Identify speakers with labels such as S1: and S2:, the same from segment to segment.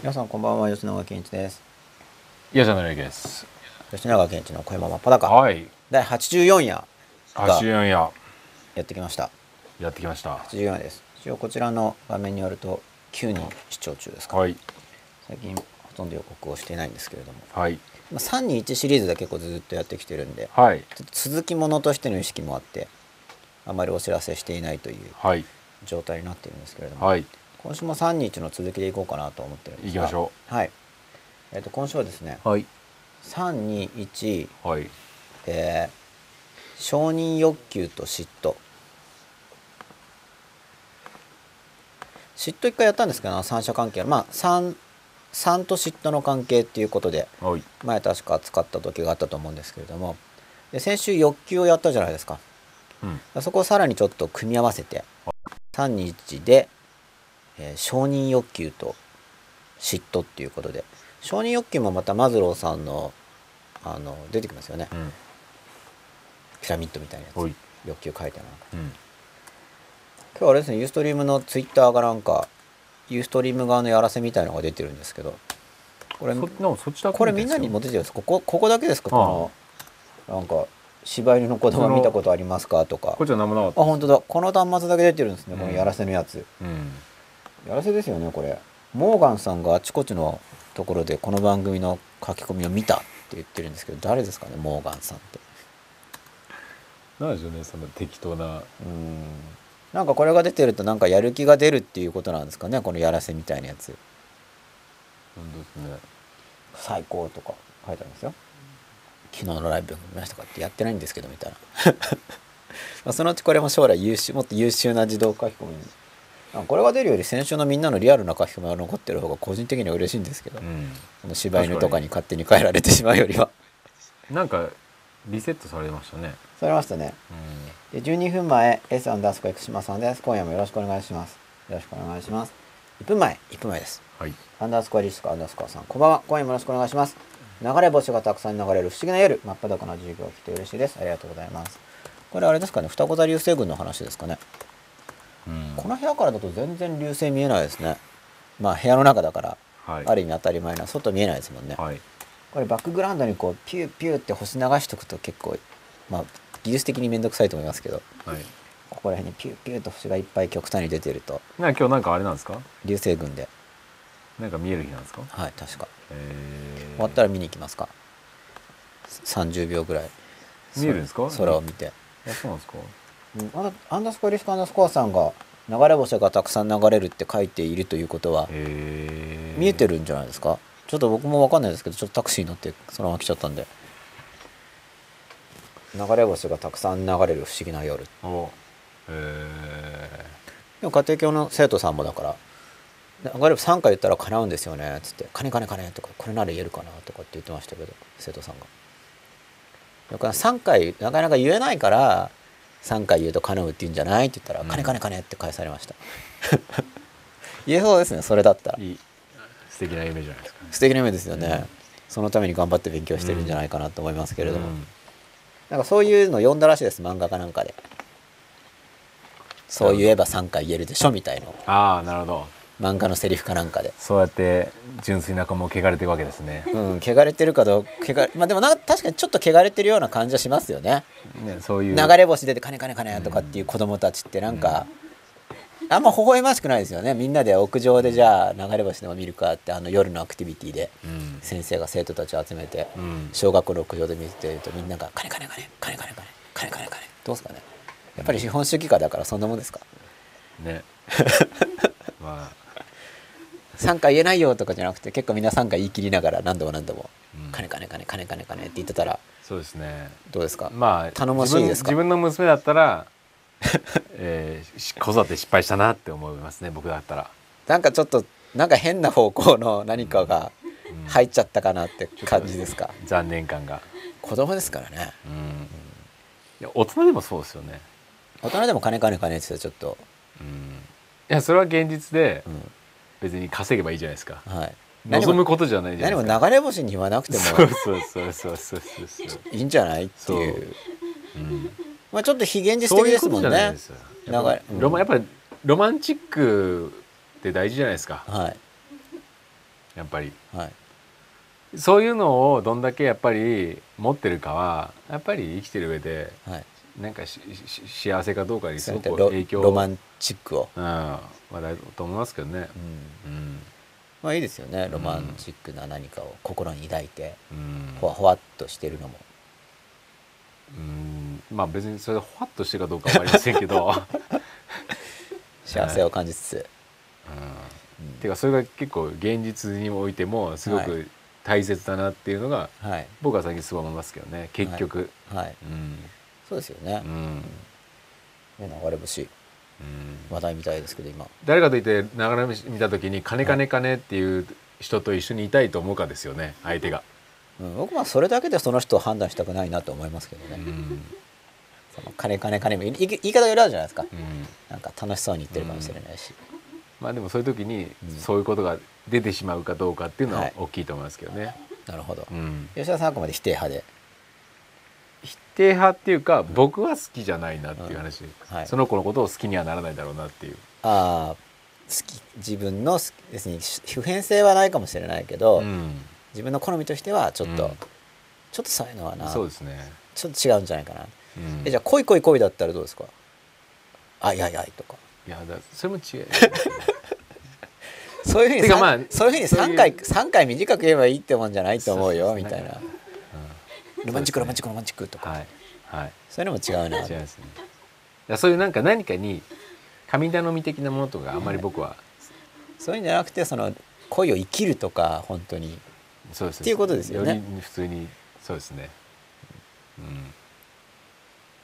S1: 皆さんこんばんは吉永健一です
S2: 嫌じゃないです。
S1: 吉永健一の声も真っ裸
S2: はい。
S1: 第84夜が
S2: 八円屋
S1: やってきました
S2: やってきました。
S1: 84夜です一応こちらの画面によると9人視聴中ですか
S2: はい
S1: 最近ほとんど予告をしていないんですけれども、
S2: はい
S1: まあ、321シリーズが結構ずっとやってきてるんで
S2: はい
S1: ちょっと続きものとしての意識もあってあまりお知らせしていないという
S2: はい
S1: 状態になっているんですけれども、
S2: はい
S1: 今週も321の続きでいこうかなと思ってるんですが
S2: 行きましょ
S1: うはいえっ、と今週はですね
S2: はい
S1: 321
S2: はい
S1: えー承認欲求と嫉妬嫉妬一回やったんですけどな三者関係まあ三三と嫉妬の関係っていうことで
S2: はい
S1: 前確か使った時があったと思うんですけれどもで先週欲求をやったじゃないですか
S2: うん
S1: そこをさらにちょっと組み合わせて321で、えー承認欲求と嫉妬っていうことで承認欲求もまたマズローさんのあの出てきますよね
S2: うん
S1: ピラミッドみたいなやつ
S2: はい
S1: 欲求書いてあるの
S2: うん
S1: 今日はあれですねユーストリームのツイッターがなんかユーストリーム側のやらせみたいのが出てるんですけどこれ
S2: そでもそっちだけ
S1: これみんなに持ってきてるんですここここだけですかこのなんか柴犬の子供
S2: この
S1: 見たことありますかとか
S2: こっちは何もなかっ
S1: あ
S2: た。
S1: 本当だこの端末だけ出てるんですね
S2: うん
S1: このやらせのやつ、
S2: うん
S1: やらせですよねこれモーガンさんがあちこちのところでこの番組の書き込みを見たって言ってるんですけど誰ですかねモーガンさんって
S2: なんでしょうねその適当な
S1: うんなんかこれが出てるとなんかやる気が出るっていうことなんですかねこのやらせみたいなやつ
S2: 本当ですね。
S1: 最高とか書いてあるんですよ昨日のライブ見ましたかってやってないんですけどみたいな まあそのうちこれも将来優秀もっと優秀な自動書き込みにまあこれが出るより先週のみんなのリアルな書き込みが残ってる方が個人的には嬉しいんですけど、
S2: う
S1: この柴犬とかに勝手に変えられてしまうよりは
S2: んなんかリセットされましたね。
S1: それましたねで12分前 S アンダースコア生島さんです今夜もよろしくお願いしますよろしくお願いします1分前1分前です
S2: うんはい
S1: アンダースコアリスカアンダースコアさん、こんばんは。今夜もよろしくお願いします。流れ星がたくさん流れる不思議な夜、真っ裸の授業を聞いて嬉しいです。ありがとうございます。これあれですかね、双子座流星群の話ですかね。
S2: うん
S1: この部屋からだと全然流星見えないですね。まあ部屋の中だから、
S2: はい
S1: ある意味当たり前な、外見えないですもんね。
S2: はい
S1: これバックグラウンドにこう、ピューピューって星流しとくと結構、まあ技術的にめんどくさいと思いますけど、
S2: はい。
S1: ここら辺にピューピューと星がいっぱい極端に出てると、
S2: なんか今日なんかあれなんですか？
S1: 流星群で、
S2: なんか見える日なんですか？
S1: はい、確か。
S2: えー
S1: 終わったら見に行きますか30秒ぐらい
S2: 見えるんですか
S1: そ空を見て、
S2: あそうなんですか？
S1: アンダアンダースコアリスクアンダースコアさんが流れ星がたくさん流れるって書いているということは
S2: えー
S1: 見えてるんじゃないですかちょっと僕もわかんないですけどちょっとタクシー乗ってそのまま来ちゃったんで流れ星がたくさん流れる不思議な夜
S2: おえ
S1: でも家庭教の生徒さんもだから「流れ3回言ったら叶うんですよね」っつって「金金金」とか「これなら言えるかな」とかって言ってましたけど生徒さんが。だから3回なかなか言えないから3回言うと叶うって言うんじゃないって言ったら「
S2: うん
S1: 金金金」って返されました 言えそうですねそれだったら
S2: ー、いい素敵な夢じゃないですか、ね、
S1: 素敵な夢ですよね、そのために頑張って勉強してるんじゃないかなと思いますけれども、なんかそういうの読んだらしいです漫画かなんかでそう言えば3回言えるでしょみたいのを
S2: ああなるほど
S1: 漫画のセリフかなんかで
S2: そうやって純粋な子も汚れていくわけですね
S1: うん、汚れてるかどうか、汚れまあ、でもな確かにちょっと汚れてるような感じはしますよ ね。
S2: ねそういう
S1: 流れ星出て「金金金」とかっていう子供たちってなんか、あんま微笑ましくないですよねみんなで屋上でじゃあ流れ星でも見るかってあの夜のアクティビティで
S2: うん、
S1: 先生が生徒たちを集めて
S2: うん、
S1: 小学校の屋上で見てるとみんなが「金金金金金金金金金」どうですかねやっぱり資本主義家だからそんなもんですか
S2: ねまあ
S1: 3回言えないよとかじゃなくて結構みんな3回言い切りながら何度も何度も
S2: う
S1: 「
S2: ん
S1: 金金金金金金」って言ってたら
S2: そうですね
S1: どうですか
S2: まあ
S1: 頼もしいですか
S2: 自分自分の娘だった ら、えーし、子育て失敗したなって思いますね僕だったら、
S1: なんかちょっとなんか変な方向の何かが
S2: うん
S1: 入っちゃったかなって感じですか
S2: 残念感が
S1: 子供ですからね
S2: うん、いや大人でもそうですよね
S1: 大人でも金金金って言ってたらちょっと、
S2: うんいやそれは現実で
S1: う
S2: 別に稼げばいいじゃないですか
S1: んはい、何
S2: 望む
S1: も
S2: ことじゃないじゃ
S1: 何
S2: ない
S1: も
S2: ですか
S1: 流れ星に言わなくても
S2: そうそうそうそうそうそう、
S1: いいんじゃないっていう
S2: そううん、
S1: まあちょっと非現実
S2: そう
S1: 的
S2: い
S1: で
S2: う
S1: す
S2: こ
S1: も
S2: と
S1: ん
S2: じゃない
S1: ね
S2: ですよ
S1: 流
S2: やっ
S1: れ
S2: ぱロマンやっぱりロマンチックって大事じゃないですか
S1: はい
S2: やっぱり
S1: はい
S2: そういうのをどんだけやっぱり持ってるかはやっぱり生きてる上で
S1: はい
S2: なんかししし幸せかどうかにす
S1: そうい
S2: ご
S1: った
S2: く
S1: ロ
S2: 影響
S1: ロマンチックを、
S2: うん話題だと思いますけどね
S1: うん、
S2: うん
S1: まあいいですよねロマンチックな何かを心に抱いて
S2: うん
S1: ほわほわっとしてるのも
S2: うんまあ別にそれでほわっとしてるかどうかは分かりませんけど、
S1: 幸せを感じつつ、
S2: う
S1: うん
S2: ん、てかそれが結構現実においてもすご
S1: は
S2: く大切だなっていうのが、
S1: はい
S2: 僕は最近すごい思いますけどね結局、
S1: はい
S2: うん
S1: そうですよね
S2: う、ん
S1: ね流れ星
S2: うん
S1: 話題みたいですけど今
S2: 誰かといって流れ見た時に「金金金」っていう人と一緒にいたいと思うかですよね相手が、
S1: うん、僕はそれだけでその人を判断したくないなと思いますけどね、
S2: うん
S1: その金金金もいい言い方がいろいろあるじゃないですか、
S2: うん
S1: なんか楽しそうに言ってるかもしれないし、
S2: まあでもそういう時に
S1: うん
S2: そういうことが出てしまうかどうかっていうの
S1: は
S2: はい大きいと思いますけどね、
S1: なるほど、
S2: うん、
S1: 吉田さんはあくまで否定派で
S2: 否定派っていうか僕は好きじゃないなっていう話、
S1: はい
S2: その子のことを好きにはならないだろうなっていう、
S1: ああ好き自分の好き別に普遍性はないかもしれないけど、
S2: うん
S1: 自分の好みとしてはちょっと、
S2: うん
S1: ちょっとそういうのはな
S2: そうですね、
S1: ちょっと違うんじゃないかな、
S2: うん
S1: えじゃあ恋恋恋だったらどうですか愛愛愛とか
S2: いやだそれも違う
S1: そういうふうに
S2: てか
S1: さん
S2: まあ
S1: そういうふうに
S2: そういう
S1: 3回三回短く言えばいいってもんじゃないと思うよ
S2: そうそ
S1: み
S2: うそう
S1: たいな
S2: うん
S1: ロマンチック
S2: そう
S1: ロマ
S2: ですね
S1: ンチックロマンチックとか、
S2: はいはい
S1: そういうのも違うな
S2: 違いますねだからそういうなんか何かに神頼み的なものとかあんまり僕は、
S1: そういうんじゃなくてその恋を生きるとか本当に
S2: そうです
S1: っていうことですよね
S2: より普通にそうですねうん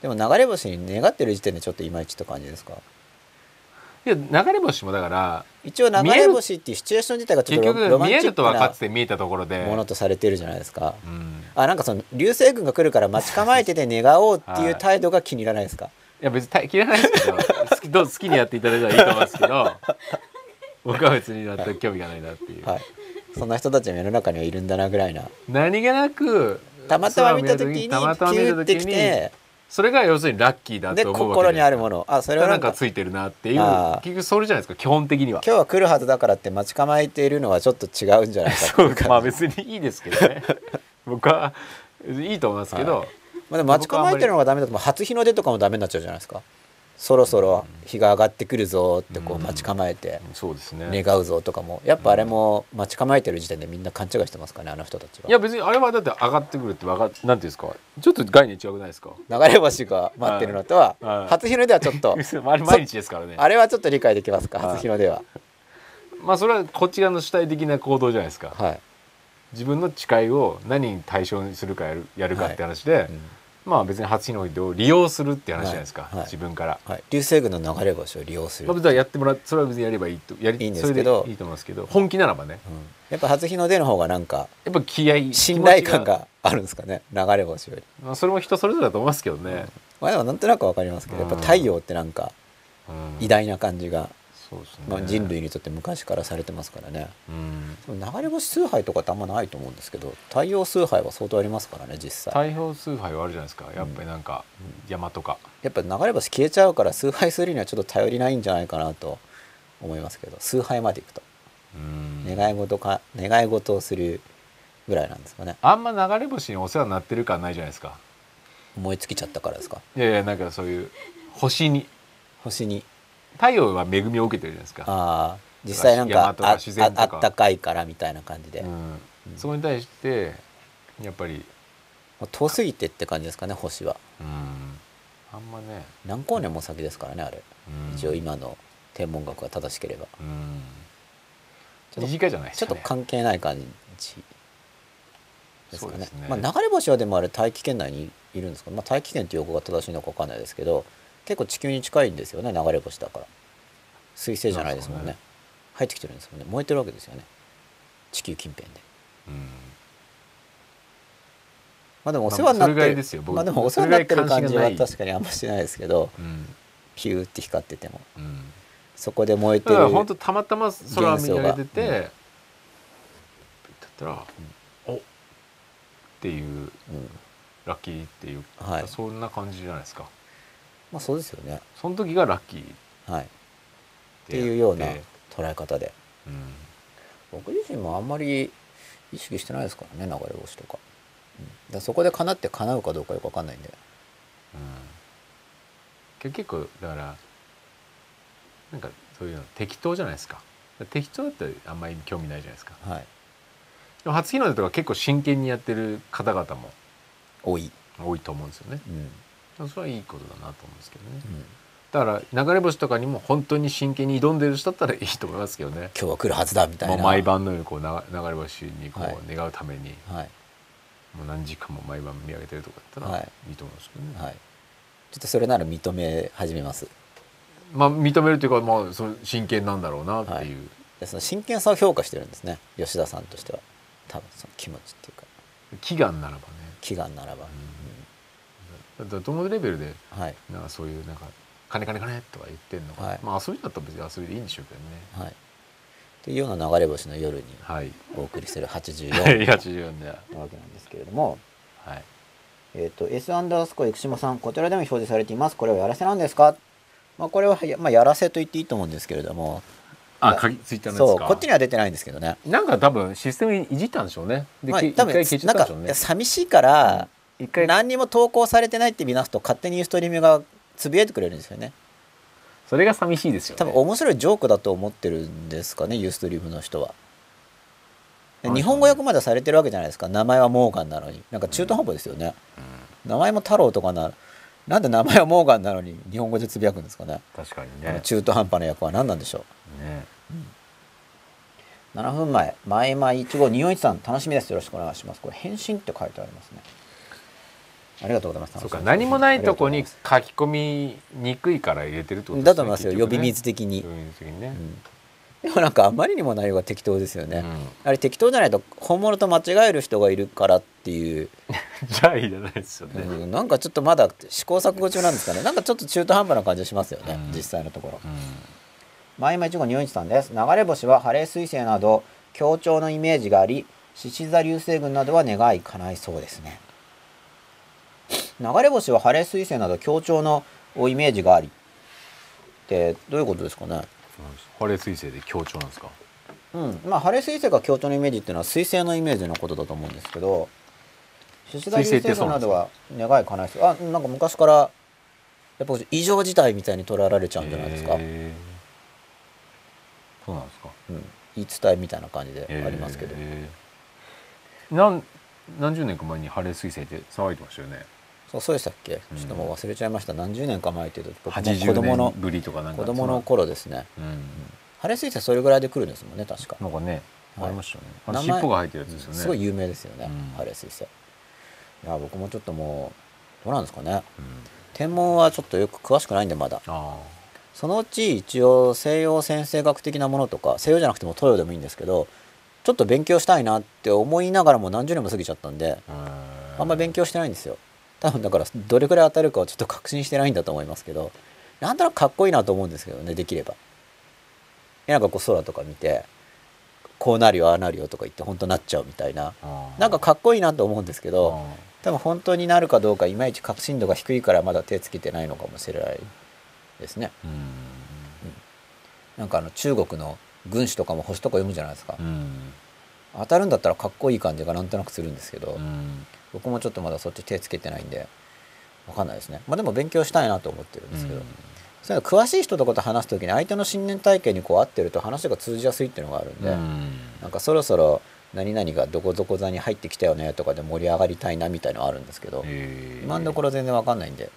S1: でも流れ星に願ってる時点でちょっといまいちって感じですか
S2: いや流れ星もだから
S1: 一応流
S2: 見え
S1: れ
S2: る
S1: 星っていうシチュエーション自体がちょ
S2: 結
S1: っとロロ
S2: 局
S1: マン
S2: 見え
S1: チッ
S2: る
S1: ク
S2: とはか
S1: な
S2: つて見えたところで
S1: ものとされてるじゃないですか
S2: うん、
S1: あなんかその流星群が来るから待ち構えてて願おうっていう態度が気に入らないですか、
S2: いや別に大嫌いなんです けど好きどう好きにやっていただいたらいいと思いますけど僕は別に全く興味がないなっていう、
S1: はい、そんな人たちも世の中にはいるんだなぐらいな
S2: 何気なく
S1: たまたま見た時に
S2: たまたま
S1: ピ
S2: 見た
S1: ューって
S2: 時
S1: き
S2: に
S1: て
S2: それが要するにラッキーだ
S1: で
S2: と思うわけ
S1: 心にあるも
S2: の
S1: のあそれはな
S2: なんん
S1: か
S2: かついてるなっていう
S1: あー
S2: 結局それじゃないですか基本的には
S1: 今日は来るはずだからって待ち構えているのはちょっと違うんじゃないかって
S2: そ
S1: いうう感
S2: まあ
S1: じ
S2: 別にいいですけどね僕はいいと思いますけど、
S1: はまあでも待ち構えてるのがダメだともう初日の出とかもダメになっちゃうじゃないですかそろそろ日が上がってくるぞってこう
S2: うん
S1: 待ち構えて
S2: そうですね
S1: 願うぞとかもやっぱあれも待ち構えてる時点でみんな勘違いしてますかねあの人たち
S2: いや
S1: は
S2: 別にあれはだって上がってくるってわかなんていうんですかちょっと概念違くないですか
S1: 流れ星が待ってるのとは
S2: はいはい
S1: 初日の出はちょっ と
S2: あれ毎日ですからね
S1: あれはちょっと理解できますか
S2: はい
S1: 初日の出は
S2: まあそれはこっち側の主体的な行動じゃないですか、
S1: はい、
S2: 自分の誓いを何に対象にするかやるやるかって話で、
S1: うん
S2: まあ別に初日の出を利用するって話じゃないですか、
S1: はいはい
S2: 自分から。
S1: はい、流星群の流れ星を利用する
S2: まあ、別にやってもらそれは別にやればいいとやり
S1: いいんですけど
S2: それでいいと思いますけど本気ならばね
S1: うんやっぱ初日の出の方がなんか
S2: やっぱ気合い
S1: 信頼感、
S2: 気持ち
S1: があるんですかね流れ星より、
S2: まあ、それも人それぞれだと思いますけどね、
S1: まあ、でもなんとなくわかりますけどやっぱ太陽ってなんか
S2: うん
S1: 偉大な感じが、
S2: そうですね、
S1: まあ、人類にとって昔からされてますからね
S2: うん
S1: でも流れ星崇拝とかってあんまないと思うんですけど太陽崇拝は相当ありますからね実際
S2: 太陽崇拝はあるじゃないですかやっぱりなんか山とか、
S1: やっぱ流れ星消えちゃうから崇拝するにはちょっと頼りないんじゃないかなと思いますけど崇拝までいくと
S2: うん
S1: 願い事か願い事をするぐらいなんですかね
S2: あんま流れ星にお世話になってる感ないじゃないですか
S1: 思いつきちゃったからですか
S2: いやいやなんかそういう星に
S1: 星に
S2: 太陽は恵みを受けてるじゃないですか、
S1: ああ実際なんか
S2: 山とか
S1: あ
S2: 自然とか
S1: ああったかいからみたいな感じで、
S2: う
S1: も
S2: ん、そこに対してやっぱり、
S1: う遠すぎてって感じですかね星は
S2: うん、あんまね、
S1: 何光年も先ですからねあれ、
S2: うん、
S1: 一応今の天文学が正しければ
S2: うん
S1: ちょっと
S2: 身近じゃないで
S1: ち
S2: す
S1: ょっと
S2: か、ね、
S1: 関係ない感じですか
S2: そう
S1: ね
S2: ですね
S1: まあ、流れ星はでもあれ大気圏内にいるんですか、まあ、大気圏っていう用語が正しいのか分かんないですけど結構地球に近いんですよね流れ星だから水星じゃないですもんね
S2: なんです
S1: 入ってきてるんですもんね燃えてるわけですよね地球近辺で
S2: うん
S1: まあでもお
S2: まあ
S1: 世話になって
S2: それぐらいですよ僕
S1: まあでもお世話になってる感じ
S2: それぐら
S1: はい
S2: 関心がない
S1: 確かにあんましないですけど
S2: うん
S1: ピューって光ってても
S2: うん
S1: そこで燃えて
S2: だ
S1: る
S2: から本当たまたま空見上げてて、
S1: 幻想がうん
S2: だったら、おっていう
S1: うん
S2: ラッキーっていう、
S1: はい
S2: そんな感じじゃないですか
S1: まあそうですよね
S2: その時がラッキーっ
S1: はいってていうような
S2: やって
S1: 捉え方で
S2: うん
S1: 僕自身もあんまり意識してないですからね流れ星とか,、うん、だからそこで叶って叶うかどうかよく分かんないんで
S2: け結構だからなんかそういうの適当じゃないですか適当だったらあんまり興味ないじゃないですか
S1: はい
S2: でも初日の出とか結構真剣にやってる方々も
S1: 多い、
S2: 多いと思うんですよね
S1: うんうん、
S2: だからそれはいいことだなと思うんですけどねだから流れ星とかにも本当に真剣に挑んでる人だったらいいと思いますけどね
S1: 今日は来るはずだみたい
S2: も
S1: な
S2: う毎晩のようにこうな流れ星にこ
S1: は
S2: う願うために、
S1: はい
S2: もう何時間も毎晩見上げてるとかだった
S1: は
S2: ら
S1: い
S2: いいと思うんですけどね、
S1: はいちょっとそれなら認め始めます
S2: まあ認めるというか、まあ、その真剣なんだろうなっていう、
S1: でその真剣さを評価してるんですね吉田さんとしては多分その気持ちっていうか
S2: 祈願ならばね
S1: 祈願ならば、
S2: だだドレベルで
S1: はい
S2: なんかそういうなんか「金金金」とか言ってんのが、
S1: はい
S2: まあ遊びだったら別に遊びでいいんでしょうけどね
S1: はいというような流れ星の夜に
S2: はい
S1: お送りする84
S2: 84で
S1: なわけなんですけれども
S2: はい
S1: えっ、と S アンダースコア生島さんこちらでも表示されていますこれはやらせなんですかまあこれはや,、まあ、やらせと言っていいと思うんですけれども
S2: あ鍵ついたので
S1: そ
S2: す
S1: う
S2: か
S1: こっちには出てないんですけどね
S2: なんか多分システムいじったんでしょうねで、
S1: まあ
S2: け一
S1: 多
S2: 回
S1: 分
S2: 消えちゃ
S1: なんか
S2: ったんでしょうね
S1: 寂しいから、
S2: 一回
S1: 何にも投稿されてないって見なすと勝手にユーストリームがつぶやいてくれるんですよね
S2: それが寂しいですよ、ね、
S1: 多分面白いジョークだと思ってるんですかねユーストリームの人は。で
S2: はい
S1: 日本語訳までされてるわけじゃないですか名前はモーガンなのになんか中途半端ですよね、名前も太郎とかななんで名前はモーガンなのに日本語でつぶやくんですかね
S2: 確かに
S1: あの
S2: ね
S1: 中途半端な役は何なんでしょ
S2: ね
S1: う7分前「前々1号241さん楽しみですよろしくお願いします」これ「返信」って書いてありますねありがとうございます
S2: そうか何もないとこ
S1: あ
S2: に
S1: り
S2: 書
S1: がと
S2: き込みにくいから入れてるってこと
S1: うございますだ
S2: ね
S1: と思いますよ、
S2: 結
S1: 呼
S2: 局ね
S1: び水的に
S2: 呼、び水的にね
S1: うんでもなんかあまりにも内容が適当ですよね、
S2: うん
S1: あれ適当じゃないと本物と間違える人がいるからっていう、
S2: じゃあいらないですよね、うん
S1: うんなんかちょっとまだ試行錯誤中なんですかねなんかちょっと中途半端な感じしますよね、
S2: うん
S1: 実際のところ。前々一号日本一さんです流れ星はハレー彗星など強調のイメージがあり獅子座流星群などは願い叶いそうですね流れ星はハレー彗星など強調のイメージがありってどういうことですかね
S2: ハレー彗星で強調なんですか
S1: うんまあハレー彗星が強調のイメージっていうのは彗星のイメージのことだと思うんですけど獅子座流星群などは願い叶いそうあなんか昔からやっぱ異常事態みたいに捉えられちゃうんじゃないですか、
S2: へーそうなんですか
S1: うん、言い伝えみたいな感じでありますけど、
S2: へーなん何十年か前にハレー彗星って騒いでましたよね
S1: そうそうでしたっけ、
S2: うん
S1: ちょっともう忘れちゃいました何十年か前っていうと僕も子
S2: 80
S1: 供の
S2: 年ぶりとかなんか
S1: 子供の
S2: そ
S1: 頃ですね
S2: のうん
S1: 晴れ彗星それぐらいで来るんですもんね確か、
S2: なんかね
S1: はい
S2: ありましたよねあ
S1: 名
S2: の
S1: 前
S2: 尻尾が入ってるやつですよね
S1: すごい有名ですよね、
S2: うん
S1: 晴れ彗星いや僕もちょっともうどうなんですかね
S2: うん
S1: 天文はちょっとよく詳しくないんでまだ
S2: あ
S1: そのうち一応西洋先生学的なものとか西洋じゃなくても東洋でもいいんですけどちょっと勉強したいなって思いながらも何十年も過ぎちゃったんで
S2: あ
S1: あんまり勉
S2: 強
S1: 強してないんですよ多分だからどれくらい当たるかをちょっと確信してないんだと思いますけどなんとなくかっこいいなと思うんですけどねできればえなんかこう空とか見てこうなるよああなるよとか言って本当なっちゃうみたいななんかかっこいいなと思うんですけど多分本当になるかどうかいまいち確信度が低いからまだ手つけてないのかもしれないですね
S2: うん
S1: なんかあの中国の軍師とかも星とか読むじゃないですか
S2: うん
S1: 当たるんだったらかっこいい感じがなんとなくするんですけど、
S2: うん
S1: 僕もちょっとまだそっち手つけてないんでわかんないですねまあでも勉強したいなと思ってるんですけど、
S2: うん
S1: そういうの詳しい人とかと話す時に相手の信念体系にこう合ってると話が通じやすいっていうのがあるんで、
S2: うん
S1: なんかそろそろ何々がどこどこ座に入ってきたよねとかで盛り上がりたいなみたいのはあるんですけど、
S2: えー
S1: 今のところ全然わかんないんで、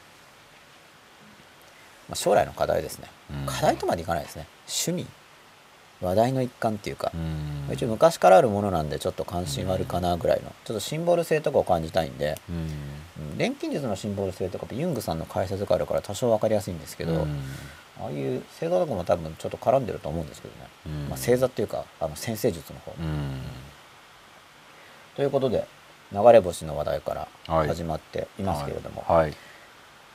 S1: まあ、将来の課題ですね、
S2: うん
S1: 課題とまでいかないですね趣味話題の一環っていうか
S2: う、ん
S1: 一応昔からあるものなんでちょっと関心はあるかなぐらいのちょっとシンボル性とかを感じたいんで、
S2: うん
S1: うん錬金術のシンボル性とかってユングさんの解説があるから多少分かりやすいんですけど、
S2: うん
S1: ああいう星座とかも多分ちょっと絡んでると思うんですけどね、
S2: うん
S1: まあ、星座っていうかあの先生術の方、
S2: うん
S1: ということで流れ星の話題から
S2: はい
S1: 始まっていますけれども、
S2: はい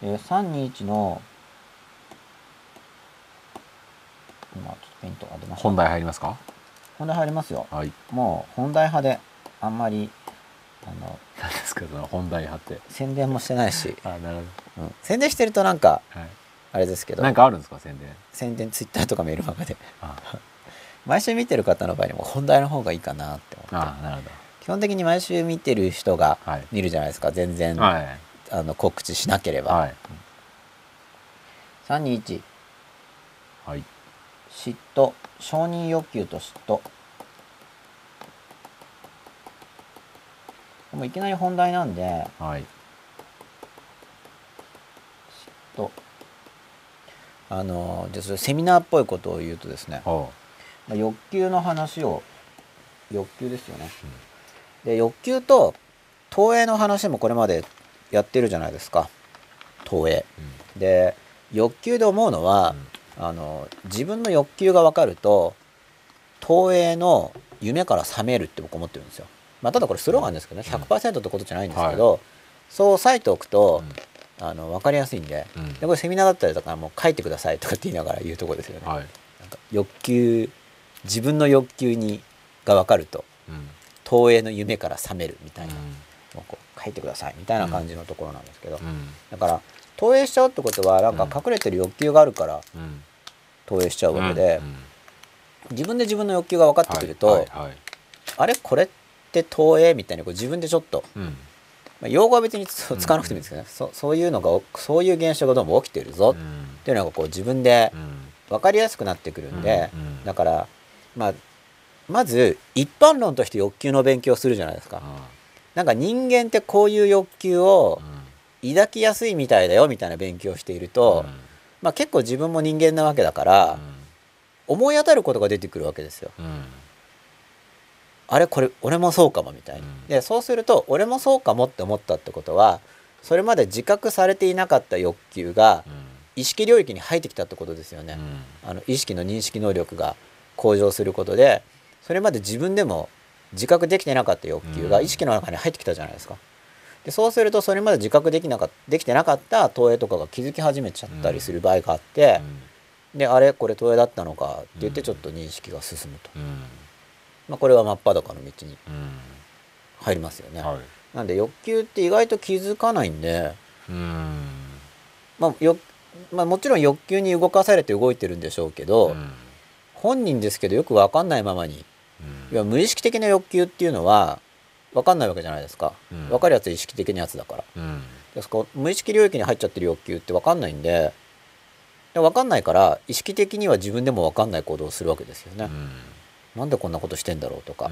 S1: えー321の今ちょっとペイントが出ました
S2: 本題入りますか
S1: 本題入りますよ
S2: はい
S1: もう本題派であんまりあの
S2: 何ですかその本題派って
S1: 宣伝もしてないし、
S2: あなるほ
S1: うん宣伝してるとなんか
S2: どはい
S1: あれですけど
S2: なんかあるんですか宣伝
S1: 宣伝ツイッターとかメールマガで
S2: あ
S1: 毎週見てる方の場合にも本題の方がいいかなって思って
S2: ああなるほ
S1: 基本的に毎週見てる人が
S2: はい
S1: 見るじゃないですか、全然、
S2: どはい
S1: あの告知しなければ、
S2: はい
S1: 321
S2: はい
S1: 嫉妬承認欲求と嫉妬もういきなり本題なんで
S2: はい
S1: とあのじゃあそれセミナーっぽいことを言うとですね、
S2: ほ
S1: まあ、欲求の話を欲求ですよね、で欲求と投影の話もこれまでやってるじゃないですか投影
S2: う、うん
S1: で欲求で思うのは、あの自分の欲求が分かると投影の夢から覚めるって僕思ってるんですよ、まあ、ただこれスローガンですけどね
S2: うん
S1: 100%ってことじゃないんですけど、そう割いておくと、あの分かりやすいんで
S2: うん
S1: でこれセミナーだったりとかもう書いてくださいとかって言いながら言うとこですよね、
S2: はい
S1: なんか欲求自分の欲求にが分かると
S2: うん
S1: 投影の夢から覚めるみた
S2: う
S1: い
S2: ん
S1: な、もうこう書いてくださいみたいな感じのところなんですけど、
S2: うん
S1: だから投影しちゃうってことはなんか隠れてる欲求があるから
S2: うん
S1: 投影しちゃうわけで、
S2: うんうん
S1: 自分で自分の欲求が分かってくると、
S2: はいはいはい
S1: あれこれって投影みたいにこう自分でちょっと、
S2: うん
S1: まあ、用語は別につ
S2: うん
S1: 使わなくてもいいんですけどね、そそういうのがそういう現象がどうも起きてるぞ
S2: う
S1: っ
S2: ん
S1: ていうのがこう自分で
S2: うん
S1: 分かりやすくなってくるんで、
S2: うんうん
S1: だから、まあ、まず一般論として欲求の勉強をするじゃないですか。
S2: あ
S1: なんか人間ってこういう欲求
S2: あ
S1: を
S2: うん
S1: 抱きやすいみたいだよみたいな勉強をしていると、まあ、結構自分も人間なわけだから、思い当たることが出てくるわけですよ。
S2: うんうん
S1: あれこれ俺もそうかもみたいな。
S2: うん
S1: でそうすると俺もそうかもって思ったってことはそれまで自覚されていなかった欲求が意識領域に入ってきたってことですよね。
S2: うんうん
S1: あの意識の認識能力が向上することでそれまで自分でも自覚できてなかった欲求が
S2: うん
S1: 意識の中に入ってきたじゃないですか。でそうするとそれまで自覚できなかっできてなかった投影とかが気づき始めちゃったりする場合があって、であれこれ投影だったのかって言ってちょっと認識が進むと、
S2: うんうん
S1: まあ、これは真っ裸の道に
S2: う
S1: 入りますよね。
S2: んはい
S1: なんで欲求って意外と気づかないんで、
S2: うん
S1: まあよまあ、もちろん欲求に動かされて動いてるんでしょうけど、
S2: うん
S1: 本人ですけどよく分かんないままに
S2: うん
S1: いや無意識的な欲求っていうのは分かんないわけじゃないですか、
S2: うん
S1: 分かるやつは意識的なやつだから
S2: うん
S1: ですから無意識領域に入っちゃってる欲求って分かんないんでで分かんないから意識的には自分でも分かんない行動をするわけですよね、なんでこんなことしてんだろうとか、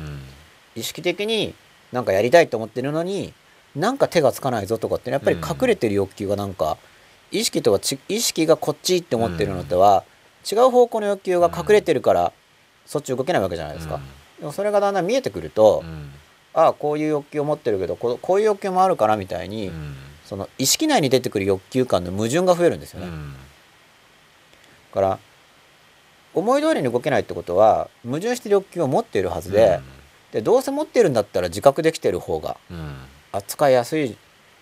S1: 意識的になんかやりたいと思ってるのになんか手がつかないぞとかってやっぱり隠れてる欲求がなんか、意識とはち意識がこっちって思ってるのとは、違う方向の欲求が隠れてるから、そっち動けないわけじゃないですか、でもそれがだんだん見えてくると、ああこういう欲求を持ってるけどここういう欲求もあるからみたいに、その意識内に出てくる欲求感の矛盾が増えるんですよね、だから思い通りに動けないってことは矛盾してる欲求を持っているはずで,、でどうせ持ってるんだったら自覚できてる方が扱いやすい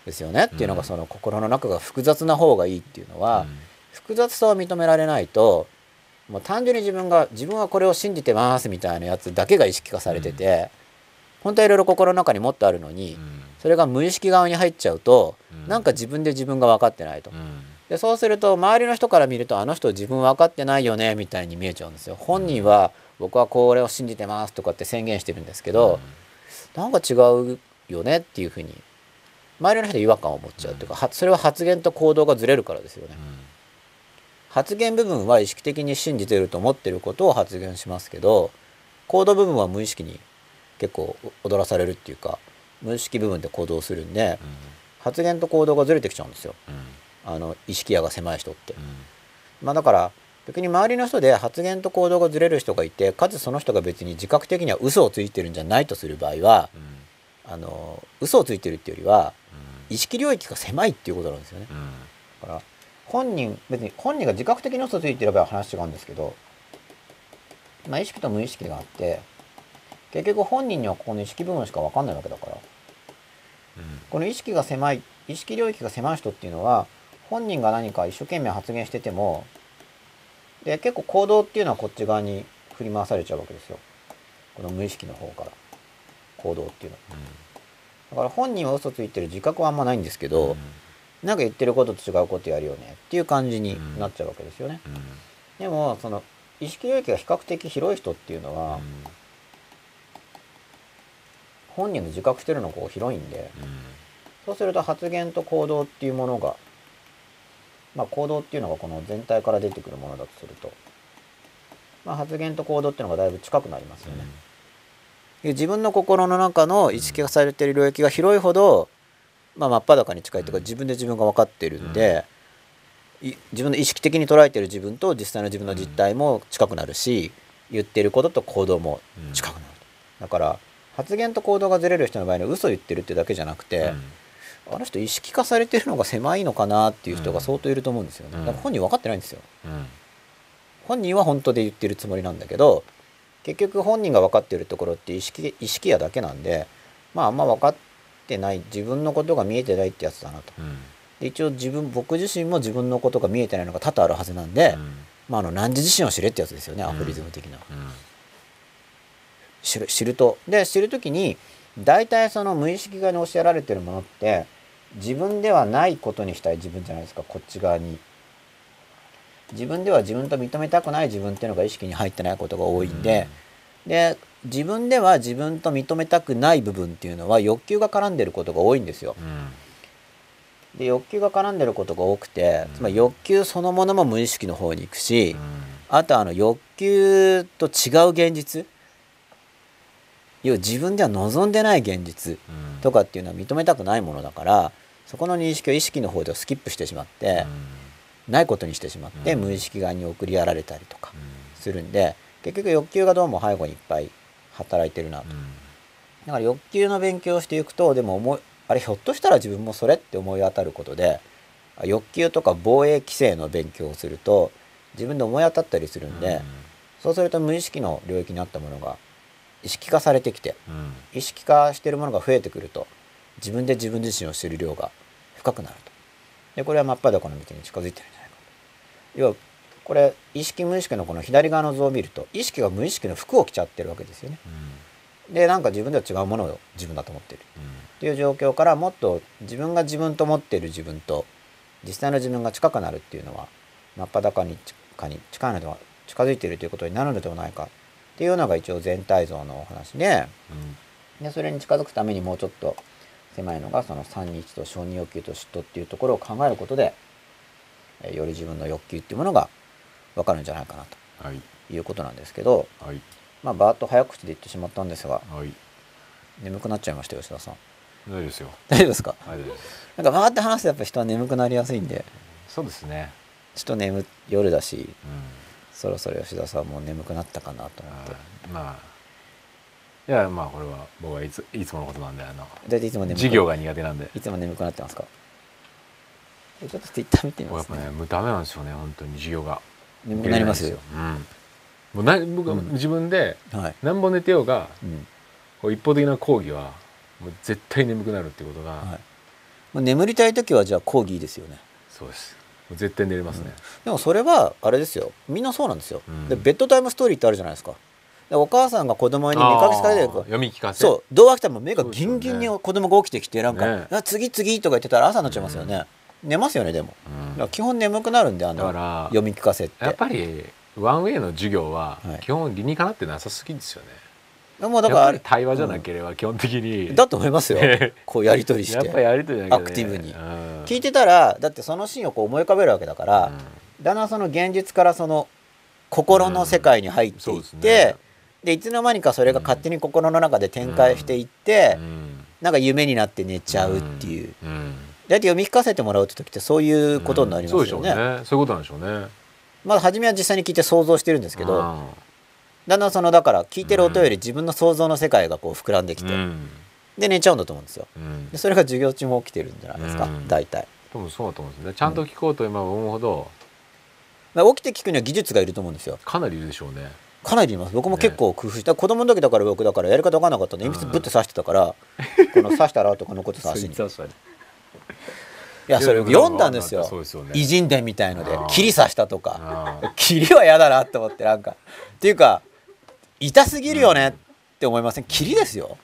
S1: ですよねっていうのが
S2: うん
S1: その心の中が複雑な方がいいっていうのは、複雑さを認められないともう単純に自分が自分はこれを信じてますみたいなやつだけが意識化されてて、本当はいろいろ心の中にもっとあるのに、それが無意識側に入っちゃうと、
S2: うん
S1: なんか自分で自分が分かってないと。でそうすると周りの人から見るとあの人自分分かってないよねみたいに見えちゃうんですよ。本人は僕はこれを信じてますとかって宣言してるんですけど、なんか違うよねっていうふうに周りの人は違和感を持っちゃうっていうか、はそれは発言と行動がずれるからですよね。発言部分は意識的に信じてると思ってることを発言しますけど行動部分は無意識に結構踊らされるっていうか無意識部分で行動するんで発言と行動がずれてきちゃうんですよあの意識野が狭い人って。まあ、だから逆に周りの人で発言と行動がずれる人がいてかつその人が別に自覚的には嘘をついてるんじゃないとする場合はあの嘘をついてるっていうよりは意識領域が狭いっていうことなんですよね。だから本人別に本人が自覚的に嘘ついてれば話違うんですけど、まあ、意識と無意識があって結局本人にはここの意識部分しか分かんないわけだからこの意識が狭い意識領域が狭い人っていうのは本人が何か一生懸命発言しててもで結構行動っていうのはこっち側に振り回されちゃうわけですよこの無意識の方から行動っていうのはだから本人は嘘ついてる自覚はあんまないんですけど、なんか言ってることと違うことやるよねっていう感じになっちゃうわけですよね。でもその意識領域が比較的広い人っていうのは、本人の自覚してるのがこう広いんでそうすると発言と行動っていうものがまあ行動っていうのがこの全体から出てくるものだとすると、まあ、発言と行動っていうのがだいぶ近くなりますよね。で自分の心の中の意識がされている領域が広いほど、まあ、真っ裸に近いというか
S2: うん
S1: 自分で自分が分かっているんで、い自分の意識的に捉えている自分と実際の自分の実態も近くなるし言っていることと行動も近くなるとだから発言と行動がずれる人の場合には嘘を言ってるってだけじゃなくて、あの人意識化されてるのが狭いのかなっていう人が相当いると思うんですよね、
S2: うん
S1: だから本人分かってないんですよ本人は本当で言ってるつもりなんだけど結局本人が分かってるところって意識意識やだけなんでまああんま分かってない自分のことが見えてないってやつだなとで一応自分僕自身も自分のことが見えてないのが多々あるはずなんで、まあ、あの何時自身を知れってやつですよねアフリズム的な、知る知るとで知る時に大体その無意識側に教えられてるものって自分ではないことにしたい自分じゃないですかこっち側に自分では自分と認めたくない自分っていうのが意識に入ってないことが多いんで、で自分では自分と認めたくない部分っていうのは欲求が絡んでることが多いんですよで欲求が絡んでることが多くてつまり欲求そのものも無意識の方に行くし、あとあの欲求と違う現実要は自分では望んでない現実とかっていうのは認めたくないものだからそこの認識を意識の方ではスキップしてしまって、ないことにしてしまって、
S2: うん
S1: 無意識側に送りやられたりとかするんで結局欲求がどうも背後にいっぱい働いてるなとだから欲求の勉強をしていくとでも思いあれひょっとしたら自分もそれって思い当たることであ欲求とか防衛規制の勉強をすると自分で思い当たったりするんで、そうすると無意識の領域にあったものが意識化されてきて意識化しているものが増えてくると自分で自分自身を知る量が深くなるとでこれは真っ裸の道に近づいてるんじゃないかと要はこれ意識無意識のこの左側の図を見ると意識が無意識の服を着ちゃってるわけですよねでなんか自分では違うものを自分だと思ってるっていう状況からもっと自分が自分と思っている自分と実際の自分が近くなるっていうのは真っ裸に近に近いのでは近づいているということになるのではないかっていうのが一応全体像のお話ででそれに近づくためにもうちょっと狭いのがその321と承認欲求と嫉妬っていうところを考えることでえーより自分の欲求っていうものが分かるんじゃないかなということなんですけどまあバーッと早口で言ってしまったんですが眠くなっちゃいました吉田さん大丈夫ですかなんかバーって話すとやっぱ人は眠くなりやすいんで
S2: そうですね。
S1: ちょっと眠夜だし
S2: うん
S1: そろそろ吉田さんも眠くなったかなと思っ
S2: あ
S1: て
S2: ーまあいやまあこれは僕はいついつものことなんであの
S1: 大体いつも眠く
S2: 授業が苦手なんで
S1: いつも眠くなってますかえちょっとツイッター見てみ
S2: もうや
S1: ます
S2: っぱ
S1: ね
S2: ねもうダメなんですよね本当に授業が
S1: 眠くなりますよ
S2: 受けれないんですようんもうな僕は
S1: うん
S2: 自分で
S1: はい、
S2: 何本寝てようが
S1: うん
S2: こう一方的な講義はもう絶対眠くなるってことが、
S1: はい、まあ眠りたい時はじゃあ講義いいですよね
S2: そうですもう絶対寝れますね、
S1: でもそれはあれですよみんなそうなんですよ、
S2: うん
S1: でベッドタイムストーリーってあるじゃないですかでお母さんが子供に見かけつかれて
S2: あ
S1: る
S2: ー読み聞かせ
S1: そう童話来たらもう目がギンギン
S2: そうです
S1: に
S2: よ
S1: 子供が起きてきてなんか
S2: ね
S1: 「あ次次」とか言ってたら朝になっちゃいますよね、寝ますよねでも
S2: う
S1: だか
S2: ん、
S1: ら
S2: だ
S1: 基本眠くなるんであの
S2: か
S1: 読み聞かせって
S2: らやっぱりワンウェイの授業は
S1: はい
S2: 基本理にかなってなさすぎですよね、
S1: もうだか
S2: や
S1: ら
S2: っぱり対話じゃなければ基本的に、
S1: だと思い ますよこうやり取りし
S2: やっぱ
S1: て
S2: やりとりじゃなきゃね
S1: アクティブに
S2: うん
S1: 聞いてたらだってそのシーンをこう思い浮かべるわけだから、だんだんその現実からその心の世界に入っていって、
S2: うんそう
S1: で
S2: ですね
S1: いつの間にかそれが勝手に心の中で展開していって、
S2: うん
S1: なんか夢になって寝ちゃうっていう、
S2: うんうん
S1: だって読み聞かせてもらうって時ってそういうことになります
S2: そ
S1: よ
S2: う
S1: ね,、
S2: でしょうねそういうことなんでしょうね
S1: まあ初めは実際に聞いて想像してるんですけど、だんだんそのだから聞いてる音より自分の想像の世界がこう膨らんでき
S2: うん
S1: て、
S2: うん
S1: で寝ちゃうんだと思うんですよ
S2: うん
S1: でそれが授業中も起きてるんじゃないですか、
S2: うん
S1: 大体
S2: 多分そうだと思うんですよねちゃんと聞こうと今思うほど
S1: だから起きて聞くには技術がいると思うんですよ
S2: かなりいるでしょうね
S1: かなりいます僕も結構工夫した、子供の時だから僕だからやり方分かんなかったんで鉛筆ぶって刺してたから、この刺したらとかのことさ足 にいやそれ読んだんですよ
S2: そうですよね
S1: 偉人伝みたいので
S2: あー
S1: 切り刺したとか
S2: あ
S1: 切りは嫌だなと思ってなんかっていうか痛すぎるよねって思いません切りですよ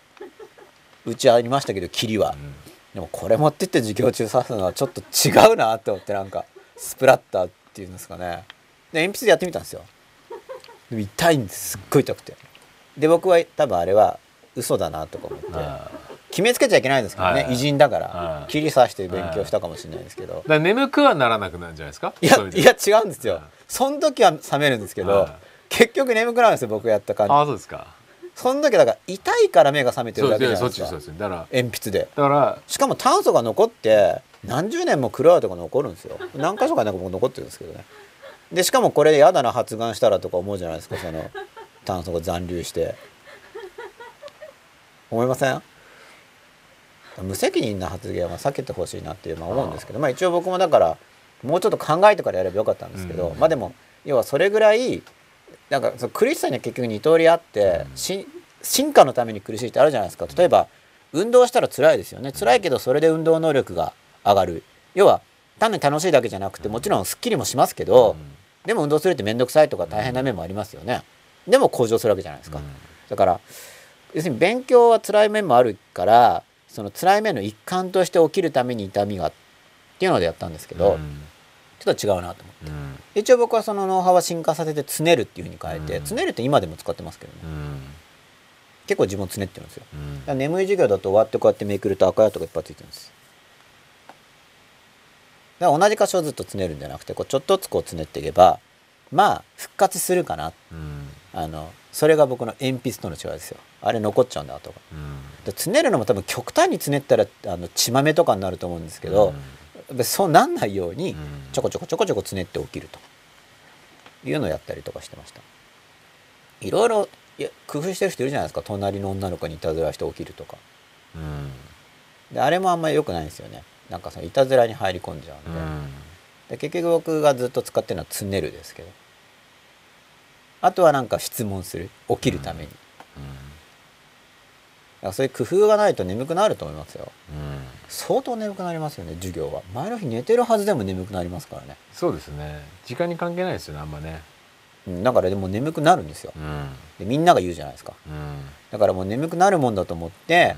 S1: うちありましたけど切りは
S2: ーうん
S1: でもこれ持ってって授業中刺すのはちょっと違うなと思ってなんかスプラッターっていうんですかねで鉛筆でやってみたんですよでも痛いんですすっごい痛くてで僕は多分あれは嘘だなとか思って
S2: あー
S1: 決めつけちゃいけないんですけど
S2: はい
S1: ね
S2: はい
S1: 偉人だか
S2: は
S1: ら
S2: い
S1: 切りさして勉強したかもしれないですけど
S2: だから眠くはならなくなるんじゃないですか
S1: い
S2: そ
S1: や
S2: うう意味
S1: い
S2: で
S1: や違うんですよその時は冷めるんですけど
S2: はい
S1: 結局眠くなるんですよ僕やった感じ
S2: ああそうですか
S1: その時だから痛いから目が覚めて
S2: そ
S1: るだ
S2: うで
S1: け
S2: す
S1: じゃないです
S2: ねそっちそう
S1: か
S2: ですねだから
S1: 鉛筆で
S2: だから
S1: しかも炭素が残って何十年もクロアとか残るんですよ何箇所かなんか僕残ってるんですけどねでしかもこれ嫌だな発がんしたらとか思うじゃないですかその炭素が残留して思いません無責任な発言は避けてほしいなっていう、まあ、思うんですけどまあ一応僕もだからもうちょっと考えてからやればよかったんですけど、
S2: うん
S1: まあでも要はそれぐらいなんかその苦しさには結局二通りあって、し進化のために苦しいってあるじゃないですか例えば運動したら辛いですよね辛いけどそれで運動能力が上がる要は単に楽しいだけじゃなくてもちろんスッキリもしますけど、でも運動するって面倒くさいとか大変な面もありますよねでも向上するわけじゃないですか、だから要するに勉強は辛い面もあるからその辛い面の一環として起きるために痛みがっていうのでやったんですけど、ちょっと違うなと思って一応僕はそのノウハウは進化させて「つねる」っていうふうに変えて「
S2: うん
S1: つねる」って今でも使ってますけどね結構自分つねってるんですよだから眠い授業だと終わってこうやってめくると赤い跡がいっぱいついてるんですだから同じ箇所をずっとつねるんじゃなくてこうちょっとずつこうつねっていけばまあ復活するかなあのそれが僕の鉛筆との違いですよあれ残っちゃうんだ跡がでつねるのも多分極端につねったらあの血まめとかになると思うんですけど、やっぱりそうなんないようにちょこちょこちょこちょこつねって起きるというのをやったりとかしてましたいろいろいや工夫してる人いるじゃないですか隣の女の子にいたずらして起きるとかであれもあんまり良くないんですよねなんかそのいたずらに入り込んじゃうんで,、で結局僕がずっと使ってるのはつねるですけどあとはなんか質問する起きるために、だからそういう工夫がないと眠くなると思いますよ相当眠くなりますよね授業は前の日寝てるはずでも眠くなりますからね、
S2: そうですね時間に関係ないですよねあんまね
S1: うん、だからでも眠くなるんですよ
S2: うん
S1: でみんなが言うじゃないですか
S2: うん
S1: だからもう眠くなるもんだと思って、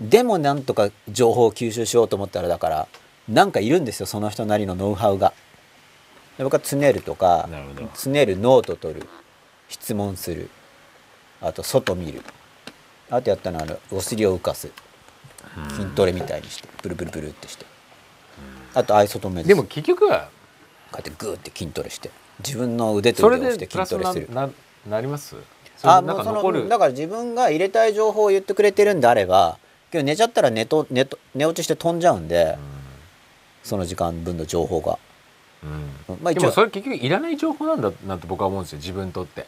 S1: でもなんとか情報を吸収しようと思ったらだからなんかいるんですよその人なりのノウハウがで僕はつねるとか
S2: なるほど
S1: つねるノート取る質問するあと外見るあとやったのはあのお尻を浮かす筋トレみたいにしてブルブルブルってしてあと愛想止め
S2: でも結局は
S1: こうやってグーって筋トレして自分の腕と
S2: それ
S1: 腕を
S2: で
S1: して
S2: プラ
S1: 筋ト
S2: ス
S1: レ
S2: な
S1: する
S2: ななります
S1: あ
S2: あな
S1: も
S2: ん
S1: う
S2: か
S1: そ
S2: 残
S1: の
S2: る
S1: だから自分が入れたい情報を言ってくれてるんであれば今日寝ちゃったら寝と寝と寝落ちして飛んじゃうんで、その時間分の情報が、
S2: うん
S1: まあ
S2: で
S1: 一
S2: も
S1: 応
S2: それ結局いらない情報なんだなって僕は思うんですよ自分にとって。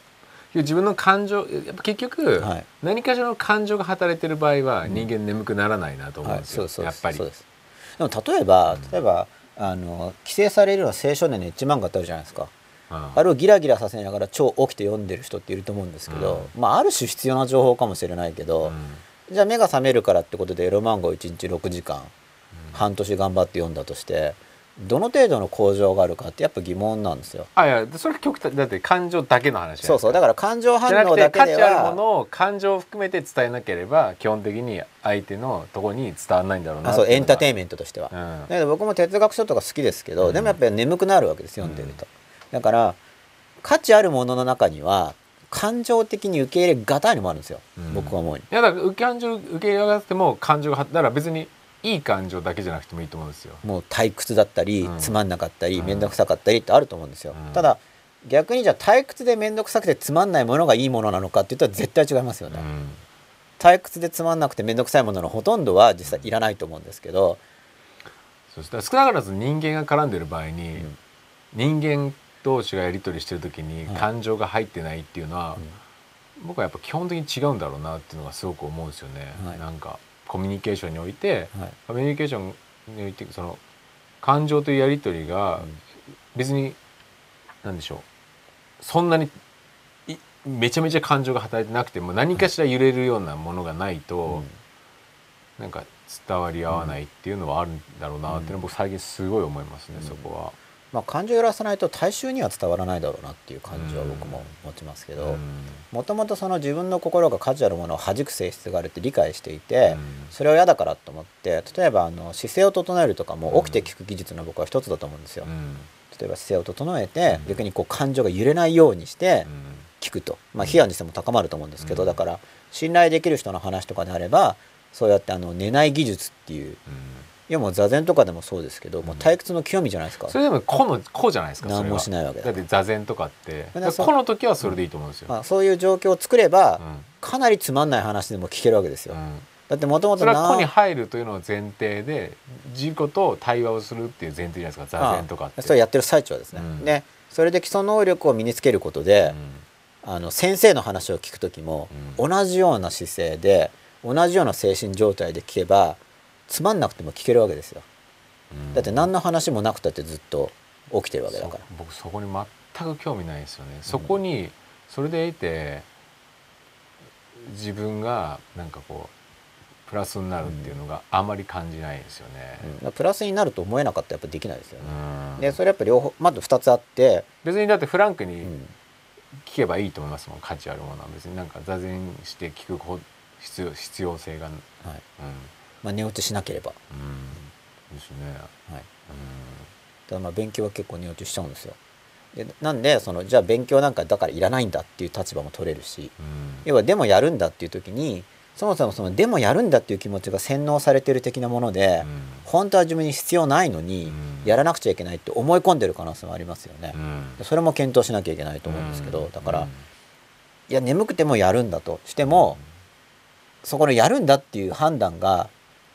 S2: 自分の感情やっぱ結局、
S1: はい
S2: 何かしらの感情が働いてる場合は人間眠くならないなと思う
S1: は
S2: ん
S1: い
S2: です
S1: そ
S2: よ、
S1: うそう
S2: やっぱり
S1: そうですでも例えば例えばあの規制されるのは青少年のエッジ漫画ってあるじゃないですか
S2: うん
S1: あれをギラギラさせながら超起きて読んでる人っていると思うんですけど、まあある種必要な情報かもしれないけど、じゃあ目が覚めるからってことでエロ漫画を1日6時間半年頑張って読んだとしてどの程度の向上があるかってやっぱ疑問なんですよ。
S2: あいやそれは極端だって感情だけの話じ
S1: そう
S2: ゃないですか
S1: そうだから感情反
S2: じゃな
S1: 応
S2: くて
S1: だ
S2: 価
S1: けで
S2: 値あるも
S1: は
S2: のを感情を含めて伝えなければ基本的に相手のとこに伝わらないんだろうな
S1: あそうエンターテイ
S2: イ
S1: ンメントとしては。
S2: メン
S1: だけど僕も哲学書とか好きですけど、
S2: うん
S1: でもやっぱり眠くなるわけです読んでると。だから価値あるものの中には感情的に受け入れがたいのもあるんですよ、
S2: うん
S1: 僕は思うに。
S2: いやだから感情受け入れなくても感情がはだから別にいい感情だけじゃなくてもいいと思うんですよ。
S1: もう退屈だったり、
S2: うん
S1: つまんなかったり
S2: うん
S1: 面倒くさかったりってあると思うんですよ、
S2: うん
S1: ただ逆にじゃあ退屈で面倒くさくてつまんないものがいいものなのかって言ったら絶対違いますよね、
S2: うん
S1: 退屈でつまんなくて面倒くさいもののほとんどは実際いらないと思うんですけど、
S2: そしたら少なからず人間が絡んでる場合に、
S1: うん
S2: 人間同士がやり取りしてる時に
S1: はい
S2: 感情が入ってないっていうのは、僕はやっぱ基本的に違うんだろうなっていうのがすごく思うんですよね。
S1: はい
S2: なんかコミュニケーションにおいて
S1: はい
S2: コミュニケーションにおいてその感情というやり取りが
S1: うん
S2: 別に何でしょうそんなにいめちゃめちゃ感情が働いてなくても何かしら揺れるようなものがないと。なんか伝わり合わないっていうのはあるんだろうなっていうのは僕最近すごい思いますね、
S1: うん
S2: そこは。
S1: まあ、感情を揺らさないと大衆には伝わらないだろうなっていう感じは僕も持ちますけ
S2: う
S1: ど
S2: ん
S1: もともとその自分の心が価値あるものを弾く性質があるって理解していて、
S2: うん
S1: それを嫌だからと思って例えばあの姿勢を整えるとかも起きて聞く技術の僕は一つだと思うんですよ。
S2: うん
S1: 例例えば姿勢を整えて、逆にこう感情が揺れないようにして
S2: うん
S1: 聞くと、まあ、批判にしても高まると思うんですけど、
S2: うん
S1: だから信頼できる人の話とかであればそうやってあの寝ない技術っていうい
S2: うん
S1: やもう座禅とかでもそうですけど、もう退屈の極みじゃないですか。
S2: それでも個の個じゃないですか
S1: 何もし
S2: それは
S1: ないわけだ
S2: だって座禅とかって
S1: だからそ
S2: 個の時はそれでいいと思うんですよ、
S1: まあ、そういう状況を作れば、
S2: うん
S1: かなりつまんない話でも聞けるわけですよ。
S2: うん
S1: だってもともと
S2: それは個に入るというのを前提で自己と対話をするっていう前提じゃないですか座禅とかって
S1: それやってる最中はですね、
S2: うん
S1: でそれで基礎能力を身につけることで、あの先生の話を聞く時も、
S2: うん
S1: 同じような姿勢で同じような精神状態で聞けばつまんなくても聞けるわけですよ
S2: うん
S1: だって何の話もなくたってずっと起きてるわけだから
S2: そ僕そこに全く興味ないですよね、そこにそれで得て自分がなんかこうプラスになるっていうのがあまり感じないですよね、
S1: うん、だからプラスになると思えなかったらやっぱできないですよね、
S2: うん
S1: でそれやっぱ両方まず2つあって、
S2: 別にだってフランク
S1: う
S2: に
S1: ん
S2: 聞けばいいと思いますもん価値あるものは別になんか座禅して聞くほ必要必要性がうん
S1: はいまあ、寝落ちしなければ、
S2: うんですね
S1: はい、
S2: う
S1: ただまあ勉強は結構寝落ちしちゃうんですよでなんでそのじゃあ勉強なんかだからいらないんだっていう立場も取れるし
S2: んうん
S1: 要はでもやるんだっていう時にそもそもそのでもやるんだっていう気持ちが洗脳されてる的なもので、本当は自分に必要ないのに、
S2: うん
S1: やらなくちゃいけないって思い込んでる可能性もありますよね
S2: う、ん
S1: それも検討しなきゃいけないと思うんですけど、
S2: うん
S1: だから、
S2: うん
S1: いや眠くてもやるんだとしても、そこのやるんだっていう判断が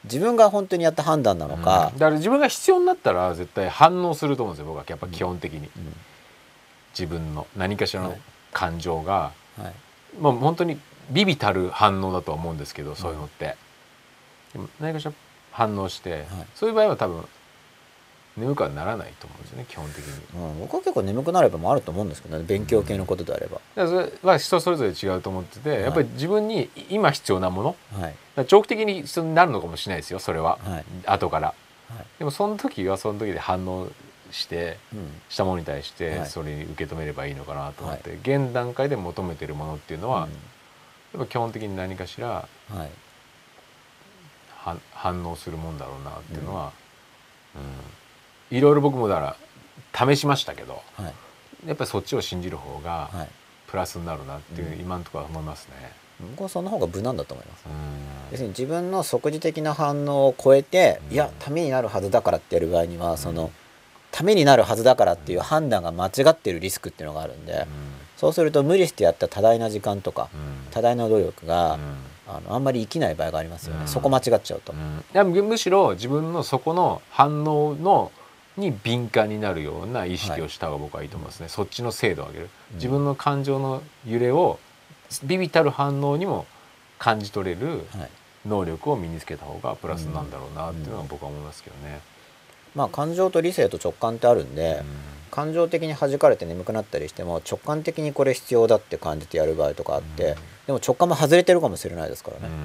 S1: 自分が本当にやった判断なのか
S2: うん、だから自分が必要になったら絶対反応すると思うんですよ僕はやっぱ基本的に
S1: うん
S2: 自分の何かしら
S1: は
S2: の
S1: い
S2: 感情が、
S1: はい
S2: まあ本当にビビたる反応だとは思うんですけどそういうのって、でも何かしら反応して、そういう場合は多分眠くはならないと思うんですよね基本的に。
S1: うん、僕は結構眠くなればもあると思うんですけどね勉強系のことであれば、
S2: だからそれは人それぞれ違うと思ってて、
S1: い
S2: やっぱり自分に今必要なものだか
S1: はい
S2: ら長期的に必要になるのかもしれないですよそれは、
S1: はい
S2: 後から。
S1: はい
S2: でもその時はその時で反応して
S1: うん
S2: したものに対し
S1: は
S2: て
S1: い
S2: それに受け止めればいいのかなと思って、現段階で求めてるものっていうのは、やっぱ基本的に何かしら
S1: うんはい
S2: 反反応するもんだろうなっていうのは、うんいろいろ僕もだから試しましたけど
S1: はい
S2: やっぱりそっちを信じる方が
S1: はい
S2: プラスになるなっていう、
S1: うん
S2: 今のところは思いますね。
S1: 僕はその方が無難だと思います
S2: うん
S1: 別に自分の即時的な反応を超えて、
S2: うん
S1: いやためになるはずだからってやる場合には、
S2: ん
S1: そのためになるはずだからっていう判断が間違ってるリスクっていうのがあるんで、そうすると無理してやった多大な時間とか
S2: うんうん
S1: 多大な努力が、
S2: うん
S1: あのあんまり生きない場合がありますよね、
S2: うん
S1: そこ間違っちゃうと、
S2: いやむむしろ自分のそこの反応のに敏感になるような意識をした方が僕はいいと思いますね、そっちの精度を上げる、
S1: うん
S2: 自分の感情の揺れをビビたる反応にも感じ取れる
S1: はい
S2: 能力を身につけた方がプラスなんだろうなっていうのは僕は思いますけどね。
S1: まあ感情と理性と直感ってあるんで、感情的に弾かれて眠くなったりしても直感的にこれ必要だって感じてやる場合とかあって、
S2: うん
S1: でも直感も外れてるかもしれないですからね、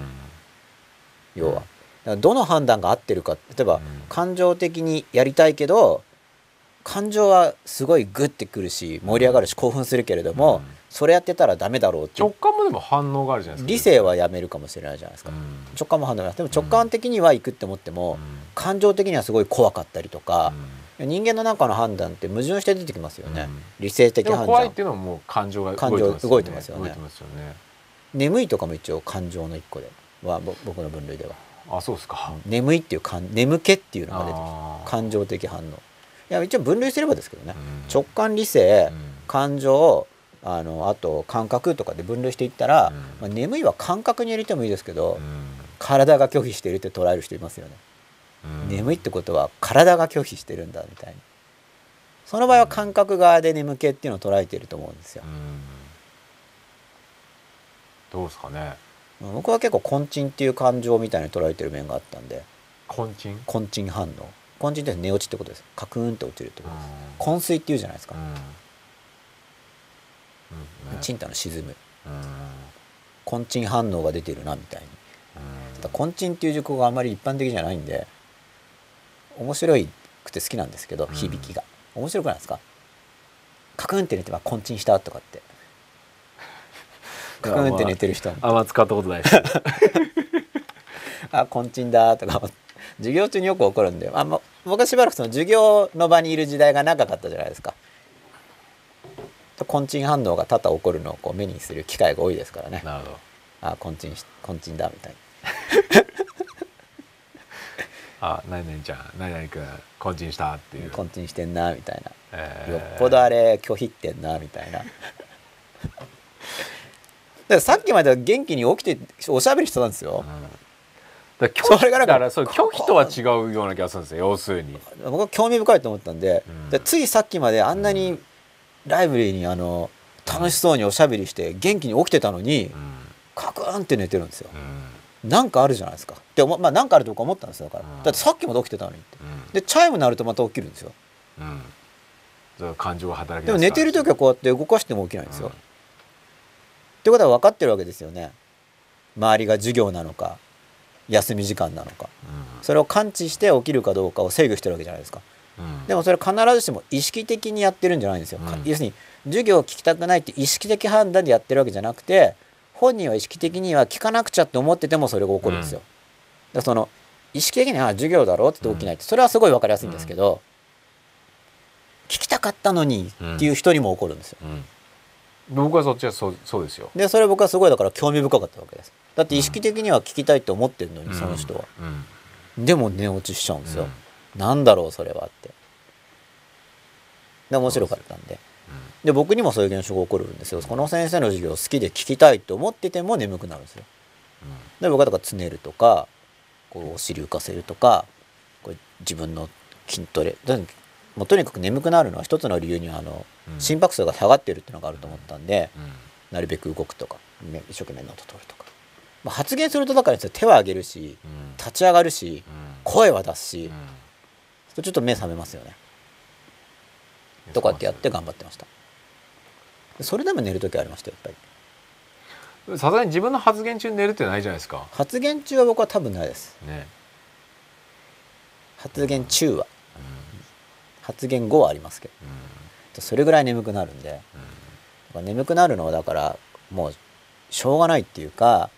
S1: 要は。だからどの判断が合ってるか例えば、
S2: うん
S1: 感情的にやりたいけど感情はすごいグッてくるし盛り上がるし興奮するけれども、
S2: うん
S1: それやってたらダメだろうって
S2: 直感もでも反応があるじゃないですか。
S1: 理性はやめるかもしれないじゃないですか、
S2: うん
S1: 直感も判断がでも直感的には行くって思っても、感情的にはすごい怖かったりとか、人間の中の判断って矛盾して出てきますよね、
S2: うん
S1: 理性
S2: うん
S1: 的
S2: でも
S1: 判
S2: 怖いっ
S1: 断
S2: ていうのはもう感情が
S1: 感情動
S2: 動
S1: い
S2: い
S1: て
S2: て
S1: ま
S2: ますす
S1: よ
S2: よ
S1: ね
S2: ね。動いてますよね。
S1: 眠いとかも一応感情の一個ではぼ僕の分類では
S2: あ、そうですか。
S1: 眠いっていう感眠気っていうのが出てきて
S2: あー
S1: 感情的反応いや一応分類すればですけどね、
S2: うん
S1: 直感理性、
S2: うん
S1: 感情あのあと感覚とかで分類していったら、
S2: うん
S1: まあ、眠いは感覚に入れてもいいですけど、
S2: う
S1: 体が拒否しているって捉える人いますよね、
S2: ん
S1: 眠いってことは体が拒否してるんだみたいなその場合は感覚側で眠気っていうのを捉えていると思うんですよ
S2: う、んどうですかね
S1: まあ僕は結構「渾身」っていう感情みたいに捉えてる面があったんで
S2: 渾身
S1: 「渾身反応」「渾身」って寝落ちってことですカクーンって落ちるってことです「昏睡」っていうじゃないですか
S2: うんうんね
S1: 賃貸の沈む
S2: うん
S1: 渾身反応が出てるなみたいに
S2: うん
S1: ただ渾身っていう熟語があまり一般的じゃないんで面白いくて好きなんですけど
S2: うん
S1: 響きが、面白くないですかカクンって寝てまあ渾身したとか ってカクンって寝てる人も
S2: あんま使ったことないです
S1: あ、こんちんだとか思って授業中によく起こるんで、あんま僕はしばらくその授業の場にいる時代が長かったじゃないですか。昆虫反応が多々起こるのをこう目にする機会が多いですからね。
S2: なるほど
S1: あ昆虫し昆虫だみたいな。
S2: あ何々ちゃん何々くん懇親したっていう、
S1: 昆虫してんなみたいな。
S2: えー
S1: よっぽどあれ拒否ってんなみたいな。 だからさっきまでは元気に起きておしゃべりしてたんですよ。
S2: だから
S1: それがだ
S2: だか
S1: から
S2: らそう拒否とは違うような気がするんですよ要するに
S1: 僕は興味深いと思ったんで,、
S2: うん
S1: でついさっきまであんなにライブリーにあの楽しそうにおしゃべりして元気に起きてたのに、
S2: うん
S1: カクーンって寝てるんですよ
S2: う、ん
S1: なんかあるじゃないですかで、まあ、なんかあると僕は思ったんですよだから、
S2: うん
S1: だってさっきまで起きてたのにって
S2: うん
S1: でチャイム鳴るとまた起きるんですよ
S2: うんそう感情が働き
S1: でも寝てる時は
S2: は
S1: こうやって動かしても起きないんですよ、ってことは分かってるわけですよね周りが授業なのか休み時間なのかそれを感知して起きるかどうかを制御してるわけじゃないですかで
S2: も
S1: もそれ必ずしも意識的にやってるんじゃないんですよ、か
S2: うん
S1: 要するに授業を聞きたくないって意識的判断でやってるわけじゃなくて本人は意識的には聞かなくちゃって思っててもそれが起こるんですよ、
S2: う
S1: だ
S2: ん
S1: からその意識的にあ授業だろって言って起きないってそれはすごい分かりやすいんですけど、聞きたかったのにっていう人にも起こるんですよ
S2: 僕はそっちはそうそうですよ
S1: でそれ僕はすごいだから興味深かったわけですだって意識的には聞きたいって思ってるの
S2: う
S1: に
S2: ん
S1: その人は、
S2: うん
S1: でも寝落ちしちゃうんですよ、
S2: うん
S1: なんだろうそれはってで面白かったんでで僕にもそういう現象が起こるんですよこの先生の授業好きで聞きたいと思ってても眠くなるんですよで僕はだからつねるとかこうお尻浮かせるとかこう自分の筋トレとにもうとにかく眠くなるのは一つの理由にはあの
S2: うん
S1: 心拍数が下がってるっていうのがあると思ったんで、
S2: うんうん
S1: なるべく動くとか、ね、一生懸命ノート取るとか、まあ、発言するとだからですね手は上げるし
S2: うん
S1: 立ち上がるし声は出すし、
S2: うん
S1: ちょっと目覚めますよね
S2: うん
S1: とかってやって頑張ってましたそれでも寝る時ありましたやっぱり
S2: さすがに自分の発言中に寝るってないじゃないですか
S1: 発言中は僕は多分ないです
S2: ね
S1: 発言中は発言後はありますけ
S2: うん
S1: どそれぐらい眠くなるんで眠くなるのはだからもうしょうがないっていうか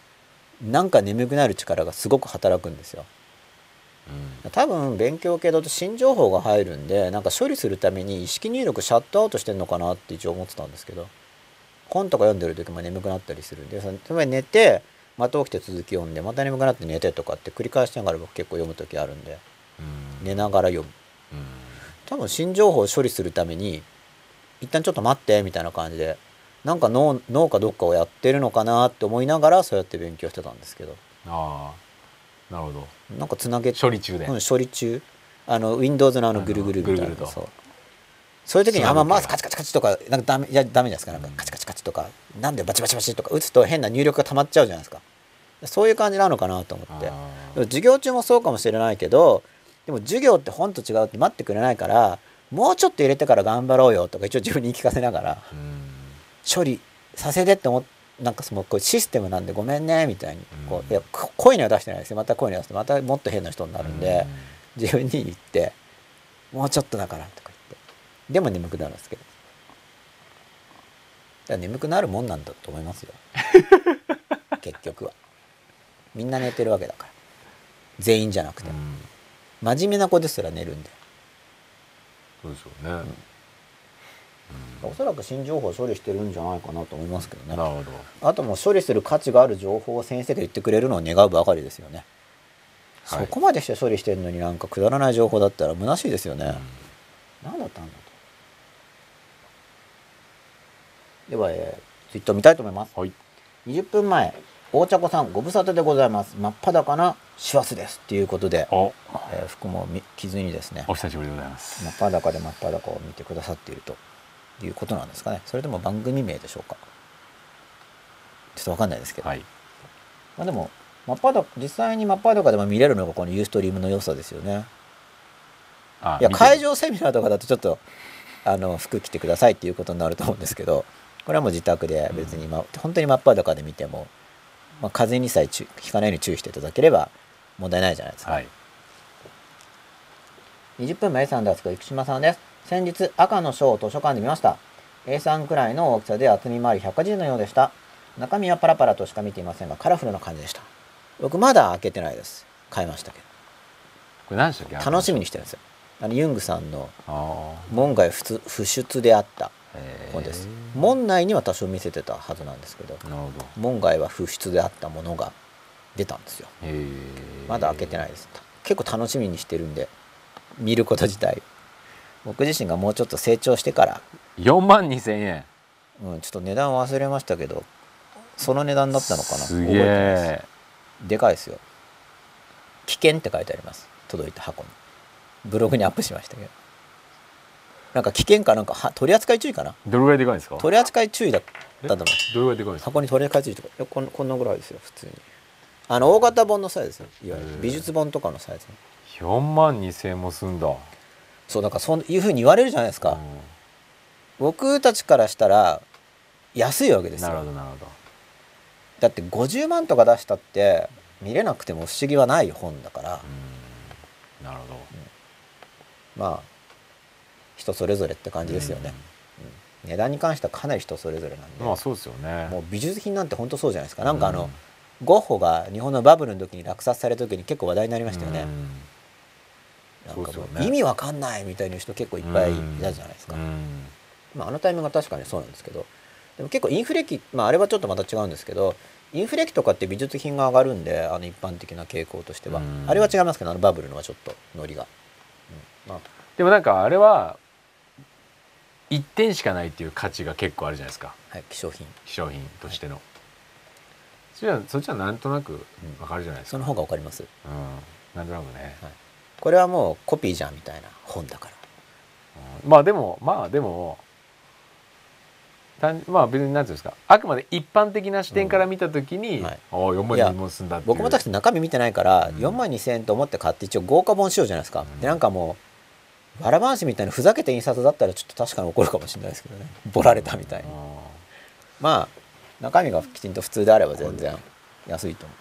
S1: なんか眠くなる力がすごく働くんですよ
S2: うんうん
S1: 多分勉強系だと新情報が入るんでなんか処理するために意識入力シャットアウトしてんのかなって一応思ってたんですけど本とか読んでる時も眠くなったりするんでそのつまり寝てまた起きて続き読んでまた眠くなって寝てとかって繰り返しながら僕結構読む時あるんで
S2: うん
S1: 寝ながら読む
S2: うん
S1: 多分新情報を処理するために一旦ちょっと待ってみたいな感じでなんか脳脳かどっかをやってるのかなって思いながらそうやって勉強してたんですけど
S2: ああなるほど
S1: なんかつなげて
S2: 処理中で、
S1: うん、処理中あの Windows のあのぐるぐるみたいな
S2: あのぐるぐると
S1: そうそういう時にあんまマウス
S2: つ
S1: カ
S2: な
S1: チカチカチとかなんかダメいやダメじゃないですかなんか
S2: うん
S1: カチカチカチとかなんでバチバチバチとか打つと変な入力が溜まっちゃうじゃないですかそういう感じなのかなと思
S2: あ
S1: っ
S2: あ
S1: てでも授業中もそうかもしれないけどでも授業って本と違うって待ってくれないからもうちょっと入れてから頑張ろうよとか一応自分に言い聞かせながら
S2: うん
S1: 処理させてって思っなんかそのこうシステムなんでごめんねみたいにこ
S2: うん
S1: ういやこ声には出してないですよまた声には出してまたもっと変な人になるんで。自分に言って「もうちょっとだから」とか言ってでも眠くなるんですけどだから眠くなるもんなんだと思い ますよ結局はみんな寝てるわけだから全員じゃなく
S2: うん
S1: て
S2: うん
S1: 真面目な子ですら寝るんで
S2: そうですよね、
S1: おそらく新情報を処理してるんじゃないかなと思いますけど
S2: な
S1: ね
S2: るほど
S1: あともう処理する価値がある情報を先生が言ってくれるのを願うばかりですよね、
S2: はい
S1: そこまでして処理してるのになんかくだらない情報だったら虚しいですよね、何だったんだとでは、えー、ツイッター見たいと思います
S2: はい
S1: 20分前大茶子さんご無沙汰でございます真っ裸な師走ですということで、
S2: お
S1: えー服もみ着ずにですね
S2: お久しぶりでございます
S1: 真っ裸で真っ裸を見てくださっているということなんですかねそれとも番組名でしょうかちょっとわかんないですけど、
S2: はい
S1: まあ、でも真っ裸実際に真っ裸でも見れるのがこのユーストリームの良さですよね
S2: あ
S1: いや
S2: 見てる
S1: 会場セミナーとかだとちょっとあの服着てくださいっていうことになると思うんですけどこれはもう自宅で別に、ま本当に真っ裸で見ても、まあ、風邪にさえ注意ひかないように注意していただければ問題ないじゃないですか、
S2: はい
S1: 20分前さんですが生島さんです先日赤の書を図書館で見ました A3 くらいの大きさで厚みもあり百科事典のようでした中身はパラパラとしか見ていませんがカラフルな感じでした僕まだ開けてないです買いましたけど
S2: れ何でしたっけ
S1: 楽しみにしてるんですよあのユングさんの
S2: ああ
S1: 門外不出不出であった
S2: へえ
S1: 本です門内には多少見せてたはずなんですけど
S2: なるほど
S1: 門外は不出であったものが出たんですよ
S2: へえ
S1: まだ開けてないです結構楽しみにしてるんで見ること自体僕自身がもうちょっと成長してから、
S2: 4万2千円
S1: うん、ちょっと値段忘れましたけどその値段だったのかな
S2: すげ
S1: 覚えてないで
S2: え
S1: すでかいですよ危険って書いてあります届いた箱にブログにアップしましたけどなんか危険かなんかは取り扱い注意かな
S2: どれぐらいでかいんですかどれ
S1: 取り扱い注意だったと思う
S2: ぐらいでかいんですか
S1: 箱に取り扱い注意とかいやこんこんなぐらいですよ普通にあの大型本のサイズですよいわゆる
S2: へえ
S1: 美術本とかのサイズ
S2: 4万2千円もすんだ
S1: そうだからそういうふうに言われるじゃないですか、僕たちからしたら安いわけ
S2: う
S1: で
S2: ん
S1: す
S2: なるほ
S1: よ
S2: どなるほど
S1: だって50万とか出したって見れなくても不思議はない本だから、
S2: うんなるほど
S1: まあ人それぞれって感じですよね、うん値段に関してはかなり人それぞれなんで、
S2: うんまあそうですよね
S1: もう美術品なんて本当そうじゃないですかなんかあの、
S2: うん
S1: ゴッホが日本のバブルの時に落札された時に結構話題になりましたよね、なんかもう
S2: そうですよね
S1: 意味わかんないみたいな人結構
S2: う
S1: い
S2: ん
S1: っぱいいたじゃないですか、
S2: うん
S1: まあ、あのタイミングは確かにそうなんですけどでも結構インフレ期、まあ、あれはちょっとまた違うんですけどインフレ期とかって美術品が上がるんであの一般的な傾向としては
S2: うん
S1: あれは違いますけどあのバブルのはちょっとノリが、うんまあ、
S2: でもなんかあれは1点しかないっていう価値が結構あるじゃないですか
S1: はい希少品
S2: 希少品としての、そっちはそっちはなんとなくわかるじゃないです
S1: そ
S2: か、
S1: の方が分かります
S2: うんなんとなくね、
S1: これはもうコピーじゃんみたいな本だから
S2: うんまあでもまあでも単まあ別に何ていうんですかあくまで一般的な視点から見た時に、
S1: うんはい
S2: ああ4万
S1: いや
S2: 人も済んだっていう
S1: 僕も確かに中身見てないから
S2: うん
S1: 4万2千円と思って買って一応豪華本しようじゃないですか
S2: うん
S1: でなんかもうわらばんしみたいなふざけて印刷だったらちょっと確かに怒るかもしれないですけどねボられたみたいに
S2: うん
S1: まあ中身がきちんと普通であれば全然安いと思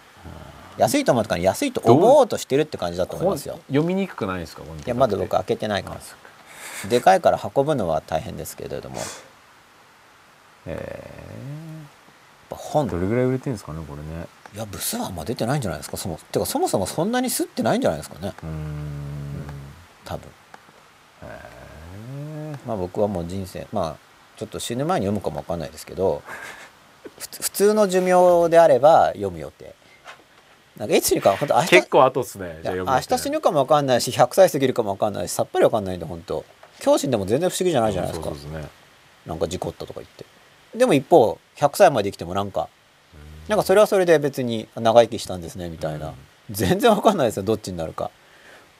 S1: う安いと思うとかね安いと思おうとしてるって感じだと思い
S2: 本
S1: ますよ
S2: 読みにくくないですか本当に
S1: いやまだ僕開けてないか
S2: あ
S1: ら
S2: そっか
S1: でかいから運ぶのは大変ですけれどもやっ
S2: え
S1: ぱ本
S2: ーどれぐらい売れてるんですかねこれね
S1: いや部数はあんま出てないんじゃないですかそもてかそもそもそんなに吸ってないんじゃないですかね
S2: うーん
S1: 多分
S2: へ
S1: まあ僕はもう人生まあちょっと死ぬ前に読むかもわかんないですけどふつ普通の寿命であれば読む予定なんかいつにか本当明
S2: ー
S1: 日
S2: 結構後っすね
S1: い
S2: じゃ
S1: や
S2: あ
S1: 明
S2: 読
S1: 日死ぬかもわかんないし100歳過ぎるかもわかんないしさっぱりわかんないんで本当教師でも全然不思議じゃないじゃないですか
S2: そうそうですね
S1: なんか事故ったとか言ってでも一方100歳まで生きてもなんかなんかそれはそれで別に長生きしたんですねみたいな、
S2: うん
S1: 全然わかんないですよどっちになるか。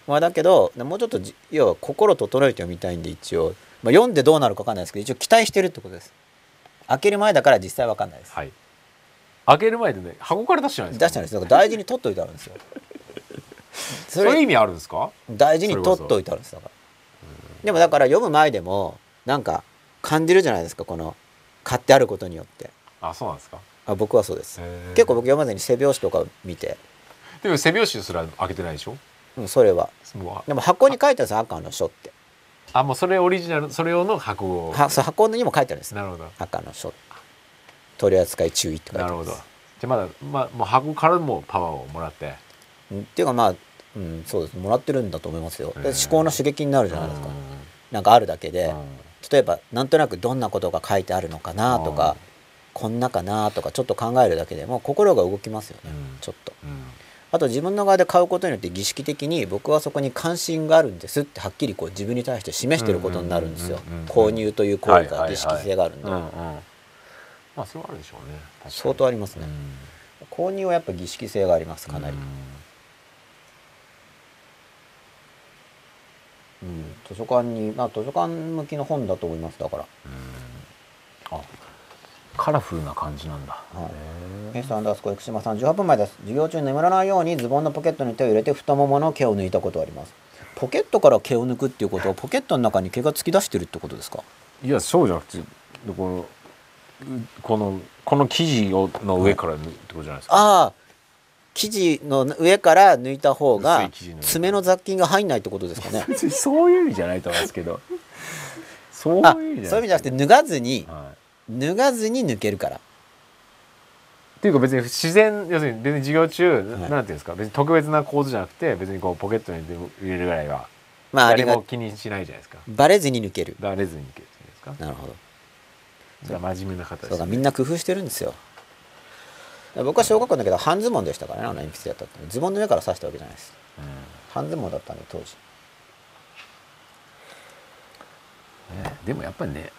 S1: まあ、だけどもうちょっとじ要は心整えて読みたいんで一応、まあ、読んでどうなるかわかんないですけど一応期待してるってことです開ける前だから実際わかんないです、
S2: はい開ける前でね箱から出してないで
S1: 出
S2: す
S1: し
S2: か
S1: たんですだから大事に取っといてあるんです よそ
S2: そういう
S1: れ
S2: 意味あるんですか
S1: 大事に取っといてあるんですだからでもだから読む前でもなんか感じるじゃないですかこの買ってあることによって
S2: あそうなんですか
S1: あ僕はそうです
S2: へー
S1: 結構僕読まずに背表紙とか見て、
S2: でも背拍子すら開けてないでしょ
S1: うん、それは
S2: もう
S1: でも箱に書いてあるんですよ赤の書って
S2: あもうそれオリジナルそれ用の箱を
S1: はそう箱にも書いてあるんです
S2: なるほど
S1: 赤の書取り扱い注意って書いてあ
S2: な
S1: る
S2: る
S1: ん
S2: ほ
S1: です
S2: どじゃあまだまあもう箱からもパワーをもらって
S1: うんっていうかまあ、うん、そうですもらってるんだと思いますよで
S2: へー
S1: 思考の刺激になるじゃないですか
S2: うん
S1: なんかあるだけで
S2: うん
S1: 例えばなんとなくどんなことが書いてあるのかなと
S2: うん
S1: かこんなかなとかちょっと考えるだけでもう心が動きますよね
S2: うん
S1: ちょっと
S2: うん
S1: あと自分の側で買うことによって儀式的に僕はそこに関心があるんですってはっきりこう自分に対して示してることになるんですよ
S2: うんうんうんうん
S1: 購入という行為が儀式性があるんで、
S2: うんうんまあそれはあるでしょうね確かに
S1: 相当ありますね
S2: うん
S1: 購入はやっぱ儀式性がありますかなり、うん図書館にまあ図書館向きの本だと思いますだから
S2: あカラフルな感じなんだ、
S1: はい
S2: へえ
S1: ゲストアンダースコエクシマさん18分前です授業中に眠らないようにズボンのポケットに手を入れて太ももの毛を抜いたことはありますポケットから毛を抜くっていうことはポケットの中に毛が突き出してるってことですか
S2: いやそうじゃなくてこのうこのこの生地をの上からってことじゃないですか、
S1: ああ生地の上から抜いた方
S2: 薄
S1: が
S2: い生地の上
S1: 爪の雑菌が入んないってことですか ね
S2: 別にそういう意味じゃないと思いますけ どそう
S1: あそ
S2: い
S1: い
S2: うう
S1: う意
S2: 意味
S1: 味
S2: じ
S1: じゃな
S2: ゃな
S1: く
S2: く
S1: て
S2: て
S1: 脱がずに
S2: は
S1: 脱がずに抜けるから
S2: っていうか別に自然要するに別に授業中、
S1: はい
S2: なんていうんですか別に特別な構図じゃなくて別にこうポケットに入れるぐらいは
S1: まああり
S2: 誰
S1: が
S2: も気にしないじゃないですか
S1: バレずに抜ける
S2: だれずにいけるじゃないですか
S1: なるほど
S2: だから真面目な方で
S1: そう
S2: す
S1: だ
S2: ね
S1: みんな工夫してるんですよ僕は小学校の時は半ズボンでしたからねあの鉛筆でやったってズボンの上から刺したわけじゃないです半ズボンだったんで当時
S2: うんねでもやっぱりね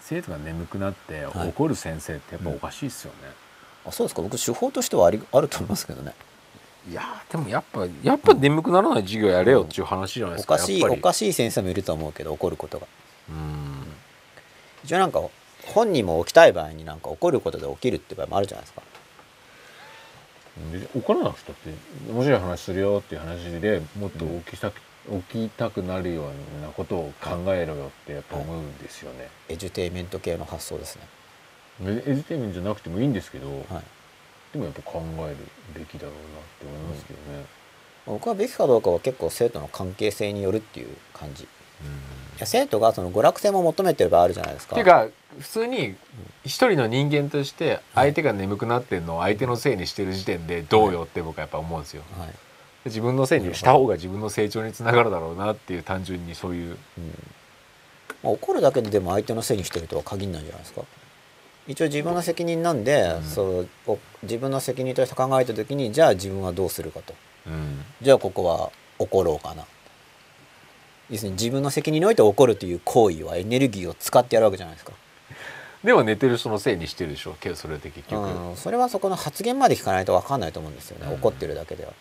S2: 生徒が眠くなって
S1: はい
S2: 怒る先生ってやっぱおかしいですよね、
S1: あそうですか僕手法としてはありあると思いますけどね
S2: いやーでもやっぱやっぱ眠くならない授業やれよっていう話じゃないで
S1: お
S2: すか、
S1: かしい
S2: やっぱ
S1: お
S2: り
S1: かしい先生もいると思うけど怒ることが
S2: うん
S1: 一応なんか本人も起きたい場合になんか怒ることで起きるって場合もあるじゃないですか
S2: 別に怒らなくたって面白い話するよっていう話でもっと起きたく、起きたくなるようなことを考えろよってやっぱ思うんですよね。
S1: エデュテイメント系の発想ですね
S2: エエデュテイメントじゃなくてもいいんですけど、
S1: はい
S2: でもやっぱ考えるべきだろうなって思いますけどね。
S1: 僕はべきかどうかは結構生徒の関係性によるっていう感じいや生徒がその娯楽性も求めてる場合あるじゃないですか
S2: っていうか普通に一人の人間として相手が眠くなってんのを相手のせいにしてる時点でどうよって僕はやっぱ思うんですよ。
S1: はい
S2: 自分のせいにした方が自分の成長につながるだろうなっていう単純にそういう
S1: まあ、怒るだけででも相手のせいにしてるとは限らないんじゃないですか一応自分の責任なんで、
S2: ん
S1: そうお自分の責任として考えた時にじゃあ自分はどうするかと
S2: うん
S1: じゃあここは怒ろうかな要するに自分の責任において怒るという行為はエネルギーを使ってやるわけじゃないですか、
S2: でも寝てる人のせいにしてるでしょけどそれって結局。
S1: うん、それはそこの発言まで聞かないと分かんないと思うんですよね、
S2: うん
S1: 怒ってるだけでは。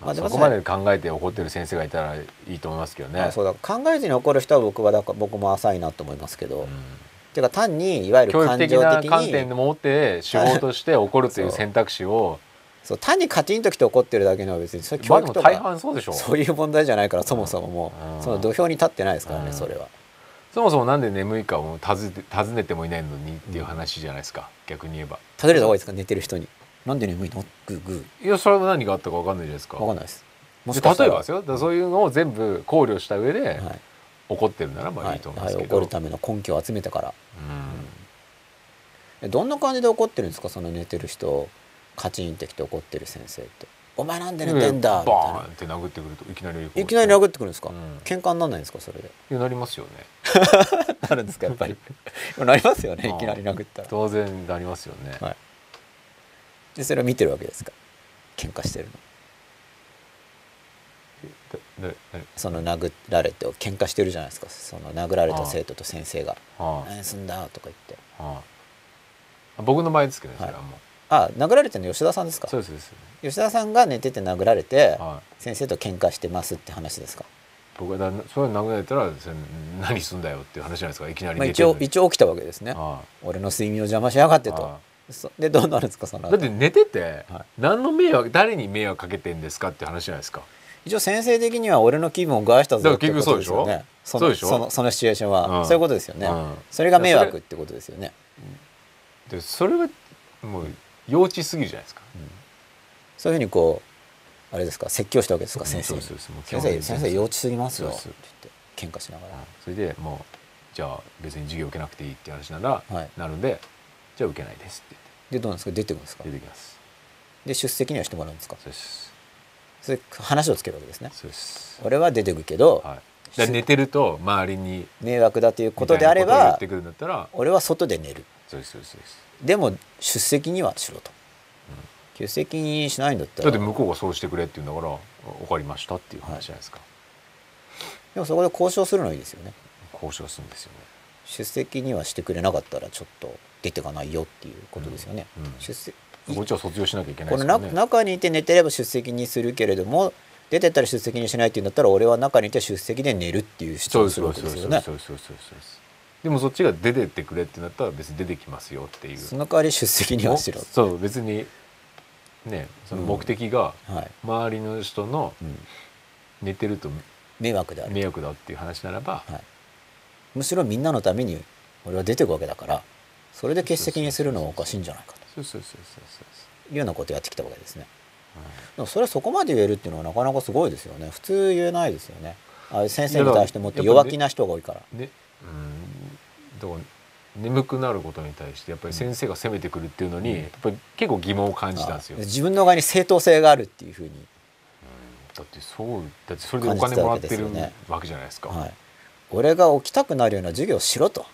S1: まあで
S2: そ
S1: も
S2: こまで考えて怒ってる先生がいたらいいと思いますけどね
S1: あ。そうだ考えずに怒る人は僕はだから僕も浅いなと思いますけど、
S2: うん
S1: ていうか単にいわゆる
S2: 教育
S1: 感情
S2: 的
S1: 的に
S2: な観点でもって手法として怒るという
S1: そう
S2: 選択肢を
S1: そう単にカチンときて怒ってるだけのは別にそれ
S2: ま
S1: 教
S2: あで
S1: 育
S2: も
S1: と
S2: 大
S1: か
S2: 半そうでしょ
S1: そういう問題じゃないからそもそももう、
S2: うん
S1: その土俵に立ってないですからね、
S2: うん
S1: それは
S2: そもそもなんで眠いかを尋ねて尋ねてもいないのにっていう話じゃないですか、逆に言えば。
S1: 尋ねた方がいいですか寝てる人になんで眠いのグーグ
S2: いやそれは何があったかわかんないじゃないですか。
S1: ーわかんないですも
S2: で
S1: しかした
S2: 例え
S1: ら
S2: ばですよだからそういうのを全部考慮した上で
S1: はい
S2: 怒ってるならまあいいと思いま
S1: はい
S2: す
S1: はい
S2: けど。
S1: 怒るための根拠を集めてから
S2: うん
S1: えどんな感じで怒ってるんですかその寝てる人カチンってきて怒ってる先生って「お前なんで寝てんだ」みたい
S2: バー
S1: な
S2: ンって殴ってくるといきなり
S1: いきなり殴ってくるんですか、
S2: うん
S1: 喧嘩になんないんですかそれ で
S2: りなりますよね
S1: なるんですかやっ ぱりなりますよねいきなり殴ったら
S2: 当然なりますよね、
S1: はい、でそれを見てるわけですか喧嘩してるの
S2: ででで
S1: その殴られて喧嘩してるじゃないですかその殴られた生徒と先生が「
S2: は
S1: 何すんだ」とか言って
S2: あはあ僕の場合ですけどね、
S1: はい
S2: それはも
S1: あ殴られてるの吉田さんですか
S2: うそうですそうです、
S1: 吉田さんが寝てて殴られて
S2: はい、
S1: 先生と喧嘩してますって話ですか、
S2: 僕はだそれ殴られたらそれ何すんだよっていう話じゃないですかいきなり
S1: まあ、
S2: 寝
S1: 一
S2: てる
S1: 応
S2: のに
S1: 一応起きたわけですね
S2: は
S1: 俺の睡眠を邪魔しやがっ
S2: い
S1: てと
S2: は
S1: そでどうなるんですかその
S2: い
S1: 後
S2: だって寝てて、
S1: は
S2: 何の迷惑誰に迷惑かけてんですかって話じゃないですか
S1: 一応先生的には俺の気分を害したぞ
S2: だ
S1: って
S2: から
S1: いう
S2: 結局
S1: ことですよね
S2: そう
S1: の
S2: でしょ
S1: そのそのシチュエーションは、
S2: うん
S1: そういうことですよね、
S2: うん
S1: それが迷惑ってことですよね
S2: でそれはもう幼稚すぎるじゃないですか
S1: そういうふうにこうあれですか説教したわけですか先生に
S2: そうですそうです
S1: 先生先生幼稚すぎますよ
S2: そ
S1: って
S2: うです
S1: 言って喧嘩しながら、
S2: それでもうじゃあ別に授業受けなくていいって話なら、
S1: はい
S2: なるんでじゃあ受けないですって
S1: でどうなんですか出てくるんですか
S2: 言って出てきます
S1: で出席にはしてもらうんですか
S2: そうです
S1: それ話をつけるわけですね
S2: そうです
S1: 俺は出てくけど、
S2: はいだから寝てると周りに
S1: 迷惑だということであれ
S2: みたいな
S1: ば
S2: ことを言ってくるんだったら
S1: 俺は外で寝る
S2: そうですそうですそうです
S1: でも出席にはしろと、出席にしないんだったら
S2: だって向こうがそうしてくれって言うんだから分かりましたっていう話じゃないですか、
S1: でもそこで交渉するのはいいですよね
S2: 交渉するんですよね
S1: 出席にはしてくれなかったらちょっと出てかないよっていうことですよね、
S2: うんうん
S1: 出席
S2: こっちは卒業しなきゃいけない
S1: こ
S2: で
S1: の
S2: すから
S1: な
S2: ね
S1: 中にいて寝てれば出席にするけれども出てったら出席にしないっていうんだったら俺は中にいて出席で寝るっていう主
S2: そう
S1: 張を
S2: です
S1: する
S2: そう
S1: わ
S2: で
S1: け
S2: す
S1: で
S2: そ
S1: す
S2: うです
S1: よ
S2: そう
S1: ね
S2: ですそうですそうですでもそっちが出てってくれってなったら別に出てきますよっていう
S1: その代わり出席にはしろ
S2: そう別にねその目的が
S1: はい、
S2: 周りの人の
S1: うん、
S2: 寝てると
S1: 迷惑である、
S2: 迷惑だっていう話ならば、
S1: はい、むしろみんなのために俺は出てくわけだからそれで欠席にするのはおかしいんじゃないかと
S2: そうそうそうそうそう
S1: い
S2: そ
S1: うようなことをやってきたわけですね
S2: う、
S1: でもそれはそこまで言えるっていうのはなかなかすごいですよね普通言えないですよねああいう先生
S2: いや
S1: に
S2: だから
S1: 対してもっと弱気な人が多いから
S2: うん、ねうんだから眠くなることに対してやっぱり先生が責めてくるっていうのに、やっぱり結構疑問を感じたんですよ。
S1: あ自分の側に正当性があるっていうふうに、
S2: だってそうだってそれでお金もらっ
S1: 感
S2: てる
S1: じたわけですよ
S2: わけじゃないですか、
S1: はい、俺が起きたくなるような授業をしろと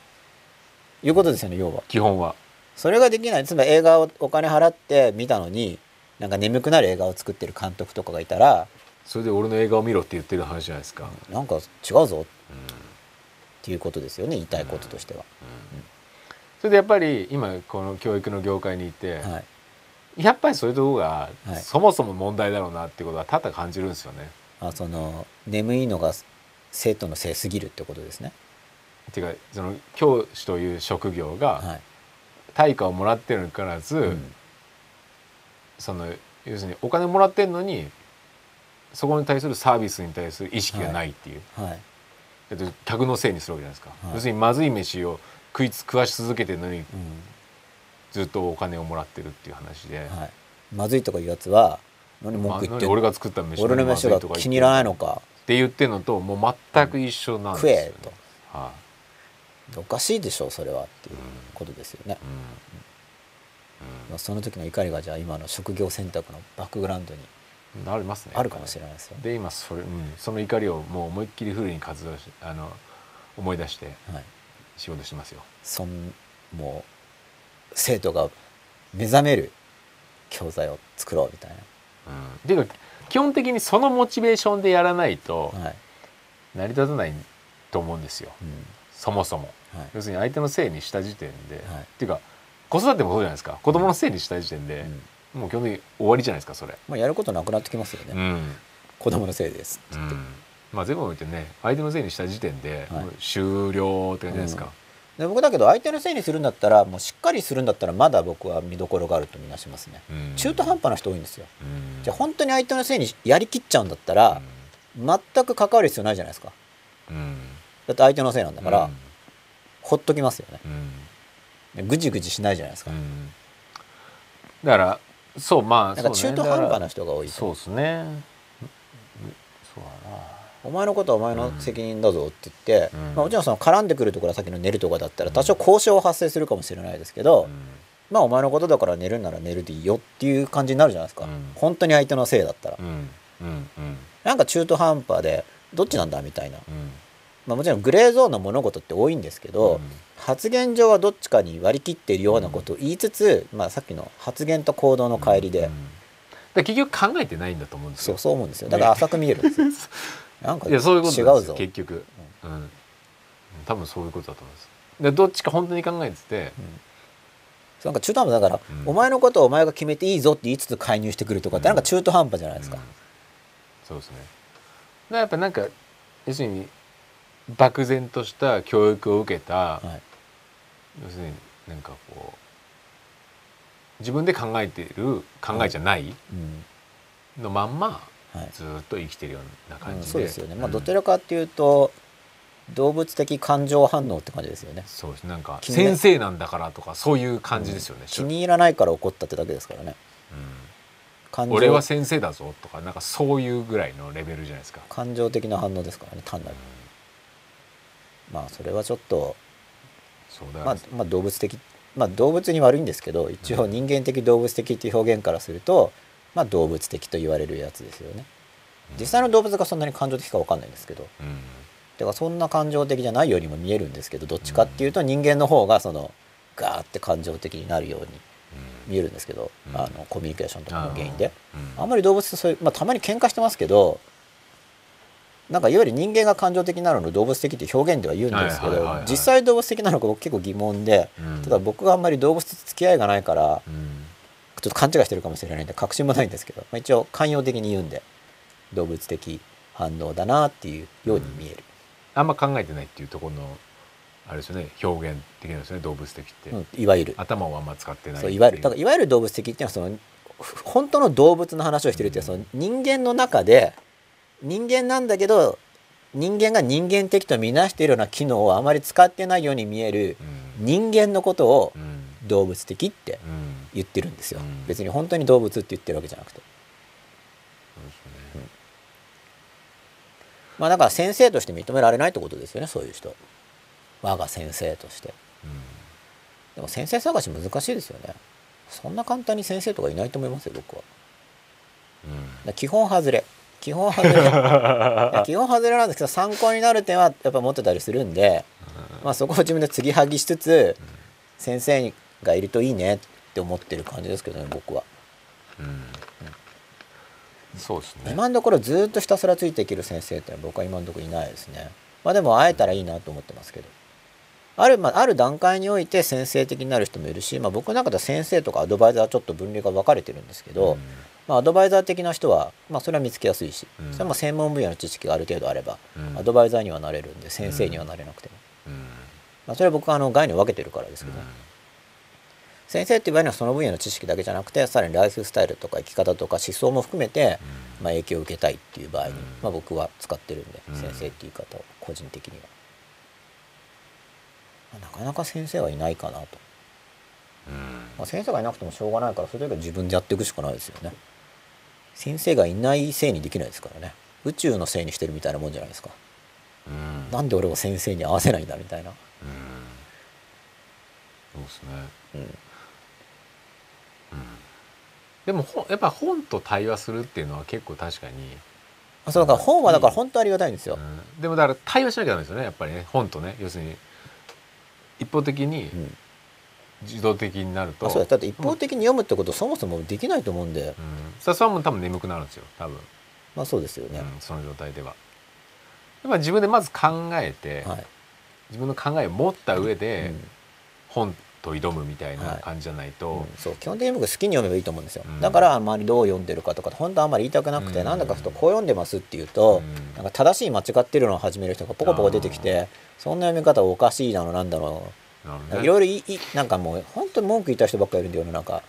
S1: いうことですよね要は。
S2: 基本は。
S1: それができないつまり映画をお金払って見たのになんか眠くなる映画を作ってる監督とかがいたら
S2: それで俺の映画を見ろって言ってる話じゃないですか。
S1: なんか違うぞっていうことですよね言いたいこととしては。
S2: それでやっぱり今この教育の業界にいて、
S1: はい、
S2: やっぱりそういうとこが
S1: はい
S2: そもそも問題だろうなってことは多々感じるんですよね。
S1: あその眠いのが生徒のせいすぎるってことですね。
S2: っていうかその教師という職業が
S1: はい
S2: 対価をもらってるにかかわらず、
S1: うん
S2: その要するにお金もらってるのにそこに対するサービスに対する意識がないっていう、
S1: はい
S2: だって客のせいにするわけじゃないですか、
S1: はい
S2: 要するにまずい飯を食いつ食わし続けてるのに
S1: うん
S2: ずっとお金をもらってるっていう話で、
S1: はい、まずいとかいうやつは何文
S2: まあ
S1: 句言っ
S2: な
S1: て
S2: に
S1: んの
S2: 俺が作った飯
S1: 俺の
S2: まず
S1: 飯
S2: い
S1: が
S2: とか言って
S1: 気に入らないのか
S2: って言ってるのともう全く一緒なんです
S1: 食
S2: よ、ね
S1: えと
S2: は
S1: おかしいでしょそれはっていうことですよね
S2: い、う、ん
S1: まあ、その時の怒りがじゃあ今の職業選択のバックグラウンドに
S2: うんありますね
S1: あるかもしれないですよね、
S2: で今それ、うん、その怒りをもう思いっきりフルに活動しあの思い出して
S1: はい、
S2: 仕事してますよ
S1: そんもう生徒が目覚める教材を作ろうみたい
S2: うん、ていうか基本的にそのモチベーションでやらないと
S1: な、はい
S2: 成り立たないと思うんですよ
S1: うん
S2: そもそも
S1: はい
S2: 要するに相手のせいにした時点で、
S1: はい
S2: っていうか子育てもそうじゃないですか子供のせいにした時点で
S1: う、ん
S2: もう基本的に終わりじゃないですかそれ、
S1: まあ、やることなくなってきますよね、
S2: うん
S1: 子供のせいですっ
S2: う
S1: て言って、
S2: んまあ全部置いてね相手のせいにした時点で、
S1: はい
S2: もう終了って感じじゃないですか、
S1: で僕だけど相手のせいにするんだったらもうしっかりするんだったらまだ僕は見どころがあるとみなしますね
S2: うん
S1: 中途半端な人多いんですよ
S2: うん
S1: じゃあ本当に相手のせいにやりきっちゃうんだったら全く関わる必要ないじゃないですか
S2: うん
S1: だって相手のせいなんだから、
S2: うん
S1: ほっときますよね
S2: う
S1: で
S2: ん
S1: ぐじぐじしないじゃないですか、
S2: うんだからそうま
S1: な
S2: あ
S1: んか
S2: そ
S1: 中
S2: うね
S1: 途半
S2: だか
S1: 端
S2: ら
S1: な人が多い
S2: そうですねんそう
S1: お前のことはお前の責任だぞって言って、
S2: うん
S1: まあ、もちろんその絡んでくるところはさっきの寝るとかだったら多少交渉は発生するかもしれないですけど、
S2: だな、
S1: まあお前のことだから寝るんなら寝るでいいよっていう感じになるじゃないですか、
S2: うん
S1: 本当に相手のせいだったら、
S2: うんうんうんうん
S1: なんか中途半端でどっちなんだみたいな、
S2: うん
S1: まあ、もちろんグレーゾーンの物事って多いんですけど、
S2: うん
S1: 発言上はどっちかに割り切っているようなことを言いつつ、まあ、さっきの発言と行動の乖離で、
S2: うんだから結局考えてないんだと思うんです
S1: そ
S2: よ
S1: うそう思うんですよだから浅く見えるんですよなんか
S2: い
S1: 違
S2: や
S1: う
S2: そういうことなんです
S1: ぞ
S2: よ結局、うん多分そういうことだと思いますでどっちか本当に考えてて、
S1: なんか中途半端だから、
S2: うん
S1: お前のことはお前が決めていいぞって言いつつ介入してくるとかって
S2: う
S1: な
S2: ん
S1: んか中途半端じゃないですか
S2: うん、そうですねだからやっぱなんか要するに漠然とした教育を受けた、
S1: はい、
S2: 要するになんかこう自分で考えている考えじゃない
S1: うん
S2: のまんま
S1: はい
S2: ずっと生きてるような感じ
S1: う
S2: で、
S1: ん、そうですよねまあどち
S2: ら
S1: らかっていうと動物的感情反応って感じですよね
S2: そうですなんか
S1: 気にな
S2: 先生なんだからとかそういう感じですよね、
S1: 気に入らないから怒ったってだけですからね
S2: う
S1: 感
S2: ん
S1: 情
S2: 俺は先生だぞとかなんかそういうぐらいのレベルじゃないですか、
S1: 感情的な反応ですからね単なるまあそれはちょっと、
S2: そうだから
S1: まあ、まあ動物的まあ動物に悪いんですけど一応人間的動物的っていう表現からすると、まあ動物的と言われるやつですよね実際の動物がそんなに感情的かわかんないんですけど
S2: うん
S1: だからそんな感情的じゃないようにも見えるんですけどどっちかっていうと人間の方がそのガーって感情的になるように見えるんですけど、
S2: うん
S1: あのコミュニケーションとかの原因で
S2: うん
S1: あんまり動物とそういう、まあ、たまに喧嘩してますけどなんかいわゆる人間が感情的なのを動物的って表現では言うんですけ
S2: はい
S1: ど
S2: はいはいはい
S1: 実際動物的なのか僕結構疑問で
S2: うん
S1: ただ僕があんまり動物と付き合いがないから
S2: うん
S1: ちょっと勘違いしてるかもしれないんで確信もないんですけど、まあ、一応寛容的に言うんで動物的反応だなっていうように見える。
S2: あんま考えてないっていうところのあれですよね表現的なんですよね動物的って、
S1: うん、いわゆる
S2: 頭をあんま使ってない
S1: そういわゆる
S2: って
S1: だ
S2: う
S1: からいわゆる動物的っていうのはそのふ本当の動物の話をしてるっていうのはその人間の中で人間なんだけど人間が人間的と見なしているような機能をあまり使ってないように見える
S2: うん
S1: 人間のことを
S2: うん
S1: 動物的って
S2: うん
S1: 言ってるんですよ
S2: うん
S1: 別に本当に動物って言ってるわけじゃなくて
S2: そうですね
S1: まあだから先生として認められないってことですよねそういう人我が先生として
S2: うん
S1: でも先生探し難しいですよねそんな簡単に先生とかいないと思いますよ僕はだから基本外れ基本外れいや基本外れなんですけど参考になる点はやっぱ持ってたりするんで、まあ、そこを自分で継ぎはぎしつつ先生がいるといいねって思ってる感じですけどね僕は
S2: うんうんそうですね
S1: 今のところずっとひたすらついていける先生ってのは僕は今のところいないですねまあでも会えたらいいなと思ってますけどある,、まあ、ある段階において先生的になる人もいるし、まあ、僕の中では先生とかアドバイザーはちょっと分類が分かれてるんですけど、
S2: うん
S1: まあ、アドバイザー的な人は、まあ、それは見つけやすいし、
S2: うん
S1: それはもう専門分野の知識がある程度あれば、
S2: うん
S1: アドバイザーにはなれるんで先生にはなれなくても、
S2: うん
S1: まあ、それは僕はあの概念を分けてるからですけど、
S2: うん
S1: 先生っていう場合にはその分野の知識だけじゃなくてさらにライフスタイルとか生き方とか思想も含めて、まあ、影響を受けたいっていう場合に、
S2: うん
S1: まあ、僕は使ってるんで、
S2: うん
S1: 先生っていう言い方を個人的には、まあなかなか先生はいないかなと、
S2: うん
S1: まあ、先生がいなくてもしょうがないからそれだけは自分でやっていくしかないですよね先生がいないせいにできないですからね宇宙のせいにしてるみたいなもんじゃないですか
S2: うん
S1: なんで俺は先生に合わせないんだみたいな
S2: うんそうですね
S1: うん
S2: でもほんやっぱ本と対話するっていうのは結構確かに、
S1: あそうだから本はだから本当ありがたいんですよ、
S2: うんでもだから対話しなきゃダメですよねやっぱりね本とね要するに一方的に
S1: うん
S2: 自動的になると、
S1: あそうだだって一方的に読むってことそもそもできないと思うんで、
S2: うん、さそれはもう多分眠くなるんですよ多分、
S1: まあそうですよね、
S2: うん、その状態では。やっぱ自分でまず考えて、
S1: はい、
S2: 自分の考えを持った上
S1: う
S2: で、
S1: ん
S2: 本と挑むみたいな
S1: はい
S2: 感じじゃない
S1: うん
S2: と、
S1: そう基本的に僕好きに読めばいいと思うんですよ、
S2: うん
S1: だからあんまりどう読んでるかとか本当はあんまり言いたくなくて、
S2: うん
S1: なんだかふとこう読んでますっていうと、
S2: うん
S1: なんか正しい間違ってるのを始める人がポコポコ出てきて、そんな読み方おかしいだのなんだろ
S2: なるほ
S1: う、
S2: ど
S1: い
S2: ね
S1: ろいろいいなんかもう本当に文句言いたい人ばっかりいるんだよねなんか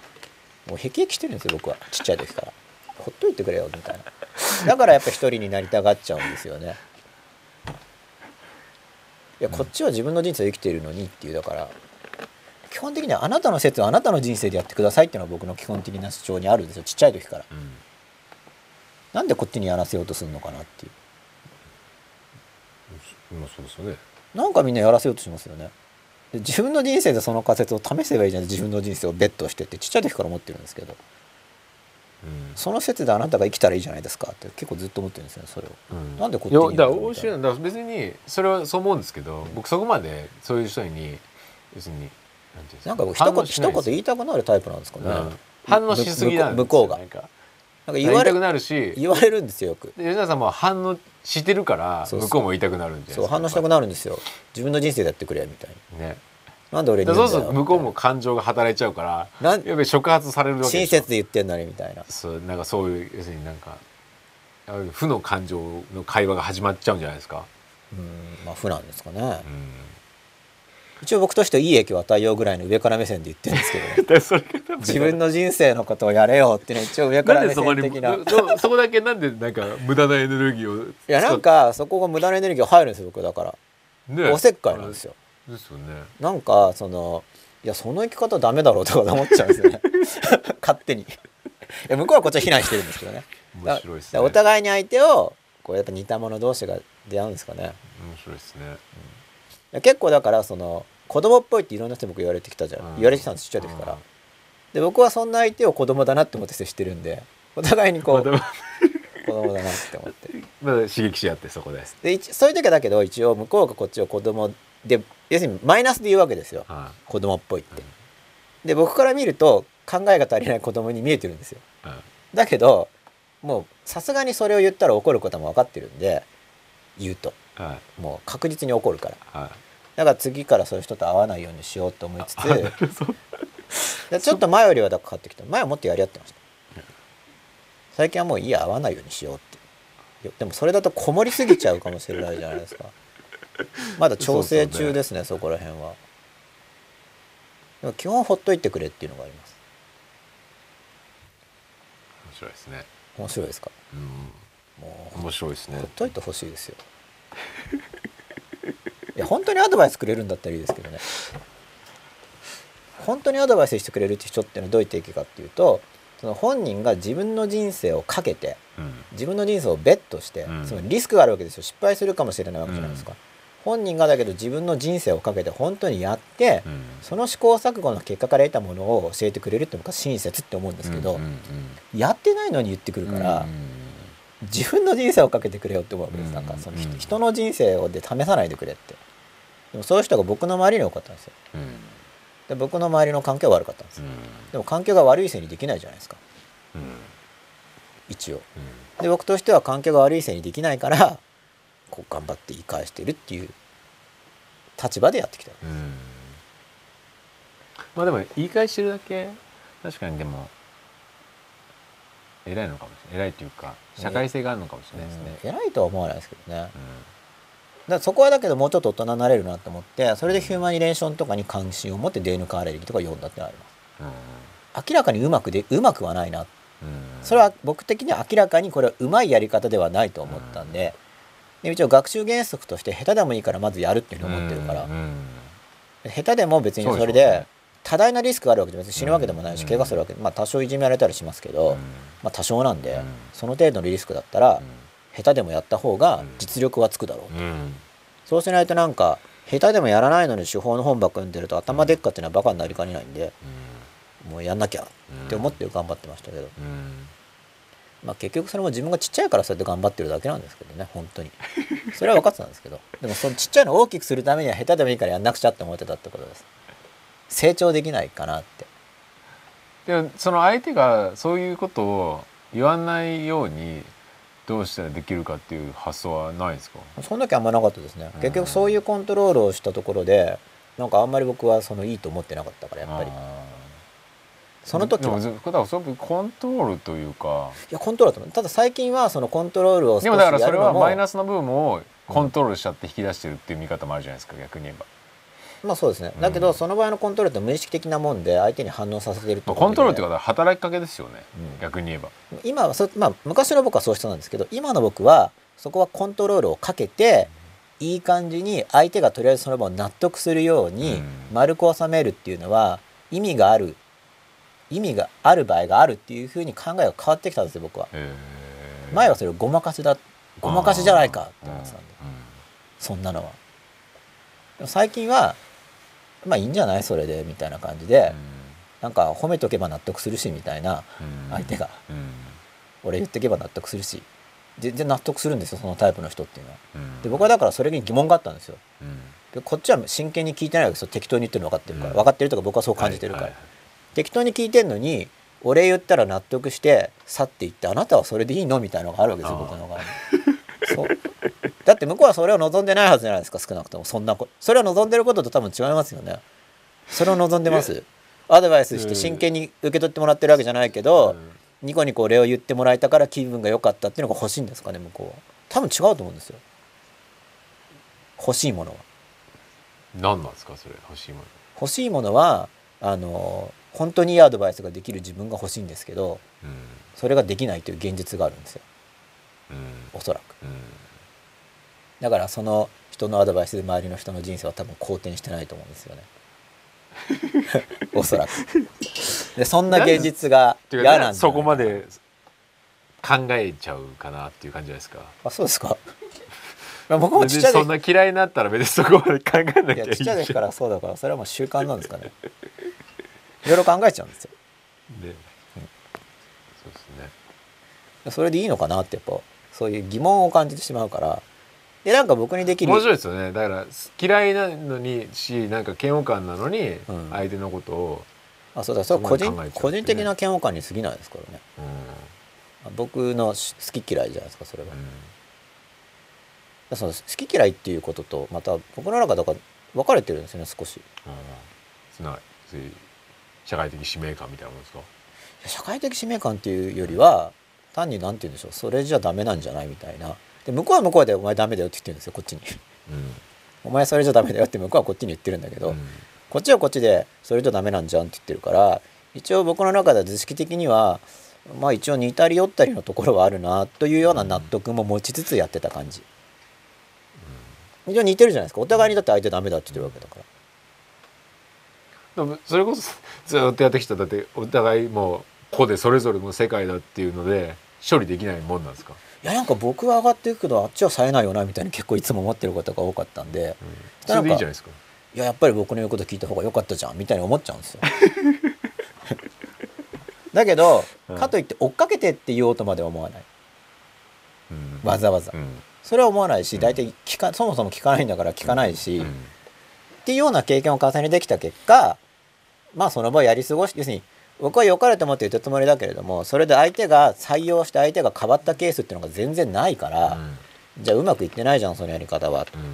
S1: もうへきしてるんですよ僕はちっちゃい時からほっといてくれよみたいなだからやっぱ一人になりたがっちゃうんですよねいやこっちは自分の人生を生きているのにっていうだから基本的にはあなたの説はあなたの人生でやってくださいっていうのが僕の基本的な主張にあるんですよちっちゃい時から
S2: うん
S1: なんでこっちにやらせようとするのかなっていう
S2: 今そうですよね。
S1: なんかみんなやらせようとしますよね。で自分の人生でその仮説を試せばいいじゃない自分の人生をベットしてってちっちゃい時から思ってるんですけど
S2: う
S1: その説であなたが生きたらいいじゃないですかって結構ずっと思ってるんですよねそれを。
S2: ん
S1: なんでこっち
S2: い
S1: に
S2: やだから面白いのだから別にそれはそう思うんですけど、僕そこまでそういう人に要するになんていうんです
S1: なんか僕一言一言言
S2: い
S1: いたくなるタイプなんですかね。
S2: うん反応しすぎなんですよ
S1: む向こうが
S2: なんか
S1: なんか
S2: 言
S1: 言わ
S2: いた
S1: れ
S2: くなるし
S1: 言われるんですよよく。
S2: で吉田さんも反応してるから
S1: そうそう
S2: 向こうも言いたくなるんじゃな
S1: そ
S2: いで
S1: う
S2: すか
S1: 反応したくなるんですよ。自分の人生でやってくれみたいな。
S2: ね
S1: なんで俺
S2: だ
S1: に
S2: から
S1: 言
S2: そう
S1: うん
S2: す
S1: だ
S2: る
S1: よ
S2: と向こうも感情が働いちゃうから
S1: な
S2: や
S1: ん
S2: っぱり触発されるわけ
S1: 親
S2: でしょ
S1: 切で言ってんのにみたいな。
S2: そうなんかそういう要するになんかあの負の感情の会話が始まっちゃうんじゃないですか、
S1: うんまあ負なんですかね。
S2: うん、
S1: 一応僕としてはいい影響を与えようぐらいの上から目線で言ってるんです けどね。
S2: だそれが多分
S1: 自分の人生のことをやれよっていうのは一応上から
S2: なん
S1: 目
S2: でそこ
S1: 線
S2: に
S1: 的な。い
S2: そ そこだけなんでなんか無駄なエネルギーを
S1: やなんかそこが無駄なエネルギーが入るんですよ僕だから、
S2: ね
S1: おせっかいなんですよ
S2: ですよね
S1: なんかそのいやその生き方ダメだろうとか思っちゃうんです よね勝手にいや向こうはこっちは非難してるんですけどね
S2: 面白いです
S1: だ
S2: ね
S1: お互いに相手をこうやっぱ似た者同士が出会うんですかね
S2: 面白いですね
S1: いや結構だからその子供っぽいっていろんな人に僕言われてきたじゃん、
S2: うん
S1: 言われてきたんですちっちゃい時から、で僕はそんな相手を子供だなって思って接してるんでお互い にこ
S2: ま
S1: う
S2: た
S1: 子供だなって思って
S2: まだ刺激し合ってそこで
S1: で一そういう時はだけど一応向こうがこっちを子供で要するにマイナスで言うわけですよ
S2: は
S1: 子供っぽいって。で僕から見ると考えが足りない子供に見えてるんですよ。
S2: い、うん
S1: だけどもうさすがにそれを言ったら怒ることも分かってるんで言うと
S2: はい
S1: もう確実に怒るから
S2: は
S1: だから次からそういう人と会わないようにしようと思いつつ
S2: いそう
S1: でちょっと前よりはだから変わってきた前はもっとやり合ってました最近はもういいや会わないようにしようってよでもそれだとこもりすぎちゃうかもしれないじゃないですかまだ調整中ですねそこら辺はでも基本ほっといてくれっていうのがあります
S2: 面白いですね
S1: 面白いですか
S2: うん
S1: も
S2: 面白いです
S1: う
S2: ね
S1: ほっといてほしいですよ いや本当にアドバイスくれるんだったらいいですけどね本当にアドバイスしてくれる人っていうのはどういう定義かっていうとその本人が自分の人生をかけて
S2: うん
S1: 自分の人生をベットして、
S2: うん
S1: そのリスクがあるわけですよ失敗するかもしれないわけじゃないですか、本人がだけど自分の人生をかけて本当にやって、
S2: うん
S1: その試行錯誤の結果から得たものを教えてくれるって僕は親切って思うんですけど、
S2: うんうん
S1: やってないのに言ってく
S2: う
S1: る
S2: ん
S1: から、
S2: うん
S1: 自分の人生をかけてくれよって思うわけです、
S2: うん
S1: なんかその人,、
S2: うん
S1: の人生をで試さないでくれってでもそういう人が僕の周りに多かったんですよ
S2: うん
S1: で僕の周りの環境は悪かったんです
S2: う
S1: よ、
S2: ん
S1: でも環境が悪いせいにできないじゃないですか
S2: うん
S1: 一応
S2: うん
S1: で僕としては環境が悪いせいにできないからこう頑張って言い返してるっていう立場でやってきた
S2: うんまあでも言い返してるだけ確かにでも偉いのかもしれない偉いというか社会性があるのかもしれないですね。
S1: うん偉いとは思わないですけどねだか
S2: うん
S1: らそこはだけどもうちょっと大人になれるなと思ってそれでヒューマニレーションとかに関心を持って「デーヌ・カーレリー」とか読んだってのはあります
S2: うん
S1: 明らかにうまくでうまくはないな
S2: うん
S1: それは僕的には明らかにこれはうまいやり方ではないと思ったんでで一応学習原則として下手でもいいからまずやるっていうふうに思ってるから
S2: うんうん
S1: 下手でも別にそれで多大なリスクがあるわけで別に死ぬわけでもないし
S2: うん
S1: 怪我するわけでまあ多少いじめられたりしますけ
S2: そ
S1: ど
S2: うでしょうね
S1: まあ多少なんで
S2: うん
S1: その程度のリスクだったら下手でもやった方が
S2: うん
S1: 実力はつくだろう
S2: うんうん
S1: そうしないとなんか下手でもやらないのに手法の本ばっか読んでると頭でっかっていうのはバカになりかねないんでもうやんなきゃって思って頑張ってましたけど
S2: うん
S1: まあ、結局それも自分がちっちゃいからそうやって頑張ってるだけなんですけどね本当にそれは分かってたんですけどでもそのちっちゃいのを大きくするためには下手でもいいからやんなくちゃって思ってたってことです成長できないかなって
S2: でもその相手がそういうことを言わないようにどうしたらできるかっていう発想はないですか
S1: そんだけあんまなかったですね
S2: うん
S1: 結局そういうコントロールをしたところでなんかあんまり僕はそのいいと思ってなかったからやっぱり
S2: あー
S1: その時
S2: で
S1: は
S2: も
S1: い
S2: ずだからそれコントロールというか
S1: やコントロールだと思うただ最近はそのコントロールを少し
S2: で
S1: や
S2: も
S1: る
S2: だからそれ
S1: の
S2: は
S1: も
S2: マイナスの部分をコントロールしちゃって引き出してるっていう見方もあるじゃないですか逆に言えば、
S1: まあそうですね
S2: うん
S1: だけどその場合のコントロールって無意識的なもんで相手に反応させてるって
S2: ま
S1: こ
S2: あ、
S1: とで
S2: コントロールっていうことは働きかけですよね、
S1: うん
S2: 逆に言えば
S1: 今はそ、まあ、昔の僕はそうしたんですけど今の僕はそこはコントロールをかけていい感じに相手がとりあえずその場を納得するよう
S2: う
S1: に
S2: ん
S1: 丸く収めるっていうのは意味がある意味がある場合があるっていうふうに考えが変わってきたんですよ僕は。
S2: えー
S1: 前はそれをごまかしだごまかしじゃないかって思ってたんでそんなのは。でも最近はまあいいんじゃないそれでみたいな感じでなんか褒めとけば納得するしみたいな相手
S2: が、
S1: が。
S2: うん
S1: 俺言ってけば納得するし全然納得するんですよそのタイプの人っていうのは
S2: うん
S1: で僕はだからそれに疑問があったんですよ
S2: うん
S1: でこっちは真剣に聞いてないわけですよ適当に言ってるの分かってるから、
S2: うん
S1: 分かってるとか僕はそう感じてるから、
S2: はいはい
S1: 適当に聞いてんのに俺言ったら納得して去っていってあなたはそれでいいのみたいなのがあるわけですよ
S2: あー
S1: 僕の側にそうだって向こうはそれを望んでないはずじゃないですか少なくともそんなこそれを望んでることと多分違いますよねそれを望んでますアドバイスして真剣に受け取ってもらってるわけじゃないけど、
S2: うん
S1: ニコニコお礼を言ってもらえたから気分が良かったっていうのが欲しいんですかね向こうは多分違うと思うんですよ欲しいものは
S2: 何なんですかそれ欲しいもの
S1: 欲しいものはあの本当にいいアドバイスができる自分が欲しいんですけど
S2: うん
S1: それができないという現実があるんですよ
S2: う
S1: お
S2: ん
S1: そらく
S2: う
S1: だからその人のアドバイスで周りの人の人生は多分好転してないと思うんですよね おそらくでそんな現実が
S2: ん
S1: 嫌なんじゃない
S2: そこまで考えちゃうかなっていう感じじゃないですか
S1: あそうですかまあ僕もちっ
S2: 別
S1: ちゃい
S2: に
S1: 時
S2: そんな嫌いになったら別にそこまで考えなきゃ
S1: いや
S2: いいじゃん
S1: ちっちゃい時からそうだからそれはもう習慣なんですかねいろいろ考えちゃうんですよ
S2: ねそうですね
S1: それでいいのかなってやっぱそういう疑問を感じてしまうからでなんか僕にできる
S2: 面白いですよねだから嫌いなのにしなんか嫌悪感なのに
S1: うん
S2: 相手のことを、
S1: あそうだそれは個人
S2: すごい考えちゃう
S1: 個人的な嫌悪感に過ぎないですからね
S2: うん
S1: 僕のし好き嫌いじゃないですかそれは、
S2: う
S1: その好き嫌いっていうこととまた僕の中だから分かれてるんですよね少しい
S2: んうんつないそういう社会的使命感みたいなもんですか
S1: や社会的使命感っていうよりは単に何て言うんでしょうそれじゃダメなんじゃないみたいなで向こうは向こうで「お前ダメだよ」って言ってるんですよこっちに 「
S2: う
S1: お前それじゃダメだよ」って向こうはこっちに言ってるんだけど、こっちはこっちでそれじゃダメなんじゃんって言ってるから一応僕の中では図式的にはまあ一応似たり寄ったりのところはあるなというような納得も持ちつつやってた感じ一応似てるじゃないですかお互いにだって相手ダメだって言ってるわけだから
S2: うんでもそれこそずっとやってきただってお互いもう個でそれぞれの世界だっていうので処理できないもんなんですか、
S1: いやなんか僕は上がっていくけどあっちは冴えないよなみたいに結構いつも思ってることが多かったんで
S2: うん、
S1: な
S2: そ
S1: んか
S2: れでいいじゃないですか
S1: いややっぱり僕の言うこと聞いた方が良かったじゃんみたいに思っちゃうん ですよ。だけど、
S2: うん
S1: かといって追っかけてって言おうとまでは思わない
S2: うん
S1: わざわざ、
S2: うん
S1: それは思わないし
S2: うん
S1: 大体聞かそもそも聞かないんだから聞かないし、
S2: うん
S1: っ、ていうような経験を重ねてきた結果まあその場をやり過ごし要するに僕は良かれと思って言ったつもりだけれどもそれで相手が採用して相手が変わったケースっていうのが全然ないから、じゃあうまくいってないじゃんそのやり方は
S2: うんうん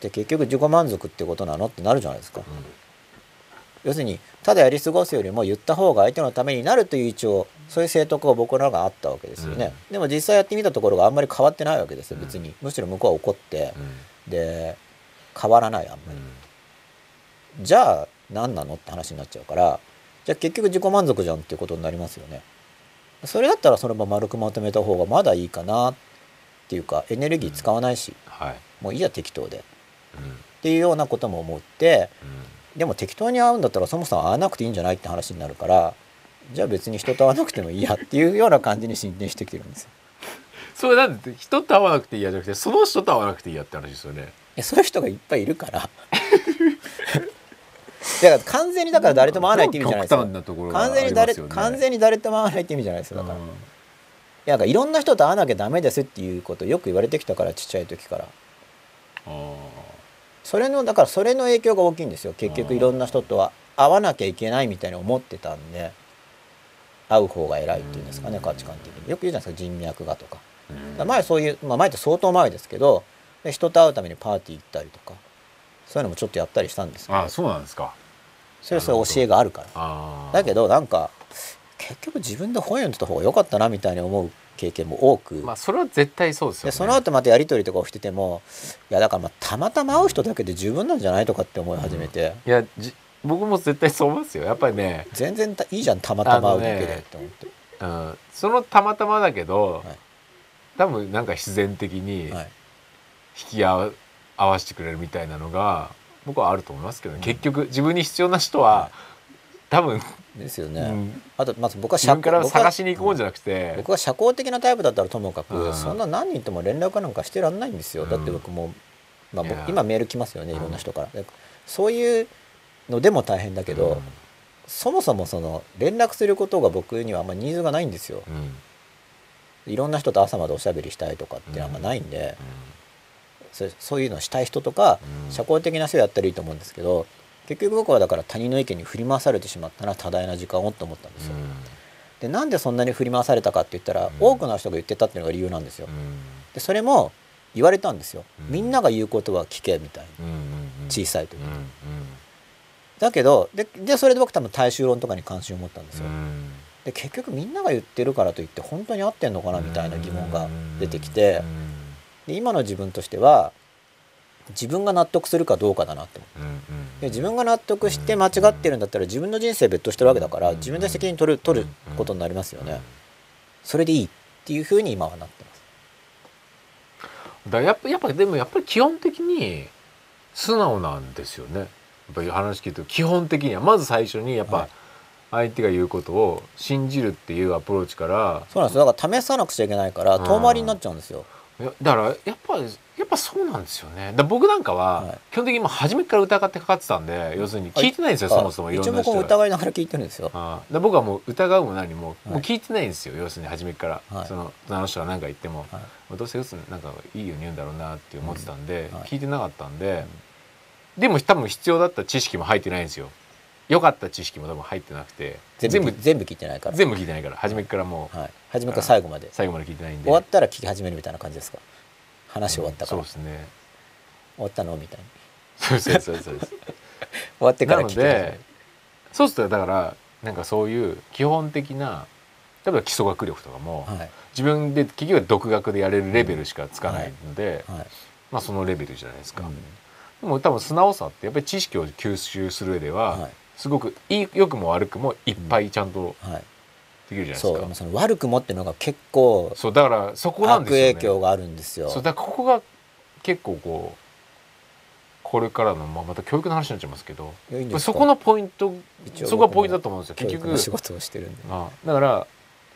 S1: で結局自己満足ってことなのってなるじゃないですか。要するにただやり過ごすよりも言った方が相手のためになるという一応そういう正当化が僕らがあったわけですよね、でも実際やってみたところがあんまり変わってないわけですよ別に、むしろ向こうは怒って
S2: うん
S1: で変わらないあんまり、じゃあ何なのって話になっちゃうからじゃあ結局自己満足じゃんっていうことになりますよねそれだったらそのまま丸くまとめた方がまだいいかなっていうかエネルギー使わないし、
S2: はい、
S1: もういいや適当で
S2: うん
S1: っていうようなことも思って
S2: うん
S1: でも適当に会うんだったらそもそも会わなくていいんじゃないって話になるからじゃあ別に人と会わなくてもいいやっていうような感じに進展してきてるんですよ。
S2: それなんで人と会わなくていいやじゃなくてその人と会わなくていいやって話ですよ
S1: い
S2: ね
S1: やそういう人がいっぱいいるからだから完全にだから誰とも会わないって意味じゃないです
S2: 極
S1: よ
S2: 端なところがあ
S1: 完全
S2: り
S1: に
S2: ま
S1: 誰
S2: すよね
S1: 完全に誰とも会わないって意味じゃないですよだから、
S2: う
S1: い
S2: ん
S1: やなんかいろんな人と会わなきゃダメですっていうことよく言われてきたからちっちゃい時から
S2: あー
S1: それのだからそれの影響が大きいんですよ結
S2: あ
S1: 局
S2: ー
S1: いろんな人とは会わなきゃいけないみたいに思ってたんで会う方が偉いっていうんですかね
S2: うん
S1: 価値観的によく言うじゃないですか人脈がとか
S2: う
S1: だか
S2: ん
S1: ら前そういう、まあ、前って相当前ですけどで人と会うためにパーティー行ったりとかそういうのもちょっとやったりしたんですけど
S2: あーそうなんですか
S1: それはそういう教えがあるから
S2: あ
S1: だけ
S2: ど
S1: どなんか結局自分で本読んでた方が良かったなみたいに思う経験も多く、
S2: まあそれは絶対そうですよね
S1: でその後またやり取りとかをしててもいやだからまあたまたま会う人だけで十分なんじゃないとかって思い始めて、
S2: いやじ僕も絶対そう思いますよやっぱりね
S1: 全然たいいじゃんたまたま会うだけでって思って、
S2: うんそのたまたまだけど、
S1: はい
S2: 多分なんか必然的に
S1: は
S2: 引
S1: い、
S2: き合わ合わせてくれるみたいなのが僕はあると思いますけどね、
S1: うん
S2: 結局自分に必要な人は多分、
S1: ですよ
S2: う
S1: ね、
S2: ん
S1: あとまず僕は
S2: 自分から
S1: 僕は
S2: 探しに行くもんじゃなくて、
S1: 僕は社交的なタイプだったらともかく、
S2: うん
S1: そんな何人とも連絡なんかしてらんないんですよ、
S2: うん
S1: だって僕も、まあ、
S2: いや
S1: 僕今メール来ますよねいろんな人から、でそういうのでも大変だけど、そもそもその連絡することが僕にはあんまニーズがないんですよ
S2: うん、うんうん
S1: いろんな人と朝までおしゃべりしたいとかってあんまないんで、そそういうのしたい人とか
S2: うん
S1: 社交的な人やったらいいと思うんですけど結局僕はだから他人の意見に振り回されてしまったな多大な時間をと思ったんですよ、でなんでそんなに振り回されたかって言ったら、
S2: うん
S1: 多くの人が言ってたっていうのが理由なんですよ
S2: うん
S1: でそれも言われたんですよ、
S2: うん
S1: みんなが言うことは聞けみたいな
S2: うんうんうん
S1: 小さい時、
S2: うんうん
S1: だけどででそれで僕多分大衆論とかに関心を持ったんですよ、
S2: うん
S1: で結局みんなが言ってるからといって本当に合ってんのかなみたいな疑問が出てきてで今の自分としては自分が納得するかどうかだなって思う
S2: うんうんうん
S1: で自分が納得して間違ってるんだったら自分の人生別途してるわけだから自分で責任取る取ることになりますよねそれでいいっていうふうに今はなってます
S2: だやっぱやっぱでもやっぱり基本的に素直なんですよね。やっぱり話聞いてると基本的にはまず最初にやっ
S1: は
S2: ぱ
S1: い
S2: 相手が言うことを信じるっていうアプローチから
S1: そうなんですよだから試さなくちゃいけないから遠回りになっちゃうんですよ
S2: いやだからやっぱやっぱそうなんですよね。だ僕なんか
S1: は
S2: はい基本的にもう初めから疑ってかかってたんで要するに聞いてないんですよ
S1: あ
S2: そもそもいろ
S1: 一
S2: ん
S1: 応
S2: な
S1: 僕
S2: 人
S1: も
S2: が。
S1: 疑いながら聞いてるんですよ
S2: あーだ僕はもう疑うも何も
S1: い
S2: もう聞いてないんですよ、要するに初めから、
S1: はい
S2: そのあの人が何か言っても、
S1: はい
S2: まあどうせ打つのなんかいいように言うんだろうなって思ってたんで、
S1: うんはい
S2: 聞いてなかったんで、でも多分必要だった知識も入ってないんですよ良かった知識も多分入ってなくて
S1: 全
S2: 全
S1: 部
S2: 部
S1: 全部聞いてないから
S2: 全部聞いてないから初めからもう
S1: はい初めから最後まで
S2: 最後まで聞いてないんで
S1: 終わったら聞き始めるみたいな感じですか話終わったから
S2: そうですね
S1: 終わったのみたいに
S2: そうですそうですそ うです
S1: 終わってか
S2: な
S1: ら
S2: の
S1: 聞き始め
S2: で
S1: る
S2: そうするとだからなんかそういう基本的な例えば基礎学力とかも、
S1: はい
S2: 自分で企業は独学でやれるレベルしかつかないので、
S1: はい
S2: まあそのレベルじゃないですか、
S1: うん
S2: でも多分素直さってやっぱり知識を吸収する上では、
S1: はい
S2: すごくいい良くも悪くもいっぱいちゃんと
S1: はい
S2: できるじゃないですか、
S1: そうでもその悪くもっていうのが結構
S2: そうだからそこなん
S1: 悪
S2: ですよね
S1: 影響があるんですよ
S2: そうだからここが結構こうこれからの、まあ、また教育の話になっちゃいますけど
S1: いやいいんですか
S2: そこのポイント
S1: 一応
S2: そこがポイントだと思うんですよ
S1: 教
S2: 結
S1: 育
S2: 局
S1: の仕事をしてるんで
S2: あだから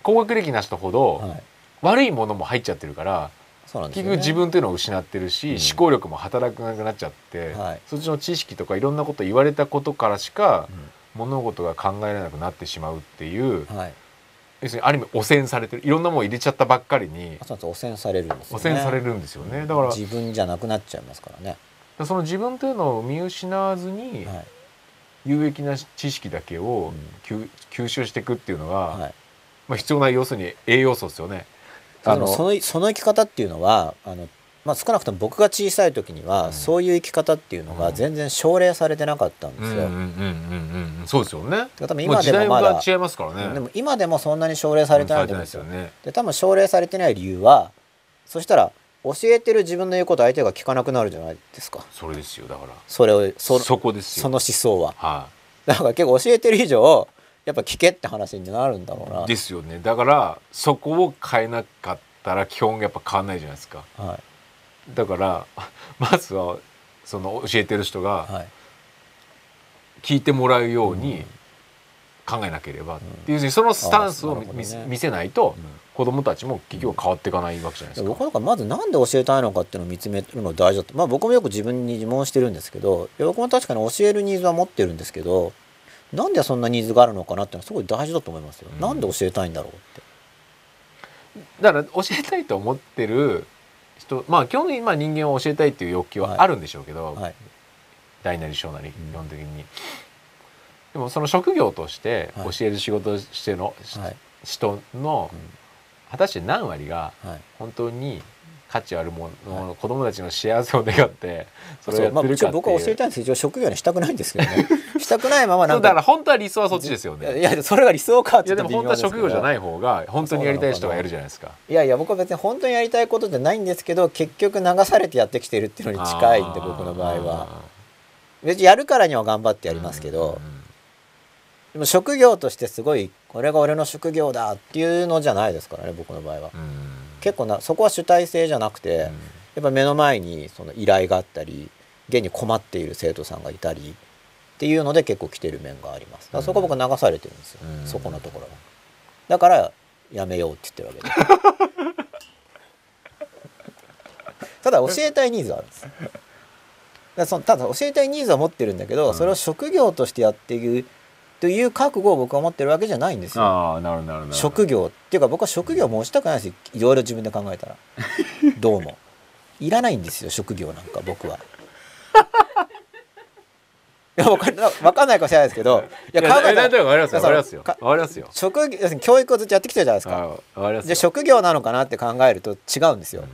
S2: 高学歴な人ほど
S1: はい、
S2: 悪いものも入っちゃってるから
S1: そうなんです
S2: 結
S1: よ、ね、
S2: 局自分というのを失ってる
S1: う
S2: し、
S1: ん
S2: 思考力も働かなくなっちゃって、
S1: はい
S2: そっちの知識とかいろんなこと言われたことからしか
S1: うん
S2: 物事が考えられなくなってしまうっていう
S1: はい、
S2: 要するにある意味汚染されてるいろんなもの入れちゃったばっかりに
S1: あそうなんです汚染されるんですよ
S2: 汚
S1: ね
S2: 染されるんですよねだから
S1: 自分じゃなくなっちゃいますからね、
S2: その自分というのを見失わずに
S1: はい
S2: 有益な知識だけを吸吸収していくっていうのが、
S1: はい、
S2: まあ、必要な要するに栄養素ですよね。
S1: あ
S2: あ
S1: の
S2: の
S1: そのその生き方っていうのはあの、まあ、少なくとも僕が小さい時には、
S2: うん
S1: そういう生き方っていうのが
S2: うん
S1: 全然奨励されてなかったんで
S2: うん
S1: す
S2: うん
S1: よ。
S2: うんうんうんそうですよね。
S1: で多分
S2: も
S1: 今
S2: う時
S1: でも
S2: 代
S1: まだ
S2: が違いますからね。
S1: でも今でもそんなに奨励されてないと思うんですよ。
S2: ね。
S1: で多分奨励されてない理由はそしたら教えてる自分の言うこと相手が聞かなくなるじゃないですか
S2: それですよだから
S1: それをそ
S2: そ
S1: そ
S2: こですよ。
S1: の思想は。
S2: は。。
S1: だから結構教えてる以上やっぱ聞けって話になるんだろうない
S2: ですよねだからそこを変えなかったら基本やっぱ変わんないじゃないですか。
S1: は
S2: だから まずはその教えてる人
S1: い
S2: が
S1: はい
S2: 聞いてもらうよう
S1: うん
S2: に考えなければっていう、要するにそのスタンスを
S1: あーなるほどね
S2: 見せ見せないと子供たちも結局変わっていかないわけじゃないで
S1: です僕
S2: か。
S1: なんかまずなんで教えたいのかっていうのを見つめるの大事だって、まあ、僕もよく自分に自問してるんですけどいや僕も確かに教えるニーズは持ってるんですけどなんでそんなニーズがあるのかなっていうのはすごい大事だと思いますよ。
S2: うん
S1: なんで教えたいんだろうって。
S2: だから教えたいと思ってる人まあ基本的にまあ人間は教えたいっていう欲求はあるんでしょうけど、
S1: はい
S2: 大なり小なり
S1: ん
S2: 基本的に、でもその職業として
S1: はい
S2: 教える仕事をしての、し
S1: はい
S2: 人の果たして何割が
S1: はい
S2: 本当に価値あるもの、
S1: は
S2: 子供たちの幸せを願ってそれを
S1: そ
S2: やってるか
S1: うまあ、
S2: っ
S1: 一応
S2: ていう
S1: 僕は教えたいんですけど一応職業にしたくないんですけど ねしたくないままな
S2: そ
S1: ん
S2: うだから
S1: か
S2: 本当は理想はそっちですよ
S1: いやい
S2: ね。
S1: やそれが理想かっ
S2: い
S1: て
S2: やでも本当は職業じゃないい方が本当にやりたい人がやるじゃないですか。
S1: いやいや僕は別に本当にやりたいことじゃないんですけど結局流されてやってきてるっていうのに近いんで僕の場合は
S2: あ
S1: 別にやるからには頑張って
S2: ー。
S1: やりますけど、
S2: うんうんうん
S1: でも職業としてすごいこれが俺の職業だっていうのじゃないですからね僕の場合は、結構なそこは主体性じゃなくて、やっぱ目の前にその依頼があったり現に困っている生徒さんがいたりっていうので結構来てる面がありますだからそこ僕流されてるんですよ、
S2: うん
S1: そこのところはだからやめようって言ってるわけです ただ教えたいニーズはあるんですだからそのただ教えたいニーズは持ってるんだけど、
S2: うん
S1: それを職業としてやっていくという覚悟を僕は持ってるわけじゃないんですよ
S2: ああなるほどなるほど。
S1: 職業っていうか僕は職業もしたくないしいろいろ自分で考えた らどうもいらないんですよ職業なんか 僕は。いや分かんない分かんないかもしれないですけどい
S2: いや
S1: や
S2: 考
S1: 考
S2: え
S1: えた
S2: たらわかりますよわかり
S1: ら
S2: ますよ
S1: か
S2: わかりますよ。
S1: 職業要するに教育をずっとやってきてるじゃないです
S2: あ
S1: か。
S2: わかります
S1: で
S2: よ。
S1: 職業なのかなって考えると違うんですよ。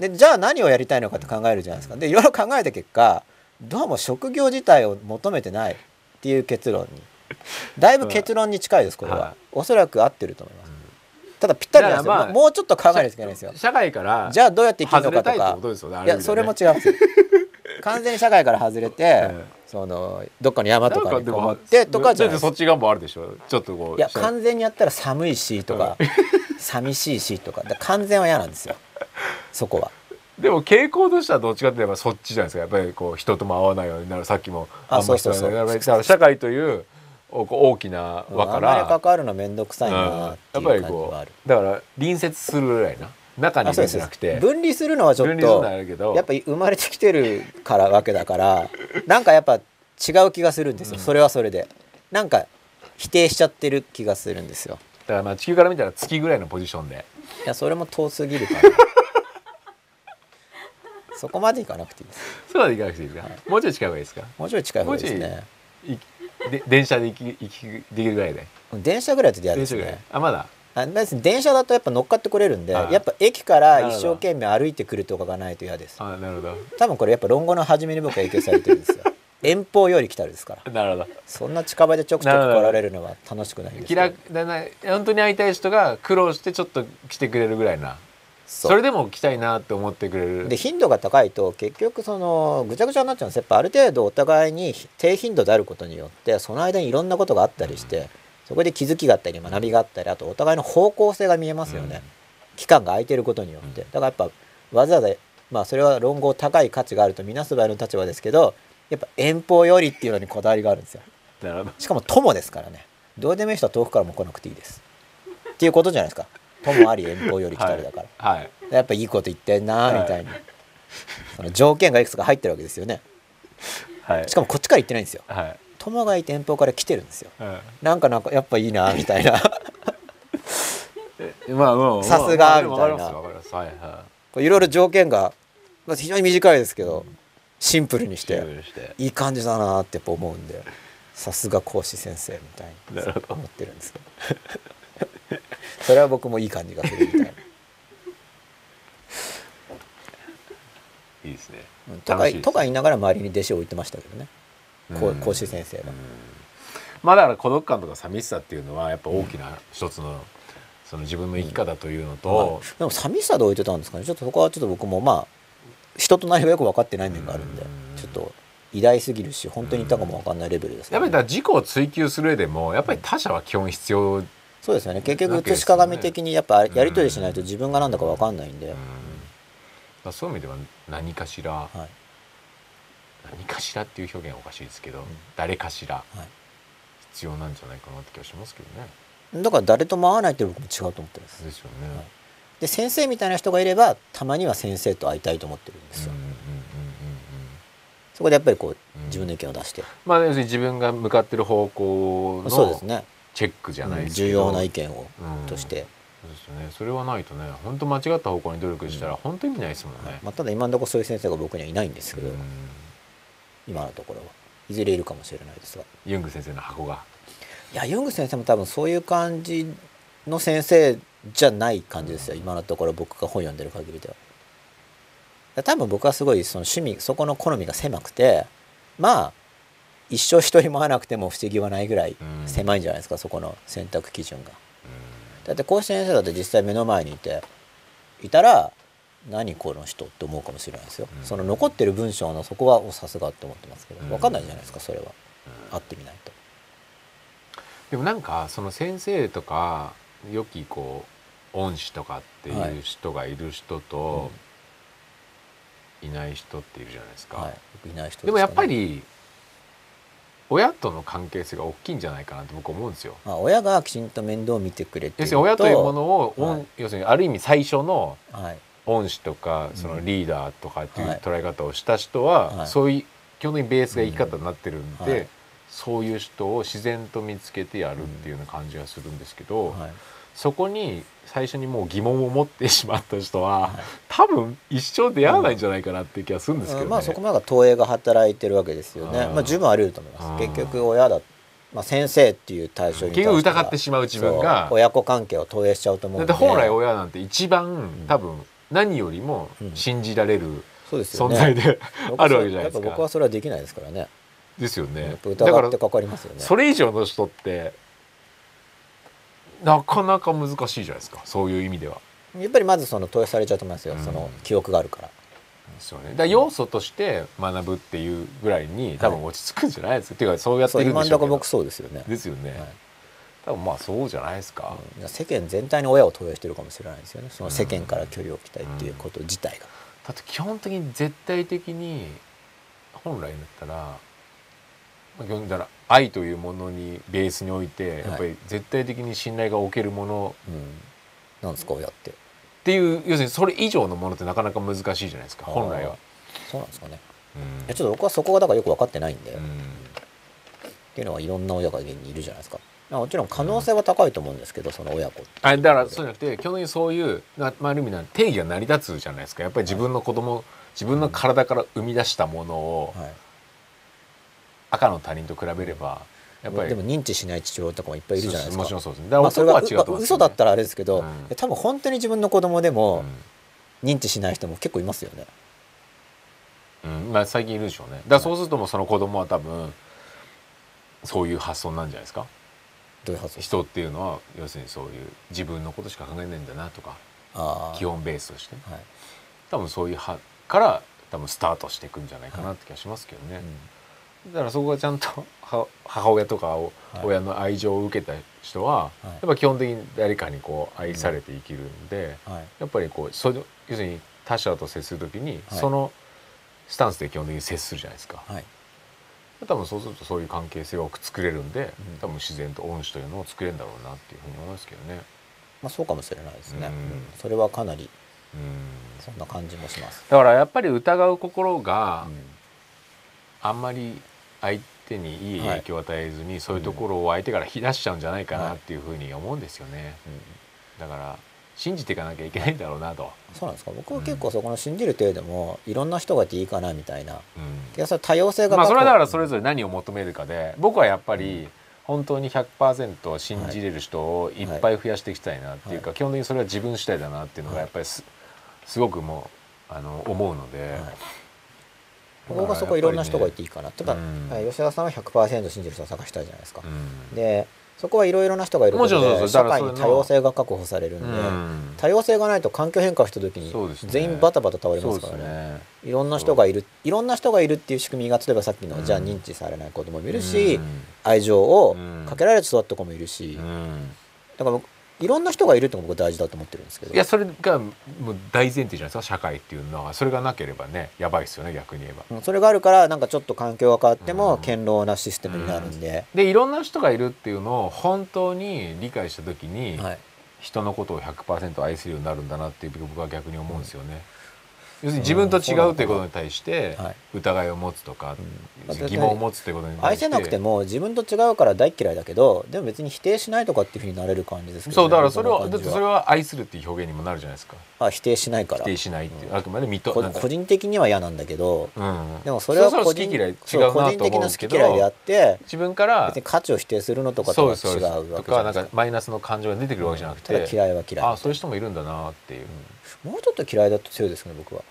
S1: でじゃあ何をやりたいのかって考えるじゃないですか。でいろいろ考えた結果どうも職業自体を求めてないっていう結論にだいぶ結論に近いですこれは、
S2: はい
S1: おそらく合ってると思います。ただぴったりなんですよ、
S2: だからまあ
S1: もうちょっと考えないといけないんですよ。
S2: 社会から
S1: じゃあどうやって生きる
S2: 外
S1: の
S2: れ
S1: か
S2: たい
S1: と
S2: って
S1: か
S2: ことですよね。あ
S1: い
S2: る意
S1: や
S2: 味
S1: それも
S2: で
S1: 違うんですよ完全に社会から外れて、
S2: うん
S1: そのどっかの山と
S2: ね
S1: かにこもっ
S2: な
S1: て
S2: ん
S1: とかじゃ
S2: だ
S1: ない
S2: っ
S1: です
S2: てそっち側もあるでしょ。ちょっとこう
S1: いや
S2: 社
S1: 完全にやったら寒いしとか、 寂しいしとかだから完全は嫌なんです よそこは。
S2: でも傾向としてはどっちかって言えばそっちじゃないですか。やっぱりこう人とも会わないようになる。さっきも
S1: あ
S2: んま人と
S1: そうそうそう
S2: やっぱりだから社会というおこう大きな
S1: うん
S2: 輪か
S1: あんまり関
S2: ら、
S1: わるの面倒くさいな
S2: や
S1: っ
S2: ってぱ
S1: いう感
S2: り
S1: じ
S2: こ
S1: はある。
S2: うだから隣接するぐらいな中に
S1: あ
S2: い
S1: そう
S2: る
S1: で
S2: んじ
S1: す
S2: ゃなくて
S1: 分離するのはちょ
S2: 分
S1: っ
S2: 離するのは
S1: と
S2: あるけど
S1: やっぱり生まれてきてる からわけだからなんかやっぱ違う気がするんですよ、
S2: うん
S1: それはそれでなんか否定しちゃってる気がするんですよ
S2: だからまあ地球から見たら月ぐらいのポジションで。
S1: いやそれも遠すぎる からそこまでいかなくていいです
S2: そうまで行かなくていいですか。もうちょい近い方がいいですか。
S1: もうちょい近い方がいいです
S2: もう
S1: ね
S2: いで電車で行き行きできるぐらいで。
S1: 電車ぐらいだと嫌で
S2: 電
S1: す
S2: 車ぐらい
S1: ね。
S2: あまだ。
S1: あ別に電車だとやっぱ乗っかってこれるんで
S2: ああ
S1: やっぱ駅から
S2: なる
S1: 一
S2: ほど
S1: 生懸命歩いてくるとかがないと嫌です
S2: あなるほ
S1: 多分これやっぱ論語の初めに僕は影響されてるんです よ遠方より来たるですから
S2: ど。なるほど。
S1: そんな近場でちょくちょく来られるのは楽しくないです
S2: 気
S1: よ
S2: 楽だな本当に会いたい人が苦労してちょっと来てくれるぐらいな。
S1: そ
S2: そうれでも来たいなって思ってくれる。
S1: で頻度が高いと結局そのぐちゃぐちゃになっちゃうんですやっぱある程度お互いに低頻度であることによってその間にいろんなことがあったりして、そこで気づきがあったり学びがあったりあとお互いの方向性が見えますよね、期間が空いてることによってだからやっぱわざわざまあそれは論語高い価値があるとみなす場合の立場ですけどやっぱ遠方よりっていうのにこだわりがあるんですよ
S2: なるほど。
S1: しかも友ですからねどうでもいい人は遠くからも来なくていいですっていうことじゃないですかともあり遠方より来たりだから、
S2: はい
S1: やっぱいいこと言ってんなーみたいに、その条件がいくつか入ってるわけですよね
S2: はい
S1: しかもこっちから言ってないんですよ
S2: はい
S1: 友がいて遠方から来てるんですよ
S2: は
S1: なんかなんかやっぱいいなーみた いな
S2: いまあまあまあ
S1: さすがみたいな
S2: わかりますわかりますはいは
S1: こういろいろ条件が、まあ、非常に短いですけどシンプルに
S2: い
S1: し
S2: シンプ
S1: て
S2: ルにして
S1: いい感じだなーってやっぱ思うんでさすが講師先生みたいに
S2: なるほど
S1: 思ってるんですけどそれは僕もいい感じがするみたいない
S2: いですね
S1: うんと
S2: 楽
S1: か
S2: しいです
S1: とか言いながら周りに弟子を置いてましたけどね、こう
S2: うん
S1: 講師先生が、
S2: まあだから孤独感とか寂しさっていうのはやっぱ大きな一つのその自分の生き方というのと、
S1: でも寂しさで置いてたんですかねちょっとそこはちょっと僕もまあ人となりがよく分かってない面があるんで、
S2: うん
S1: ちょっと偉大すぎるし本当にいたかも分かんないレベルです
S2: やっぱりだか
S1: ね
S2: ら自己を追求する上でもやっぱり他者は基本必要、うん
S1: そうですよね結
S2: わ
S1: 局写
S2: けですよね
S1: し鏡的にやっぱやり取りしないと自分が何だか分かんないんで、
S2: だからそういう意味では何かしら、
S1: はい
S2: 何かしらっていう表現はおかしいですけど、誰かしら
S1: はい
S2: 必要なんじゃないかなって気がしますけどね。
S1: だから誰とも会わないって僕も違うと思ってるんです
S2: ですよね。
S1: はいで先生みたいな人がいればたまには先生と会いたいと思ってるんです
S2: うん
S1: よ、
S2: うんうんうんうん
S1: そこでやっぱりこう
S2: うん
S1: 自分の意見を出して、
S2: まあ要するに自分が向かってる方向
S1: そうです
S2: の
S1: ね
S2: チェックじゃないです
S1: 重
S2: けど、
S1: 要な意見を
S2: うん
S1: として、
S2: そうですね。それはないとね、本当間違った方向に努力したら本当意味ないですもんね。
S1: まあ、ただ今のところそういう先生が僕にはいないんですけど、
S2: うん
S1: 今のところはいずれいるかもしれないですが
S2: ユング先生の箱が
S1: いやユング先生も多分そういう感じの先生じゃない感じですよ、今のところ僕が本読んでる限りでは。だ多分僕はすごいその趣味そこの好みが狭くてまあ一生一人も会わなくても不思議はないぐらい
S2: うん
S1: 狭いんじゃないですか、そこの選択基準が。だって講師先生だって実際目の前にいていたら何この人って思うかもしれないですよ、
S2: うん
S1: その残ってる文章のそこはおさすがって思ってますけど
S2: うん
S1: 分かんないじゃないですかそれは会ってみないと。
S2: でもなんかその先生とか良きこう恩師とかっていう人がいる人と、いない人っているじゃないですか、
S1: はい、僕いない人すかね
S2: でもやっぱ、り親との関係性が大きいんじゃないかなと僕思うんですよ。
S1: まあ、親がきちんと面倒を見てくれてる
S2: 要するに親というものを、
S1: はい
S2: 恩要するにある意味最初の
S1: はい
S2: 恩師とか
S1: うん
S2: そのリーダーとかっていう
S1: はい
S2: 捉え方をした人は、
S1: はい
S2: そういう基本的にベースが生き方になってるんで、
S1: うんはい
S2: そういう人を自然と見つけてやるっていうような感じがするんですけど、
S1: はい
S2: そこに最初にもう疑問を持ってしまった人は、
S1: はい
S2: 多分一生出会わないんじゃないかなっていう気がするんですけど
S1: うん
S2: ね。
S1: まあそこまでが投影が働いてるわけですよね
S2: あー
S1: まあ十分あり得ると思います
S2: あー
S1: 結局親だ、まあ、先生っていう対象に対して
S2: 結
S1: は
S2: 局疑ってしまう自分が
S1: そう親子関係を投影しちゃうと思う
S2: だっ
S1: ん
S2: て
S1: で
S2: 本来親なんて一番、
S1: ん
S2: 多分何よりも信じられる
S1: そうですよ
S2: 存
S1: ね
S2: 在で、
S1: 僕は
S2: あるわけじゃないです
S1: やっぱ
S2: か
S1: 僕。はそれはできないですからね
S2: ですよ
S1: や
S2: ね
S1: っ。ぱ
S2: だか
S1: 疑
S2: ら
S1: ってかかりますよね
S2: それ以上の人ってなかなか難しいじゃないですかそういう意味では。
S1: やっぱりまずその投影されちゃうと思いますよ、
S2: うん
S1: その記憶があるから
S2: ですよね、だから要素として学ぶっていうぐらいに多分落ち着くんじゃないですか、っていうかそうやって
S1: そう
S2: るんでし
S1: 今
S2: ょうんけ
S1: と
S2: ど
S1: こ僕そうですよね、
S2: ですよね、
S1: はい
S2: 多分まあそうじゃないですか、
S1: うん世間全体に親を投影してるかもしれないですよねその世間から距離を置きたいっていうこと自体が、
S2: だって基本的に絶対的に本来だったらまあ基本だから愛というものにベースにおいてやっぱり絶対的に信頼が置けるもの
S1: うんなんですか親って
S2: っていう、要するにそれ以上のものってなかなか難しいじゃないですか
S1: あー
S2: 本来は。
S1: そうなんですかね
S2: うん
S1: いやちょっと僕はそこがだからよく分かってないんで、
S2: う
S1: っ
S2: ん
S1: ていうのはいろんな親が現にいるじゃないですかまあもちろん可能性は高いと思うんですけどその親子って
S2: あだからそうじゃなくて基本的にそういうな、まあ、ある意味な定義が成り立つじゃないですかやっぱり自分の子供自分の体から生み出したものを
S1: はい
S2: 赤の他人と比べればやっぱり
S1: でも認知しない父親とかもいっぱいいるじゃないですか
S2: もちろんそうですねだから
S1: まあ、それ
S2: 男は
S1: が
S2: 違うと
S1: ま
S2: 思
S1: あ
S2: うんです
S1: 嘘
S2: よね
S1: だったらあれですけど、
S2: うん
S1: 多分本当に自分の子供でも
S2: う
S1: 認知しない人も結構いますよね、
S2: ん、うんまあ最近いるでしょうねだからそうするともうその子供は多分そういう発想なんじゃないですか
S1: どういう発想
S2: 人っていうのは要するにそういう自分のことしか考えないんだなとか
S1: あー
S2: 基本ベースとして
S1: はい、
S2: 多分そういうはから多分スタートしていくんじゃないかなって気がしますけどね、だからそこがちゃんとは母親とかを、
S1: はい
S2: 親の愛情を受けた人は、
S1: い
S2: やっぱ基本的に誰かにこう愛されて生きるんで、
S1: うんはい
S2: やっぱりこうその要するに他者と接するときに、
S1: はい
S2: そのスタンスで基本的に接するじゃないですか、
S1: はい
S2: 多分そうするとそういう関係性を作れるんで、
S1: うん
S2: 多分自然と恩師というのを作れるんだろうなっていうふうに思いますけどね。
S1: まあ、そうかもしれないですね、
S2: うん
S1: うんそれはかなり
S2: うん
S1: そんな感じもします、
S2: だからやっぱり疑う心が
S1: うん
S2: あんまり相手にいい影響を与えずに、そういうところを相手から引き出しちゃうんじゃないかなっていうふうに思うんですよね。
S1: うん
S2: だから信じていかなきゃいけないんだろうなと。
S1: そうなんですか僕は結構そこの信じる程度もいろんな人がいていいかなみたいな
S2: うん
S1: いやそれ多様性が
S2: まあそれはだから
S1: 確
S2: それぞれ何を求めるかで僕はやっぱり本当に100%信じれる人をいっぱい増やしていきたいなっていうか、基本的にそれは自分次第だなっていうのがやっぱりす,、すごくもうあの思うので、
S1: はい僕はそこいろんな人がいていいかな例えば、
S2: うん
S1: はい吉田さんは100%信じる人を探したいじゃないですか
S2: う、ん
S1: でそこはいろいろな人がいるこ
S2: もちろ
S1: と
S2: んそう
S1: で
S2: そうだ
S1: 社
S2: から
S1: 会に
S2: そういうの
S1: 多様性が確保されるんで、
S2: うん
S1: 多様性がないと環境変化した時に
S2: そうですね
S1: 全員バタバタ倒れま
S2: そう
S1: す
S2: で
S1: か
S2: す
S1: らね
S2: ね。
S1: いろんな人がいるいろんな人がいるっていう仕組みが例えばさっきの、
S2: うん
S1: じゃあ認知されない子供もい
S2: い
S1: るし、愛情を
S2: うん
S1: かけられて育った子もいるし、だから僕いろんな人がいるってのが僕大事だと思ってるんですけど
S2: いやそれがもう大前提じゃないですか社会っていうのはそれがなければねやばいですよね逆に言えば。
S1: うんそれがあるからなんかちょっと環境が変わっても
S2: うん
S1: 堅牢なシステムになるんで、
S2: でいろんな人がいるっていうのを本当に理解した時に、
S1: はい、
S2: 人のことを100%愛するようになるんだなって僕は逆に思うんですよね。要するに自分と違うということに対して
S1: はい
S2: 疑いを持つとか、
S1: うん
S2: 疑問を持つということに対
S1: 愛
S2: して
S1: せなくても自分と違うから大っ嫌いだけどでも別に否定しないとかっていうふうになれる感じですけどね、
S2: そうだからそれ
S1: 僕
S2: は
S1: の
S2: だ
S1: 感
S2: って
S1: じは
S2: それは愛するっていう表現にもなるじゃないですか
S1: あ否定しないから
S2: 否定しないっていう、あくまで認
S1: こ
S2: なんか
S1: 個人的には嫌なんだけど、
S2: うん、
S1: でもそれは
S2: うう
S1: 個
S2: 好
S1: 人
S2: き嫌い違う
S1: そう個
S2: な
S1: 人
S2: と
S1: 的
S2: 思うん
S1: な
S2: ですけ
S1: 好き嫌いであ
S2: ど
S1: って
S2: 自分から
S1: 別に価値を否定するのとかと
S2: そう
S1: は
S2: ですそう
S1: 違
S2: です
S1: うわ
S2: と
S1: けじゃな
S2: かないん
S1: です
S2: かマイナスの感情が出てくるわけじゃなく
S1: た
S2: て、
S1: だ嫌いは嫌い
S2: あそういう人もいるんだなっていう、
S1: もうちょっと嫌いだと強いですね僕は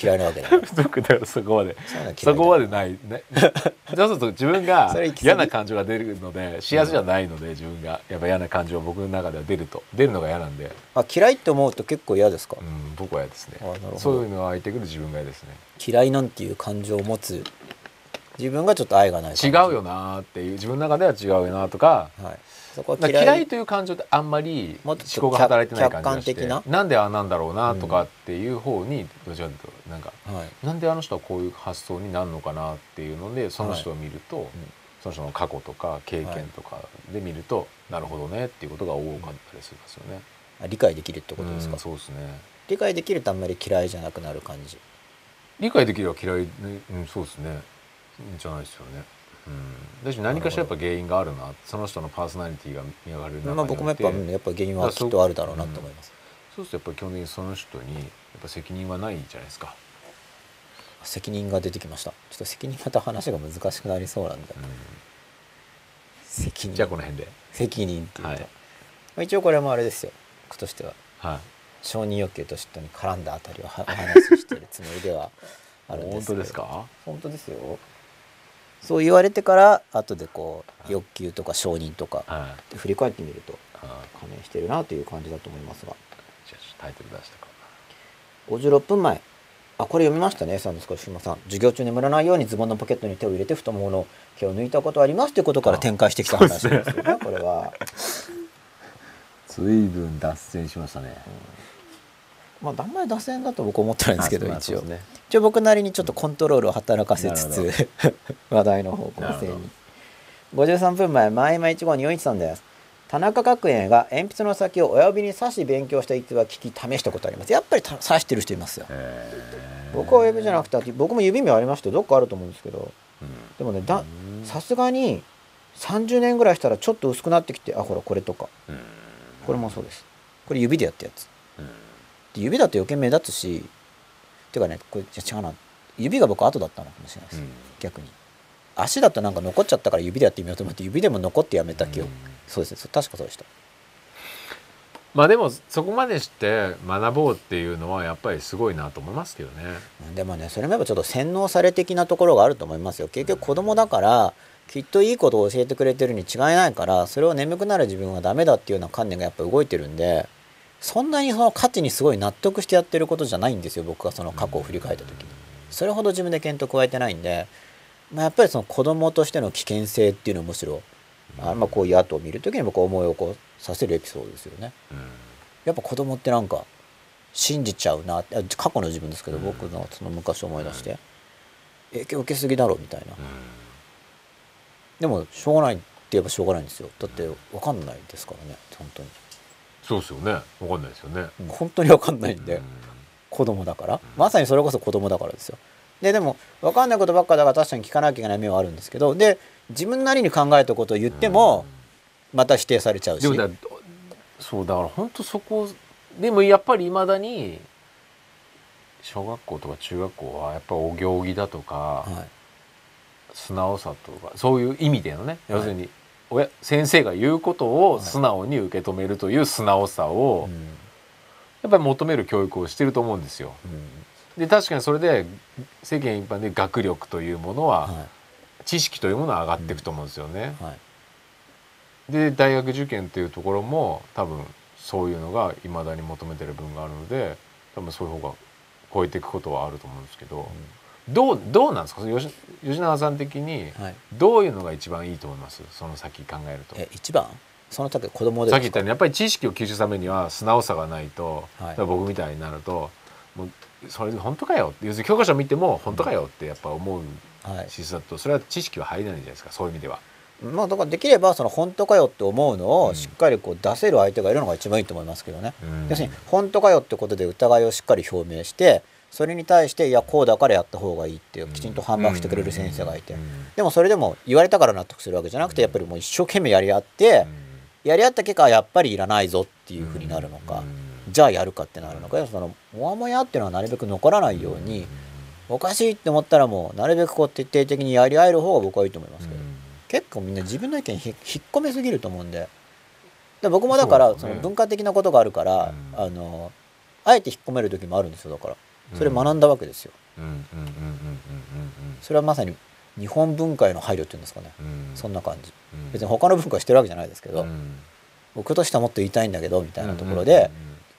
S1: 嫌いなわけだから
S2: 僕だからそこまで
S1: そういうのは嫌いだ
S2: そこまでないね そうすると自分が
S1: それ行き過ぎ
S2: 嫌な感情が出るので幸せじゃないので自分がやっぱ嫌な感情が僕の中では出ると出るのが嫌なんで、
S1: あ嫌いって思うと結構嫌ですか、
S2: うん、僕は嫌ですね
S1: あなるほど
S2: そういうのが湧いてくる自分が嫌ですね
S1: 嫌いなんていう感情を持つ自分がちょっと愛がない
S2: 違う
S1: 感
S2: よなーっていう自分の中では違うよなーとか
S1: じ、はい、そこは
S2: だ
S1: 嫌
S2: から
S1: い
S2: 嫌いという感情ってあんまり
S1: も
S2: 思
S1: っと
S2: 考が働いてない感じが
S1: 客観
S2: し
S1: 的
S2: てなんでああなんだろうなとかっていう方にどちらかというとなんか
S1: はい、
S2: なんであの人はこういう発想になるのかなっていうのでその人を見ると、その人の過去とか経験とかで見ると、なるほどねっていうことが多かったりするんですよね。
S1: あ理解できるってことですか、
S2: うんそうですね。
S1: 理解できるとあんまり嫌いじゃなくなる感じ
S2: 理解できれば嫌い、ね、うんそうですね。じゃないですよね。うん、だし何かしらやっぱ原因があるなその人のパーソナリティが磨かれる中に
S1: まあ、僕もやっぱ、
S2: おいて
S1: うんやっぱ原因はきっとあるだろうなと思います、
S2: そうするとやっぱり基本的にその人にやっぱ責任はないじゃないですか。
S1: 責任が出てきましたちょっと責任また話が難しくなりそうなんで
S2: うん
S1: 責任
S2: じゃあこの辺で。
S1: 責任っていうと、
S2: はい
S1: まあ一応これもあれですよ僕としては
S2: はい。
S1: 承認欲求と嫉妬に絡んだあたりをはお話ししてるつもりではあるんですけ
S2: 本
S1: ど
S2: 当ですか。
S1: 本当ですよそう言われてから後でこう欲求とか承認とか
S2: はい。
S1: って振り返ってみると
S2: あ
S1: 加盟してるなという感じだと思いますが
S2: じゃあちょっとタイトル出してこ
S1: 56分前あこれ読みましたねサンドスコシマさん授業中眠らないようにズボンのポケットに手を入れて太ももの毛を抜いたことありますということから展開してきた話ですよねこれは、
S2: う。随分脱線しましたね。
S1: まあ、あんまり打線だと僕思ってないんですけど
S2: まあ
S1: 一
S2: そう
S1: 応、
S2: ですね
S1: 一応僕なりにちょっとコントロールを働かせつ
S2: な
S1: つ 話題の方向性
S2: なる
S1: に53分前前今1号に4一さんです田中角栄が鉛筆の先を親指に刺し勉強した逸話聞き試したことありますやっぱりた刺してる人いますよ
S2: へー
S1: 僕は親指じゃなくて僕も指もありましたよどっかあると思うんですけど
S2: うん
S1: でもねだ
S2: うん
S1: さすがに30年ぐらいしたらちょっと薄くなってきてあほらこれとか
S2: うん
S1: これもそうですこれ指でやったやつ
S2: うん
S1: で指だと余計目立つしてかねこれじゃ違うな指が僕後だったのかもしれないです、
S2: うん
S1: 逆に足だとなんか残っちゃったから指でやってみようと思って指でも残ってやめた記憶、
S2: うん
S1: そうですねそう確かそうでした
S2: まあでもそこまでして学ぼうっていうのはやっぱりすごいなと思いますけどね。
S1: うんでもねそれもやっぱちょっと洗脳され的なところがあると思いますよ結局子供だからきっといいことを教えてくれてるに違いないからそれを眠くなる自分はダメだっていうような観念がやっぱ動いてるんでそんなにその価値にすごい納得してやってることじゃないんですよ僕がその過去を振り返った時にそれほど自分で検討加えてないんで、まあ、やっぱりその子供としての危険性っていうのをむしろあまあこういう後を見る時に僕は思い起こさせるエピソードですよね。
S2: うん
S1: やっぱ子供ってなんか信じちゃうなってあ過去の自分ですけど、僕のその昔を思い出して、影響受けすぎだろうみたいな、でもしょうがないって言えばしょうがないんですよだって分かんないですからね本当に
S2: そうですよね。わかんないですよね。
S1: 本当に分かんないんで、
S2: うん
S1: 子供だからまさにそれこそ子供だからですよででも分かんないことばっかだから確かに聞かなきゃいけない面はあるんですけどで自分なりに考えたことを言ってもまた否定されちゃうし、
S2: でもだそうだから本当そこでもやっぱりいまだに小学校とか中学校はやっぱお行儀だとか、
S1: はい
S2: 素直さとかそういう意味でのね要するに親先生が言うことを素直に受け止めるという素直さを
S1: うん
S2: やっぱり求める教育をしてると思うんですよ。
S1: うん
S2: で確かにそれで世間一般で学力というものは
S1: は
S2: 知識というものは上がっていくと思うんですよね。
S1: いはい
S2: で大学受験っていうところも多分そういうのがいまだに求めてる部分があるので多分そういう方が超えていくことはあると思うんですけど、どうどうなんですか吉吉永さん的に
S1: はい、
S2: どういうのが一番いいと思いますその先考えると。
S1: え一番その時子供で
S2: さっき
S1: です
S2: 言っ
S1: か
S2: たようにやっぱり知識を吸収するためには素直さがないと、
S1: はい
S2: だから僕みたいになるともうそれで本当かよって要するに教科書を見ても本当かよってやっぱ思う
S1: はい
S2: しだとそれは知識は入れないんじゃないですかそういう意味では。
S1: まあ、だからできればその本当かよって思うの
S2: う
S1: を
S2: ん
S1: しっかりこう出せる相手がいるのが一番いいと思いますけどね。
S2: うん
S1: 要するに本当かよってことで疑いをしっかり表明してそれに対していやこうだからやった方がいいっていうきちんと反駁してくれる先生がいて
S2: うんうん
S1: でもそれでも言われたから納得するわけじゃなくてやっぱりもう一生懸命やり合ってやり合った結果やっぱりいらないぞっていうふうになるのかじゃあやるかってなるのかそのモヤモヤっていうのはなるべく残らないようにおかしいって思ったらもうなるべくこう徹底的にやり合える方が僕はいいと思いますけど。結構みんな自分の意見ひ引っ込めすぎると思うんでで僕もだから
S2: そう
S1: そ
S2: だね
S1: の文化的なことがあるから、
S2: うん
S1: あのあえて引っ込める時もあるんですよだからそれ学
S2: ん
S1: んだわけですよ、
S2: うんうんうんうん
S1: それはまさに日本文化への配慮っていうんですかね、
S2: うんうんうん
S1: そんな感じ
S2: うん
S1: 別に他の文化してるわけじゃないですけど、
S2: うん
S1: 僕としてはもっと言いたいんだけどみたいなところで、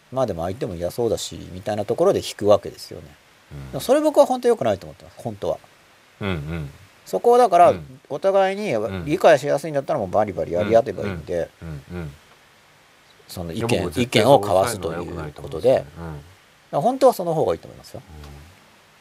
S1: まあでも相手も嫌そうだしみたいなところで引くわけですよね
S2: うん
S1: でもそれ僕は本当良くないと思ってます本当は
S2: うんうん
S1: そこをだから
S2: うん
S1: お互いに
S2: ん
S1: 理解しやすいんだったらもうバリバリやり合えばいいんで、
S2: うんうん
S1: その
S2: い
S1: 意
S2: や
S1: 見
S2: 僕
S1: 意
S2: 絶対
S1: 見
S2: そう
S1: を交わすとい
S2: そ
S1: う
S2: うう
S1: こと
S2: の
S1: で
S2: は良くないと思うんですよね
S1: 本当はその方がいいと思いますよ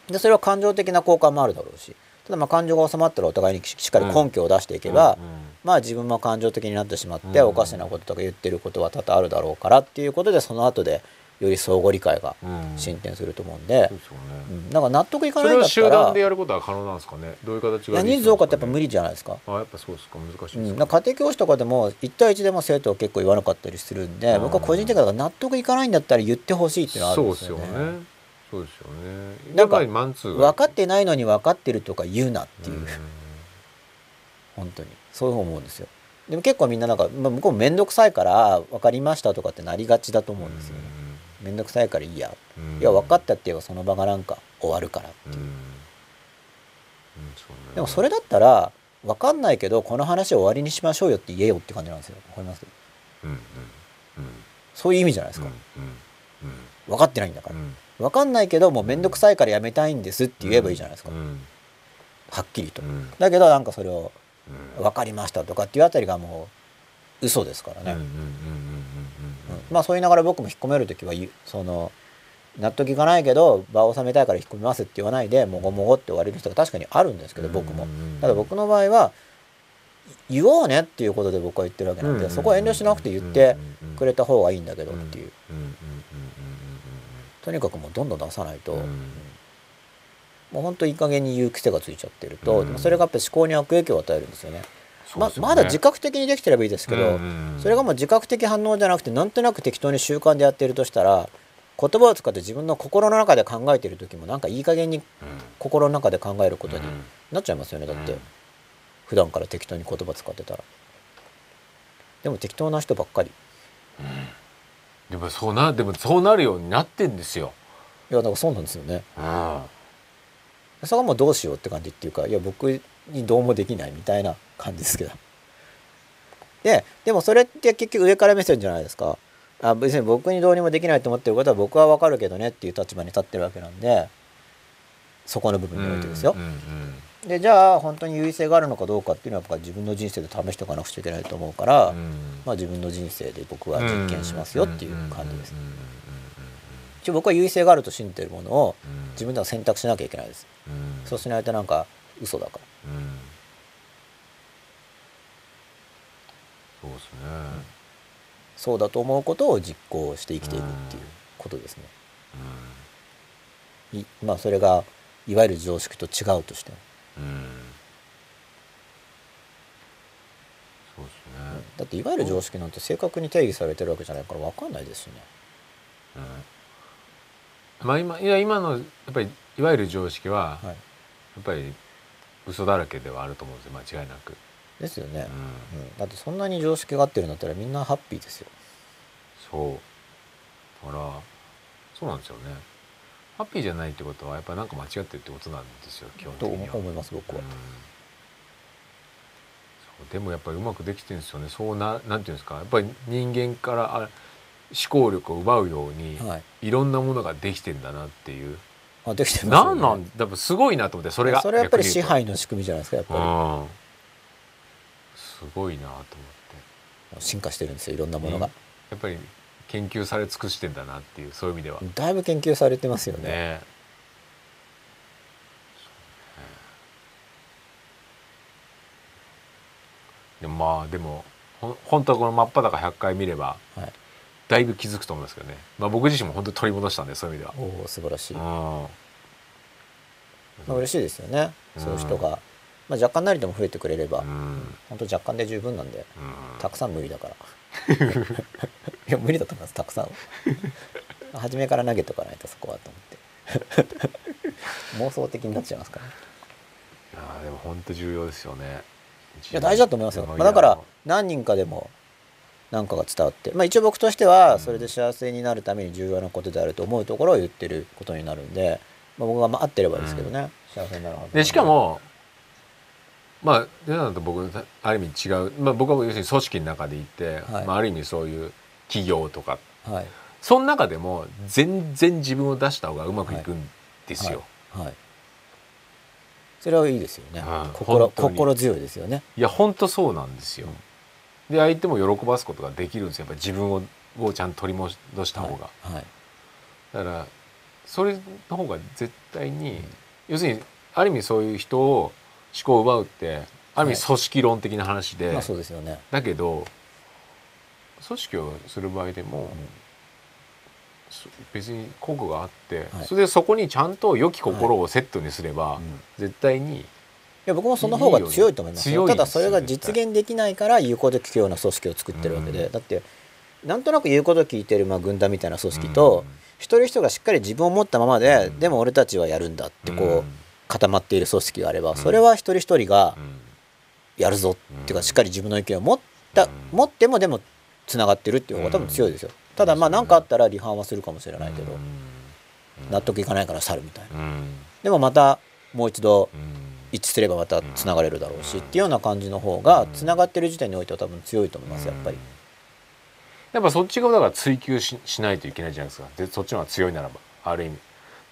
S1: でそれは感情的な交換もあるだろうしただまあ感情が収まったらお互いにししっかり根拠を出していけば、
S2: うんうん
S1: まあ自分も感情的になってしまって、
S2: うん
S1: おかしなこととか言ってることは多々あるだろうからっていうことでその後でより相互理解が
S2: うん
S1: 進展すると思うんで
S2: そう、ですよ
S1: う
S2: ね
S1: ん、なんか納得いか
S2: そ
S1: ない
S2: れ
S1: ん
S2: を
S1: だった
S2: 集団
S1: ら
S2: でやることは可能なんですかねどういう形
S1: い
S2: が
S1: や
S2: できる
S1: 人
S2: んですかね
S1: 数多かったらやっぱ無理じゃないですか。
S2: あやっぱそうですか難し
S1: う
S2: いです
S1: ん、
S2: か
S1: なんか家庭教師とかでも1対1でも生徒は結構言わなかったりするんで、
S2: うん
S1: 僕は個人的には納得いかないんだったら言ってほしいっていうのはあるん
S2: そう
S1: で
S2: ですす
S1: よ
S2: よ
S1: ね。
S2: ねそうですよね
S1: なんか
S2: やっぱりマンツーが
S1: 分かってないのに分かってるとか言うなっていう、本当にそういうふうに思うんですよでも結構みんななんか、まあ、向こうも面倒くさいから分かりましたとかってなりがちだと思うんですよね面倒くさいからいいやいや分かったって言えばその場がなんか終わるから
S2: うんうんうね
S1: でもそれだったら分かんないけどこの話を終わりにしましょうよって言えよって感じなんですよわかります
S2: うんうんうん
S1: そういう意味じゃないですか、
S2: うんう
S1: 分かってないんだから
S2: んうん
S1: 分かんないけどもう面倒くさいからやめたいんですって言えばいいじゃないですか、
S2: うんうん
S1: はっきりと
S2: うんうん
S1: だけどなんかそれを分かりましたとかっていうあたりがもう嘘ですからね、
S2: うんうんうんうんうん
S1: まあそう言いながら僕も引っ込める時は言うその納得いかないけど場を収めたいから引っ込みますって言わないでもごもごって言われる人が確かにあるんですけど僕も
S2: うんうんうん
S1: ただ僕の場合は言おうねっていうことで僕は言ってるわけなん
S2: うんうん
S1: で
S2: うん
S1: そこは遠慮しなくて言ってくれた方がいいんだけどっていう
S2: うんうんうん
S1: とにかくもうどんどん出さないと
S2: うんうんうんうんうん
S1: もうほんといい加減に言う癖がついちゃってると
S2: うん
S1: でもそれがやっぱ思考に悪影響を与えるんですよね
S2: そう
S1: ま
S2: ですよね
S1: まだ自覚的にできてればいいですけ
S2: う
S1: ど
S2: んうんうん
S1: それがもう自覚的反応じゃなくてなんとなく適当に習慣でやっているとしたら言葉を使って自分の心の中で考えている時もなんかいい加減に心の中で考えることに
S2: うん
S1: なっちゃいますよねだっ
S2: う
S1: て
S2: ん
S1: 普段から適当に言葉使ってたらでも適当な人ばっかり
S2: でもそうなでもそうなるようになってんですよ。
S1: いやだからそうなんですよね
S2: うん
S1: そこはもうどうしようって感じっていうかいや僕にどうもできないみたいな感じですけどででもそれって結局上から目線じゃないですかあ別に僕にどうにもできないと思ってることは僕はわかるけどねっていう立場に立ってるわけなんでそこの部分においてですよ
S2: うん、うん
S1: でじゃあ本当に優位性があるのかどうかっていうのはやっぱ自分の人生で試しておかなくちゃいけないと思うから、
S2: うん
S1: まあ自分の人生で僕は実験しますよっていう感じです
S2: うんうん
S1: 一応僕は優位性があると信じてるものを
S2: うんうん
S1: 自分では選択しなきゃいけないです
S2: うん
S1: そうしないとなんか嘘だから
S2: うんそうですね。
S1: そうだと思うことを実行して生きていくっていうことですね。いまあそれがいわゆる常識と違うとしても
S2: うんうんそうですね
S1: だっていわゆる常識なんて正確に定義されてるわけじゃないから分かんないですしね。
S2: うんまあ今いや今のやっぱりいわゆる常識はや
S1: はい、
S2: っぱり嘘だらけではあると思うんですよ間違いなく、
S1: ですよね
S2: う、ん、
S1: うん。だってそんなに常識が合ってるんだったらみんなハッピーですよ。
S2: そうだからそうなんですよねハッピーじゃないってことはやっぱりなんか間違ってるってことなんですよ基本
S1: と
S2: 的には
S1: 思います僕は
S2: うん。そうでもやっぱりうまくできてるんですよねそうななんていうんですかやっぱり人間からあ思考力を奪うように、
S1: はい。
S2: いろんなものができてんだなっていう。
S1: あできてます
S2: なんなんん、多分すごいなと思って、それが。
S1: それはやっぱり
S2: 逆
S1: 支
S2: に言う
S1: 配の仕組みじゃないですかやっ
S2: と。
S1: ぱ
S2: うん。すごいなと思って。
S1: り進化してるんですよいろんなものが
S2: ね。やっぱり研究され尽くしてんだなっていう、そういう意味では。ね
S1: だいぶ研究されてますよね。
S2: え。でもまあでもほん本当はこの真っ裸100回見れば
S1: はい。
S2: だいぶ気づくと思いますけどね、まあ、僕自身も本当に取り戻したんでそういう意味で
S1: おお素晴らしい。ま
S2: は
S1: あ
S2: うん
S1: 嬉しいですよね。
S2: うん
S1: そういう人がまあ若干なりでも増えてくれれば、
S2: うん
S1: 本当若干で十分なんで。
S2: うん
S1: たくさん無理だからい や無理だと思いますたくさんは初めから投げとかないとそこはと 思って妄想的になっちゃいますから、ね、
S2: いやーでも本当重要ですよね。
S1: いや大事だと思いますよ、まあ、だから何人かでも何かが伝わって、まあ、一応僕としてはそれで幸せになるために重要なことであると思うところを言ってることになるんで、まあ、僕がまあ合ってればですけどね、幸せになるはずなん
S2: でしかもまあレナと僕ある意味違う、まあ、僕は要するに組織の中でい
S1: は
S2: て、
S1: い
S2: まあ、ある意味そういう企業とか
S1: はい
S2: その中でも全然自分を出した方がうまくいくんですよ。
S1: はい、はいそれはいいですよね、
S2: うん
S1: 心
S2: 本当に
S1: 心強いですよね
S2: い、や本当そうなんですよ。
S1: うん
S2: で相手も喜ばすことができるんですよやっぱ自分ををちゃんと取り戻した方が。
S1: はいはい
S2: だからそれの方が絶対に、要するにある意味そういう人を思考を奪うってある
S1: は
S2: 意味
S1: い
S2: 組織論的な話で、
S1: まあそうですよね、
S2: だけど組織をする場合でも、そ別に個々があって、
S1: はい
S2: それでそこにちゃんと良き心をセットにすれば、
S1: うん
S2: 絶対に
S1: いや僕もその方が強いと思いますよ
S2: いいよね強い
S1: た
S2: ですよ
S1: だそれが実現できないから有効で聞くような組織を作ってるわけで、
S2: うん
S1: だってなんとなく言うこと聞いてるまあ軍団みたいな組織と、一人一人がしっかり自分を持ったままで、
S2: うん
S1: でも俺たちはやるんだってこう、
S2: うん
S1: 固まっている組織があれば、
S2: ん
S1: それは一人一人が
S2: うん
S1: やるぞっていう
S2: う
S1: か
S2: ん
S1: しっかり自分の意見を持った、
S2: うん
S1: 持ってもでもつながってるっていう方が多分強いですよ、ただまあ何かあったら離反はするかもしれないけど、
S2: うん
S1: 納得いかないから去るみたいな
S2: うん
S1: でもまたもう一度
S2: うん
S1: 一致すればまたつながれるだろうし、
S2: うん
S1: っていうような感じの方がつながってる時点においては多分強いと思いますやっぱり
S2: うん、やっぱそっち側だから追求ししないといけないじゃないですかでそっちの方が強いならばある意味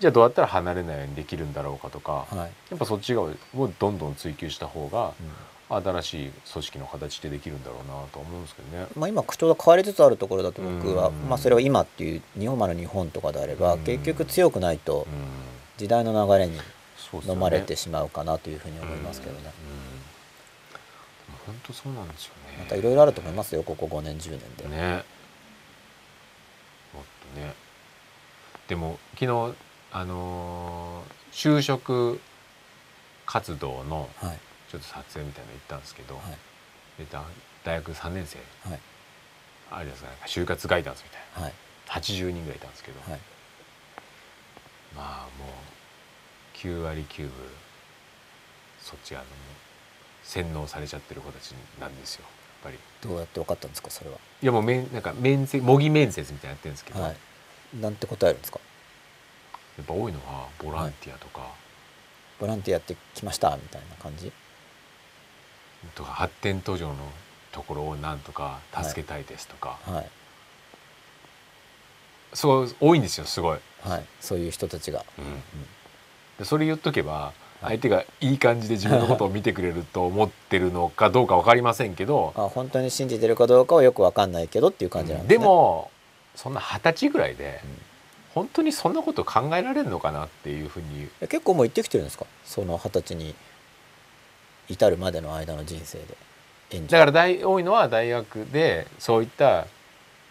S2: じゃあどうやったら離れないようにできるんだろうかとか、
S1: はい
S2: やっぱそっち側をどんどん追求した方が
S1: うん
S2: 新しい組織の形でできるんだろうなと思うんですけどね。
S1: まあ、今口調が変わりつつあるところだと僕は、
S2: うん
S1: まあ、それを今っていう日本まの日本とかであれば、
S2: うん
S1: 結局強くないと
S2: うん
S1: 時代の流れに
S2: そうですよね
S1: 飲まれてしまうかなというふうに思いますけどね、
S2: うん本当そうなんですよね。
S1: またいろいろあると思いますよここ5年10年で、
S2: ねもっとねでも昨日あのー就職活動の
S1: はい
S2: ちょっと撮影みたいなの行ったんですけど、
S1: はい
S2: でだ大学3年生
S1: はい
S2: あれですか、ね、就活ガイダンスみたい
S1: はい
S2: な80人ぐらいいたんですけど、
S1: はい
S2: まあもう9割9分そっちあのもう洗脳されちゃってる子たちなんですよやっぱり。
S1: どうやって分かったんですかそれは、
S2: いやもうめんなんか面接模擬面接みたいなのやってるんですけど、
S1: はい、なんて答えるんですか
S2: やっぱ多いのはボランティアとか、
S1: ボランティアやってきましたみたいな感じ
S2: とか発展途上のところをなんとか助けたいですとか、
S1: はい
S2: そう多いんですよすごい、
S1: はいそういう人たちが
S2: でそれ言っとけば
S1: はい
S2: 相手がいい感じで自分のことを見てくれると思ってるのかどうか分かりませんけど、
S1: あ本当に信じてるかどうかはよくわかんないけどっていう感じなんです、ね、
S2: で、もそんな二十歳ぐらいで、
S1: うん
S2: 本当にそんなこと考えられるのかなっていうふうに
S1: え結構もう行ってきてるんですかその二十歳に至るまでの間の人生で演
S2: だ
S1: 者
S2: から大多いのは大学でそういった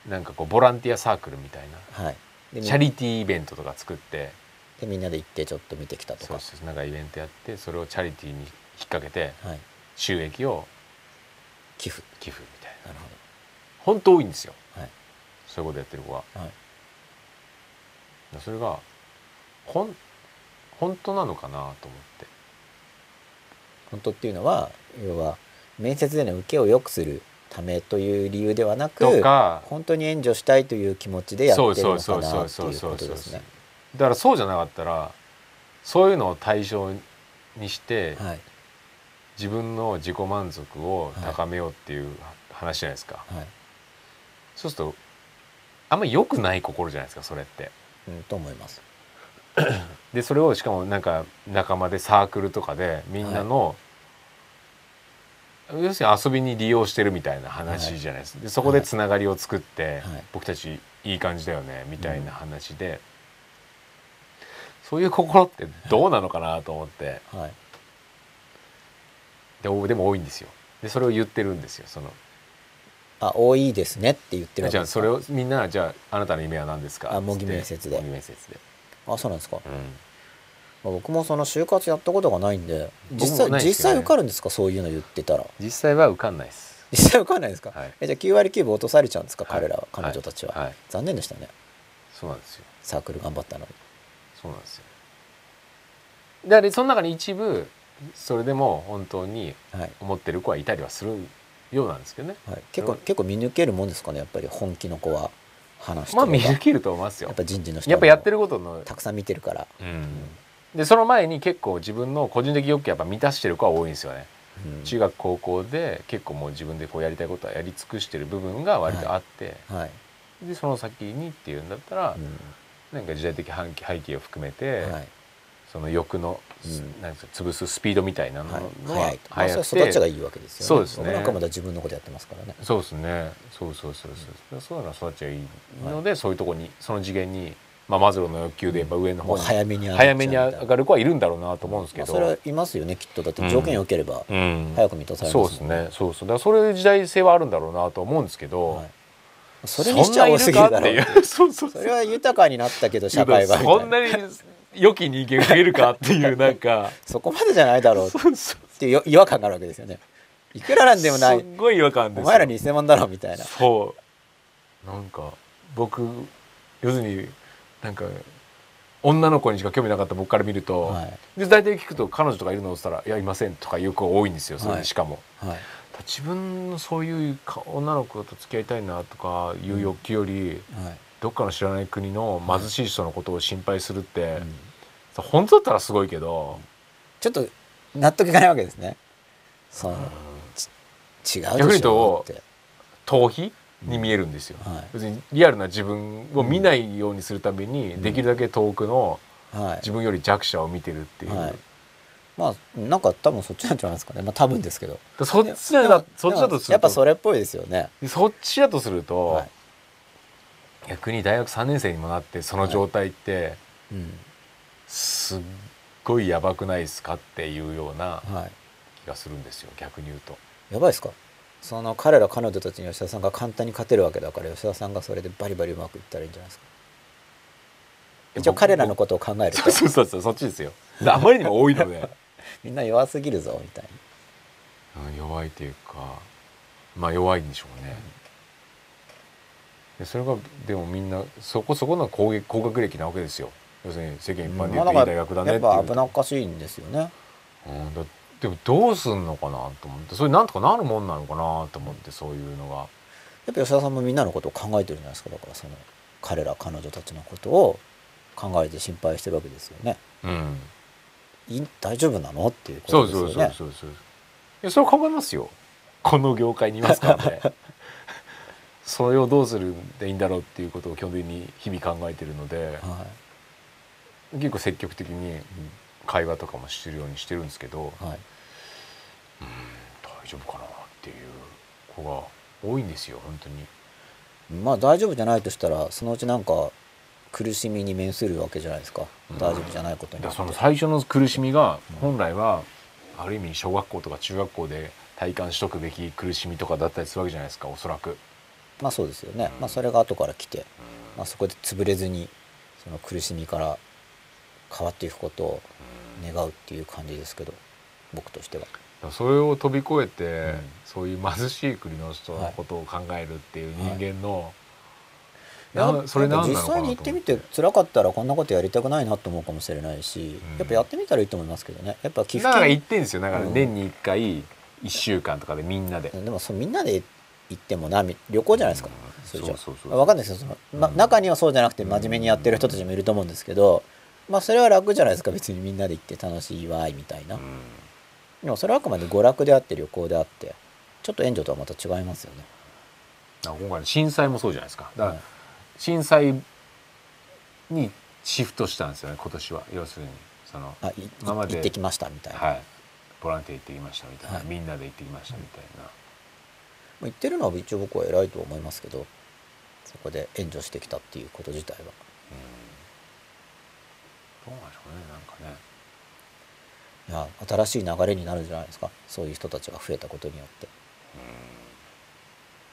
S2: なんかこうボランティアサークルみたい
S1: はいで
S2: な
S1: み
S2: チャリティーイベントとか作って
S1: でみんなで行ってちょっと見てきたと
S2: そう
S1: か
S2: そうなんかイベントやってそれをチャリティーに引っ掛けて
S1: はい
S2: 収益を
S1: 寄付
S2: 寄付みたいな
S1: なる
S2: 本当多いんですよ
S1: ほどはい
S2: そういうことやってる子は
S1: はい
S2: それがほん本当なのかなと思って
S1: 本当っていうのは要は面接での受けを良くするためという理由ではなく
S2: とか
S1: 本当に援助したいという気持ちでやって
S2: そう
S1: る
S2: そう
S1: の
S2: そ
S1: か
S2: う
S1: な
S2: そう
S1: っていう
S2: そ
S1: う
S2: そ
S1: こ
S2: う
S1: と
S2: そう
S1: ですね。
S2: だからそうじゃなかったらそういうのを対象にして
S1: はい
S2: 自分の自己満足を高めようっていう話じゃないですか、
S1: はい、
S2: そうするとあんま良くない心じゃないですかそれって
S1: うん、と思います。
S2: でそれをしかもなんか仲間でサークルとかでみんなの、要するに遊びに利用してるみたいな話じゃないですか、でそこでつながりを作って、
S1: はい
S2: 僕たちいい感じだよねみたいな話で、そういう心ってどうなのかなと思って
S1: はい
S2: でおでも多いんですよでそれを言ってるんですよその
S1: あ多いですねって言ってるわ
S2: じ
S1: け
S2: ゃ
S1: で
S2: あ
S1: す
S2: そ
S1: か
S2: れをみんなじゃああなたの夢は何ですか
S1: あ模擬
S2: つって
S1: 面接で
S2: 模擬面接で、
S1: あそうなんですか、まあ、
S2: うん
S1: 僕もその就活やったことがないんで実
S2: 僕も
S1: 際
S2: ないですよ
S1: 実
S2: ね
S1: 際受かるんですかそういうの言ってたら
S2: 実際は受かんないです
S1: 実際受かんないですか、
S2: はい
S1: えじゃあ9割9分落とされちゃうんですか、
S2: はい
S1: 彼らは彼女たちは、
S2: はいはい
S1: 残念でしたね
S2: そうなんですよ
S1: サークル頑張ったのに
S2: そうなんですよだからその中に一部それでも本当に
S1: はい、
S2: 思ってる子はいたりはするようなんですけどね
S1: はい、結構
S2: うん
S1: 結構見抜けるもんですかねやっぱり本気の子は話して
S2: まあ見
S1: や
S2: 抜けると思いますよ
S1: っぱ人事の人
S2: やっぱやって
S1: る
S2: ることの、
S1: たくさん見てるから、
S2: うんでその前に結構自分の個人的欲求やっぱ満たしてる子は多いんですよね
S1: うん
S2: 中学高校で結構もう自分でこうやりたいことはやり尽くしてる部分が割とあって、
S1: はい、
S2: でその先にっていうんだったら、なんか時代的背景背景を含めて、
S1: うんはい
S2: その欲の、
S1: うん
S2: なんですか潰すスピードみたいなの
S1: は
S2: が
S1: い、早い
S2: 流行って
S1: と、まあ、それは育ちがいいわけですよね
S2: そうですね
S1: 僕なんかまだ自分のことやってますからね
S2: そうですねそうそうそうそう、そういうのは育ちがいいので、そういうとこにその次元に、まあ、マズローの欲求でやっぱ上の
S1: もう
S2: 方に
S1: 早めに上がっちゃ
S2: 早
S1: う
S2: め
S1: み
S2: に
S1: たいな
S2: 上がる子はいるんだろうなと思うんですけ
S1: まあ
S2: ど、
S1: それはいますよねきっとだって条件良ければ
S2: うん
S1: 早く満たされます
S2: そうですねそうそうだからそれ時代性はあるんだろうなと思うんですけど、
S1: はい、それにしちゃ多すぎるだ
S2: そんな
S1: ろ
S2: いうる かっていうそうそう
S1: そ
S2: そ
S1: うれは豊かになったけど社会はみたいな
S2: そんなに良き人間がいるかっていうなんか
S1: そこまでじゃないだろうっ
S2: そうそう
S1: ていう違和感があるわけですよねいくらなんでもない
S2: すっごい違和感です
S1: お
S2: よ
S1: 前ら2000万だろみたいな
S2: そうなんか僕要するになんか女の子にしか興味なかった僕から見ると、
S1: はい
S2: で大体聞くと彼女とかいるのって言ったら「いやいません」とかいう子多いんですよそれ
S1: はい
S2: にしかも。
S1: はい
S2: 自分のそういうか女の子と付き合いたいなとかいう欲求より、
S1: はい
S2: どっかの知らない国の貧しい人のことを心配するって、
S1: うん
S2: さ本当だったらすごいけど、
S1: ちょっと納得いかないわけですねそのち違う
S2: 逆
S1: で
S2: に言う
S1: しょ
S2: と
S1: って
S2: 逃避に見えるんですよ、
S1: はい
S2: 別にリアルな自分を見ないようにするために、できるだけ遠くの
S1: はい
S2: 自分より弱者を見てるっていう、
S1: はいまあなんか多分そっちなんじゃないですかねまあ多分ですけど
S2: だそっちだ
S1: でも
S2: そっちだとすると
S1: やっぱそれっぽいですよね
S2: そっちだとすると、
S1: は
S2: 逆に大学3年生にもなってその状態って、
S1: い、うん
S2: すっごいやばくないですかっていうような
S1: はい、
S2: 気がするんですよ逆に言うと。
S1: やばいですかその彼ら彼女たちに吉田さんが簡単に勝てるわけだから吉田さんがそれでバリバリうまくいったらいいんじゃないですか一応彼らのことを考えると
S2: そうそうそうそうそっちですよ だあまりにも多いので
S1: みんな弱すぎるぞみたい
S2: うん弱いというかまあ弱いんでしょうね。でそれがでもみんなそこそこの高げ高学歴なわけですよ要するに世間一
S1: な、
S2: 般
S1: まあなん
S2: で言うといい
S1: か
S2: 大学だね
S1: や
S2: っ
S1: って
S2: いうと
S1: ぱ危なっかしいんですよね
S2: うん、だでもどうすんのかなと思ってそれなんとかなるもんなのかなと思ってそういうのが
S1: やっぱ吉田さんもみんなのことを考えてるじゃないですかだからその彼ら彼女たちのことを考えて心配してるわけですよね
S2: うん
S1: いい大丈夫なのっていうこ
S2: そ
S1: と
S2: う
S1: で
S2: そう
S1: す
S2: そ
S1: よ
S2: う
S1: ね
S2: そうそういやそれ考えますよこの業界にいますから ねそれをどうするんでいいんだろうっていうことを基本的に日々考えてるので
S1: は
S2: 結構積極的に会話とかもしてるようにしてるんですけど
S1: い、はい、
S2: 大丈夫かなっていう子が多いんですよ本当に
S1: まあ大丈夫じゃないとしたらそのうちなんか苦しみに面するわけじゃないですか
S2: うん
S1: 大丈夫じゃないことに
S2: だか
S1: よ
S2: ら
S1: って
S2: その最初の苦しみが本来はある意味小学校とか中学校で体感しとくべき苦しみとかだったりするわけじゃないですかおそらく
S1: まあそうですよね、
S2: うん
S1: まあ、それが後から来て、まあ、そこで潰れずにその苦しみから変わっていくことを願うっていう感じですけど僕としては。
S2: それを飛び越えて、
S1: うん
S2: そういう貧しい国の人のことを考えるっていう人間の、
S1: や
S2: なそれ何なの
S1: 実
S2: かな
S1: 際
S2: と
S1: に
S2: 思
S1: 行ってみて辛かったらこんなことやりたくないなと思うかもしれないし、
S2: うん
S1: やっぱやってみたらいいと思いますけどねやっぱ寄付
S2: だから
S1: 金
S2: 行ってんですよだから
S1: うん
S2: 年に1回1週間とかでみんなで、
S1: でもそうみんなで行ってもなみ旅行じゃないですか、
S2: うん
S1: それじゃ
S2: そうそうそう
S1: 分かんないですよその、ま
S2: うん
S1: 中にはそうじゃなくて真面目にやってる人たちもいると思うんですけど、まあ、それは楽じゃないですか別にみんなで行って楽しいわいみたいな、
S2: うん
S1: でもそれはあくまで娯楽であって旅行であってちょっと援助とはまた違いますよね
S2: だから今回の震災もそうじゃないですかだか
S1: は
S2: ら
S1: い
S2: 震災にシフトしたんですよね今年は要するにその、
S1: あい
S2: 今まで
S1: 行ってきましたみたいな、も
S2: はい、ボランティア行ってきましたみたいな、
S1: はい
S2: みんなで行ってきましたみたいな、
S1: う行ってるのは一応僕は偉いと思いますけどそこで援助してきたっていうこと自体は
S2: どうなんでしょうねなんかね
S1: いや新しい流れになるんじゃないですかそういう人たちが増えたことによって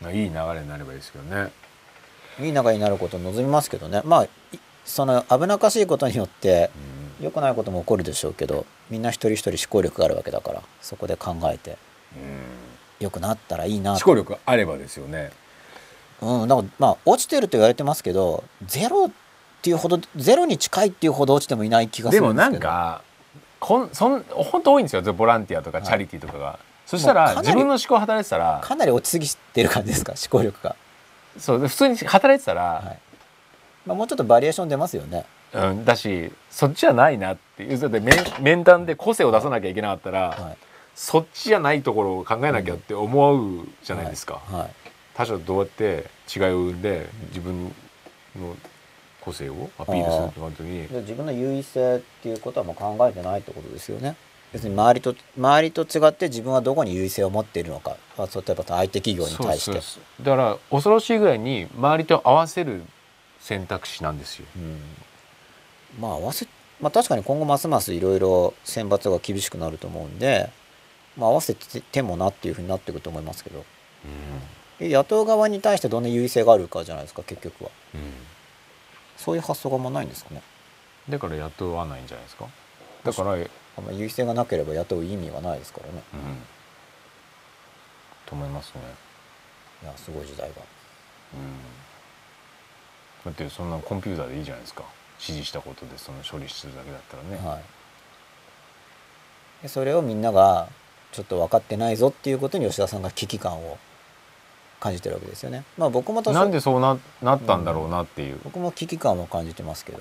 S2: まあいい流れになればいいですけどね
S1: いい流れになることを望みますけどねまあいその危なっかしいことによって
S2: う
S1: 良くないことも起こるでしょうけどみんな一人一人思考力があるわけだからそこで考えて良くなったらいいな
S2: 思
S1: と
S2: 考力があればですよね
S1: うん、なんかまあ落ちてると言われてますけどゼロっていうほどゼロに近いっていうほど落ちてもいない気がす
S2: で
S1: る
S2: も
S1: んです
S2: な
S1: けど
S2: んかこんそん本当多いんですよボランティアとか
S1: い
S2: チャリティーとかが、そした
S1: もう
S2: ら
S1: かなり
S2: 自分の思考働いてたら
S1: かなり落ちすぎてる感じですか思考力が、
S2: そう普通に働いてた
S1: は
S2: ら、
S1: いまあ、もうちょっとバリエーション出ますよね
S2: うん、だしそっちじゃないなっていうだって面面談で個性を出さなきゃいけなかったら、
S1: はい
S2: そっちじゃないところを考えなきゃって思うじゃないですか、
S1: はいはい
S2: 他者とどうやって違いを生んで自分の個性をアピールするってなった時に
S1: じゃあ自分の優位性っていうことはもう考えてないってことですよね別に周りと周りと違って自分はどこに優位性を持っているのか、まあ、そう例えば相手企業に
S2: そう
S1: 対して
S2: そうそうだから恐ろしいぐらいに周りと合わせる選択肢なんですよ。
S1: うんまあ合わせ、まあ、確かに今後ますますいろいろ選抜が厳しくなると思うんで、まあ、合わせててもなっていうふうになっていくと思いますけどで野党側に対してどんな優位性があるかじゃないですか結局はそういう発想があんまないんですかね
S2: だから雇わないんじゃないですか。だから、うん、
S1: あんま優位性がなければ雇う意味がないですからね
S2: と思いますね。
S1: いやすごい時代が
S2: だってそんなコンピューターでいいじゃないですか。指示したことでその処理するだけだったらね。
S1: はい、でそれをみんながちょっと分かってないぞっていうことに吉田さんが危機感を感じてるわけですよね。まあ僕も多少
S2: なんでそうななったんだろうなっていう。
S1: 僕も危機感を感じてますけど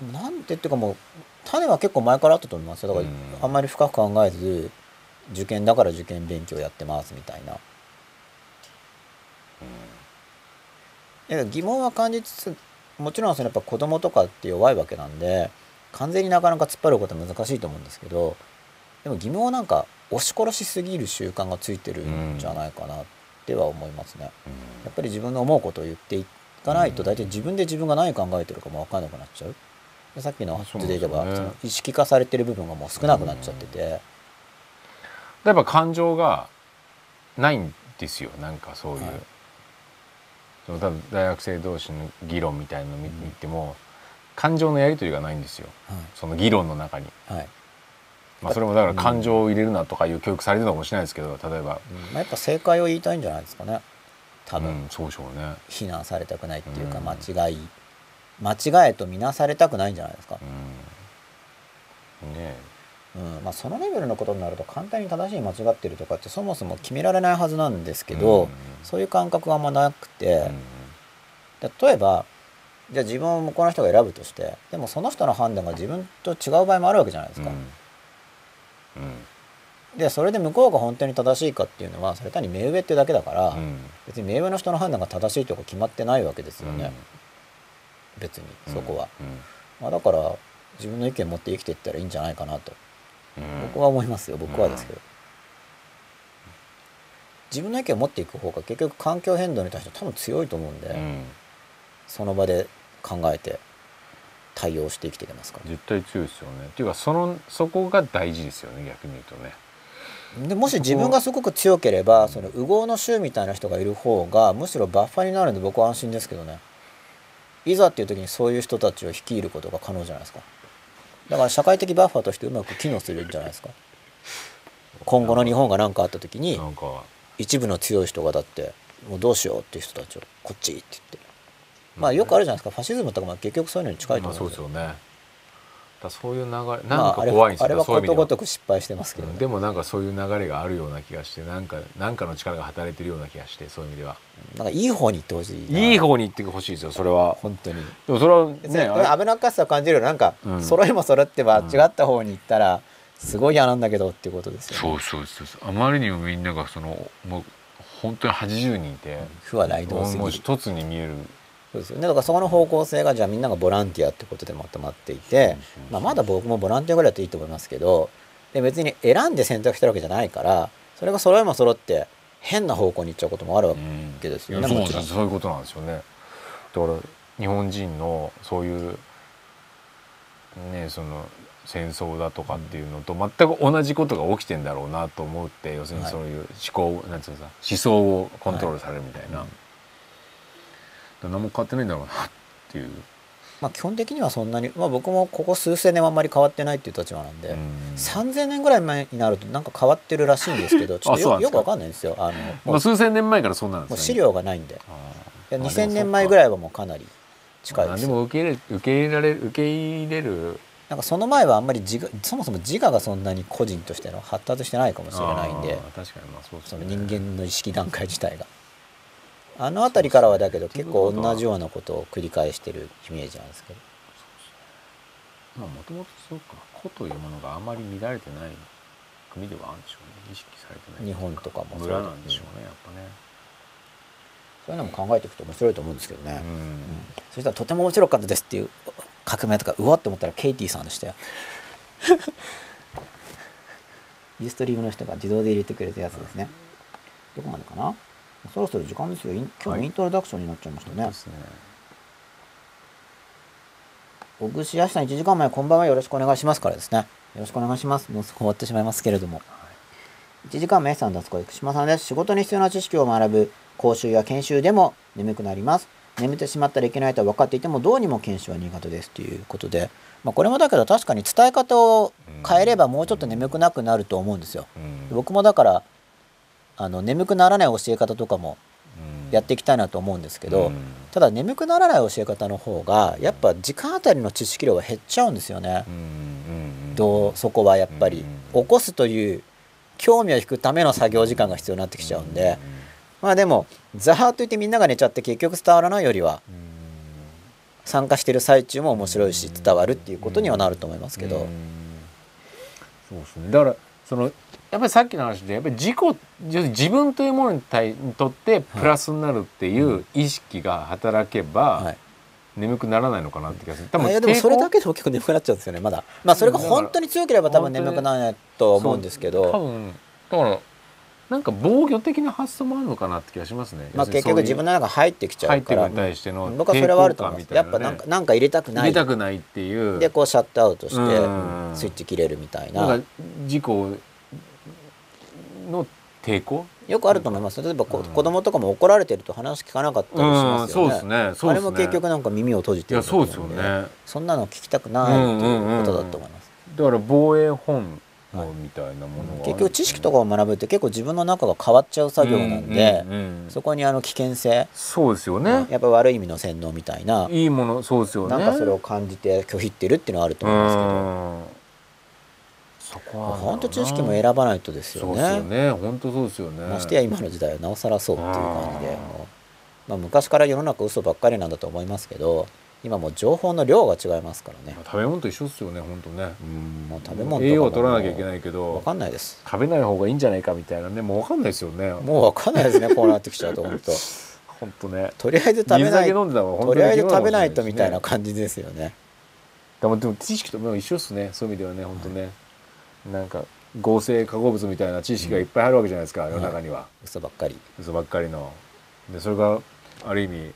S2: うん
S1: でもなんでっていうかもう種は結構前からあったと思いますよだから
S2: うん
S1: あんまり深く考えず受験だから受験勉強やってますみたいな。いや疑問は感じつつもちろんそのやっぱ子供とかって弱いわけなんで完全になかなか突っ張ることは難しいと思うんですけどでも疑問をなんか押し殺しすぎる習慣がついてるんじゃないかなっては思いますね。やっぱり自分の思うことを言っていかないと
S2: うん
S1: 大体自分で自分が何考えてるかも分からなくなっちゃう。でさっきの
S2: あそう
S1: 図
S2: なん
S1: で
S2: で
S1: 言え
S2: すよね
S1: ば、その意識化されてる部分がもう少なくなっちゃってて、
S2: やっぱ感情がないんですよなんかそういう、
S1: はい
S2: その多分大学生同士の議論みたいなの見
S1: うん
S2: 見ても、感情のやり取りがないんですよその議論の中に、
S1: はいはい
S2: まあ、それもだから感情を入れるなとかいう教育されてるのかもしれないですけど例
S1: う
S2: えば、
S1: んまあ、やっぱ正解を言いたいんじゃないですかね多
S2: う
S1: 分、
S2: ん、そうでしょうね、
S1: 非難されたくないっていうか
S2: うん
S1: 間違い、間違えと見なされたくないんじゃないですか、
S2: うん、ねえ
S1: うんまあ、そのレベルのことになると簡単に正しい間違ってるとかってそもそも決められないはずなんですけど、
S2: うん
S1: そういう感覚があんまなくて、
S2: うん
S1: 例えばじゃあ自分をこの人が選ぶとしてでもその人の判断が自分と違う場合もあるわけじゃないですか、
S2: うん
S1: でそれで向こうが本当に正しいかっていうのはそれ単に目上ってだけだから、
S2: うんうん
S1: 別に目上の人の判断が正しいとか決まってないわけですよね、別に
S2: うん
S1: そこは、
S2: う
S1: まあ、だから自分の意見持って生きていったらいいんじゃないかなと
S2: んうん
S1: 僕は思いますよ僕はですけど、自分の意見を持っていく方が結局環境変動に対して多分強いと思うんで、
S2: うん
S1: その場で考えて対応して生きていけますから、
S2: 絶対強いですよねっていうかそのそこが大事ですよね逆に言うとね
S1: でもし自分がすごく強ければその右往の衆みたいな人がいる方がむしろバッファになるんで僕は安心ですけどねいざっていう時にそういう人たちを率いることが可能じゃないですかだから社会的バッファとしてうまく機能するんじゃないですか今後の日本が何かあった時に
S2: なんか
S1: 一部の強い人がだってもうどうしようっていう人たちをこっちって言ってまあよくあるじゃないですかファシズムとかも結局そういうのに近いと
S2: まあ
S1: 思
S2: そううんで
S1: ですすよ
S2: よねだからそういう流れなん
S1: ま
S2: か
S1: ああれ
S2: 怖いんです
S1: あ
S2: よ
S1: れ
S2: ね、
S1: は
S2: そうい
S1: こと
S2: う意味では
S1: ごとく失敗してますけど、ね
S2: でもなんかそういう流れがあるような気がしてなんかなんかの力が働いてるような気がしてそういう意味では
S1: なんかいい方に行ってほしいない
S2: い方に行ってほしいですよそれは
S1: 本当に
S2: でもそれは
S1: 別
S2: ね
S1: にこれ危なっかしさを感じるよりなんか
S2: うん
S1: 揃いも揃ってば
S2: うん
S1: 違った方に行ったらすごい嫌なんだけどっていうことですよ、ね
S2: そうそうそうそうあまりにもみんながそのもう本当に80人いて、
S1: 不は大道すぎ
S2: もう
S1: る
S2: 一つに見える
S1: そうですよねだからそこの方向性がじゃあみんながボランティアってことでまとまっていて
S2: そうそうそう、
S1: まあ、まだ僕もボランティアぐらいだといいと思いますけどで別に選んで選択してるわけじゃないからそれが揃いも揃って変な方向に行っちゃうこともあるわけですよね、
S2: うんそう
S1: もち
S2: です
S1: ろん
S2: そういうことなんですよねだから日本人のそういうねその戦争だとかっていうのと全く同じことが起きてんだろうなと思って要するに
S1: はい
S2: そういう思考、なんつうのさ思想をコントロールされるみたいな、
S1: はい
S2: だから何も変わってないんだろうなっていう、
S1: まあ、基本的にはそんなに、まあ、僕もここ数千年はあんまり変わってないっていう立場なんで、
S2: うん
S1: 3,000年ぐらい前になるとなんか変わってるらしいんですけ どちょっと
S2: そうな
S1: よ
S2: んです
S1: よ
S2: か
S1: くわかんないんですよあの
S2: ま
S1: もう
S2: あ、数千年前からそうなんです
S1: も
S2: よ
S1: う
S2: ね
S1: 資料がないんでい
S2: あー
S1: や
S2: まあ
S1: 2,000年前ぐらいはもうかなり近い
S2: まあ
S1: で
S2: ですも受け入れ受け入れられ受け入れる
S1: なんかその前はあんまり自我そもそも自我がそんなに個人としての発達してないかもしれないんで
S2: あー確かにまあそうです
S1: そ
S2: ね
S1: の人間の意識段階自体が。あの辺りからはだけど
S2: そうそう
S1: 結構同じようなことを繰り返してるイメージなんですけど
S2: まあもともとそうか個というものがあまり見られてない国ではあるんでしょうね意識されてな
S1: 日
S2: い
S1: 本とかもそう
S2: 村なんでしょうねやっ
S1: そういうのも考えていくと面白いと思うんですけどね。
S2: ぱね
S1: そしたらとても面白かったですっていう革命とかうわって思ったらケイティさんで したよユーストリームの人が自動で入れてくれたやつですねどこまでかなそろそろ時間ですよイン今日
S2: は
S1: も
S2: い
S1: イントロダクションになっちゃいましたね、
S2: そうですね
S1: 小串屋さん1時間前こんばんはよろしくお願いしますからですねよろしくお願いしますもうすぐ終わってしまいますけれども、1時間目さんだすこ生島さんです仕事に必要な知識を学ぶ講習や研修でも眠くなります眠ってしまったらいけないと分かっていてもどうにも研修は苦手ですということで、まあ、これもだけど確かに伝え方を変えればもうちょっと眠くなくなると思うんですよ
S2: うん
S1: 僕もだからあの眠くならない教え方とかも
S2: うん
S1: やっていきたいなと思うんですけど、
S2: うん
S1: ただ眠くならない教え方の方がやっぱ時間あたりの知識量が減っちゃうんですよね
S2: うん、うんうん
S1: どうそこはやっぱり
S2: うん
S1: 起こすという興味を引くための作業時間が必要になってきちゃうんでまあでもザーッと言ってみんなが寝ちゃって結局伝わらないよりは
S2: うんうん
S1: 参加してる最中も面白いし伝わるっていうことにはなると思いますけ
S2: う
S1: ど
S2: んそうですねだからそのやっぱりさっきの話でやっぱり自己要するに自分というものに対にとってプラスになるっていう意識が働けば、
S1: はい
S2: 眠くならないのかなって気がする。多
S1: あいやでもそれだ
S2: け
S1: けでも結構眠くなっちゃうんですよねまだまあそれが本当に強ければ多分眠くならないとは思うんですけ
S2: 多
S1: ど
S2: 分だからなんか防御的な発想もあるのかなって気がしますね。
S1: まあ結局自分
S2: の
S1: の中に入ってきちゃ
S2: 入
S1: う
S2: って
S1: か
S2: るの
S1: ら
S2: に対しての
S1: 僕はそれはあると思いますやっぱ
S2: な
S1: なんん
S2: か
S1: かなんか入れたくな
S2: 入れ
S1: い
S2: たくないっていう
S1: でこうシャットアウトして
S2: うん
S1: スイッチ切れるみたいな
S2: なんか自己の抵抗。
S1: よくあると思いますよ例えばこ、
S2: うん
S1: 子供とかも怒られてると話聞かなかったりし
S2: う
S1: ま
S2: ん
S1: すよね,、
S2: そうですね。そう
S1: あ
S2: で
S1: れ
S2: すね。
S1: も結局なんか耳を閉じ
S2: い
S1: てる
S2: や
S1: だと思
S2: そ
S1: うん
S2: う
S1: で
S2: ですよね。
S1: そんなの聞きたくないっていうことだと思います、
S2: だから防衛本能みたいなものがあるんですよね、
S1: 結局知識とかを学ぶって結構自分の中が変わっちゃう作業なんで、
S2: うんうんうん
S1: そこにあの危険性、
S2: そうですよね。
S1: やっぱ悪い意味の洗脳みたいな、
S2: いいものそうですよね。
S1: なんかそれを感じて拒否ってるっていうのはあると思いますけど
S2: すけど。そこは
S1: 本当知識も選ばないとですよ
S2: そう
S1: ね
S2: ですよね。本当そうですよね。
S1: ましてや今の時代はなおさらそうっていう感じ
S2: う
S1: で
S2: ん
S1: まあ、昔から世の中嘘ばっかりなんだと思いますけど今もう情報の量が違いますからね
S2: まあ食べ物と一緒ですよね。本当ね。
S1: うんもう食べ物とかも
S2: 栄養を取らなきゃいけないけ
S1: わ
S2: ど、
S1: かんないです
S2: 食べない方がいいんじゃないかみたいなね。もうわかんないですよね。
S1: もうわかんないですねこうなってきちゃうと本当
S2: 本当ね。
S1: とりあえず食べ
S2: 水だ
S1: ない
S2: け飲
S1: と
S2: んでた方が本当
S1: りあえず
S2: に
S1: 食べないとみたいな
S2: で
S1: 感じですよね
S2: もでも知識ともう一緒ですね。そういう意味ではね。本当ね。なんか合成化合物みたいな知識がいっぱいあるわけじゃないですか。世の中には。
S1: 嘘ばっかり
S2: 嘘ばっかりのでそれがある意味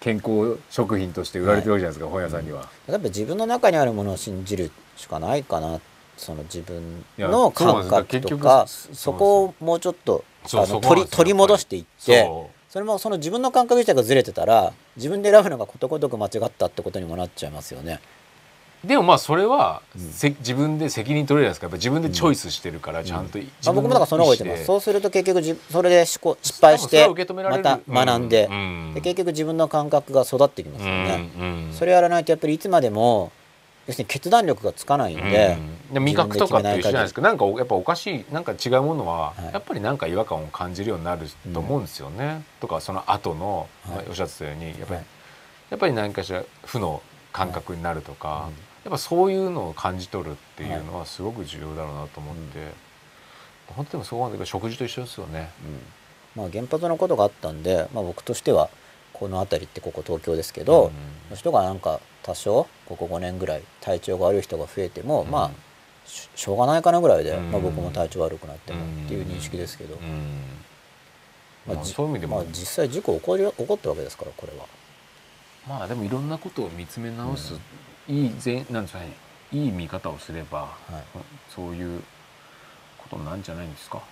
S2: 健康食品として売られてるわけじゃないですか、本屋さんには、
S1: やっぱ自分の中にあるものを信じるしかないかなその自分
S2: いや
S1: の感
S2: そうなんで
S1: 覚
S2: すよ
S1: とか
S2: 結
S1: そ
S2: 局
S1: こをもうちょっと
S2: そう
S1: あ
S2: そ
S1: の
S2: こな
S1: 取
S2: んです
S1: り
S2: よ
S1: 取り戻していって
S2: そ
S1: それもその自分の感覚自体がずれてたら自分で選ぶのがことごとく間違ったってことにもなっちゃいますよね。
S2: うでもまあそれは、
S1: うん
S2: せ自分で責任取れるじゃないですかやっぱ自分でチョイスしてるからちゃんと、自
S1: あ、
S2: 分
S1: 僕
S2: の
S1: もだからその方が言ってます。
S2: 意思
S1: そうすると結局じそれで思考失敗して
S2: でもそれは受け止められ
S1: ま
S2: る
S1: た学んで,、
S2: うんうん
S1: で結局自分の感覚が育ってきますよね。
S2: うんうん
S1: それやらないとやっぱりいつまでも要するに決断力がつかないんで、
S2: うん、で味覚とかって一緒じゃないです
S1: か。
S2: かなんかやっぱおかしいなんか違うものは、
S1: はい
S2: やっぱりなんか違和感を感じるようになると思うんですよね、とかその後の、
S1: はい
S2: まあおっしゃってたようにやっぱり、
S1: はい
S2: やっぱり何かしら負の感覚になるとか、
S1: はいうん
S2: やっぱそういうのを感じ取るっていうのはすごく重要だろうなと思って、本当でもそこまで食事と一緒ですよね。
S1: うんまあ原発のことがあったんで、まあ僕としてはこの辺りってここ東京ですけど、その人がなんか多少ここ5年ぐらい体調が悪い人が増えても、
S2: うん
S1: まあししょうがないかなぐらいで、
S2: うん
S1: まあ僕も体調悪くなっても
S2: うん
S1: っていう認識ですけど
S2: う、ん
S1: まあ
S2: まあ
S1: じ
S2: そういう意味で
S1: ま
S2: も、
S1: あ実際事故起こり起こったわけですからこれは。
S2: まあでもいろんなことを見つめ直す、いい前なんですかねいい見方をすれば、
S1: はい
S2: そういうことなんじゃないんですか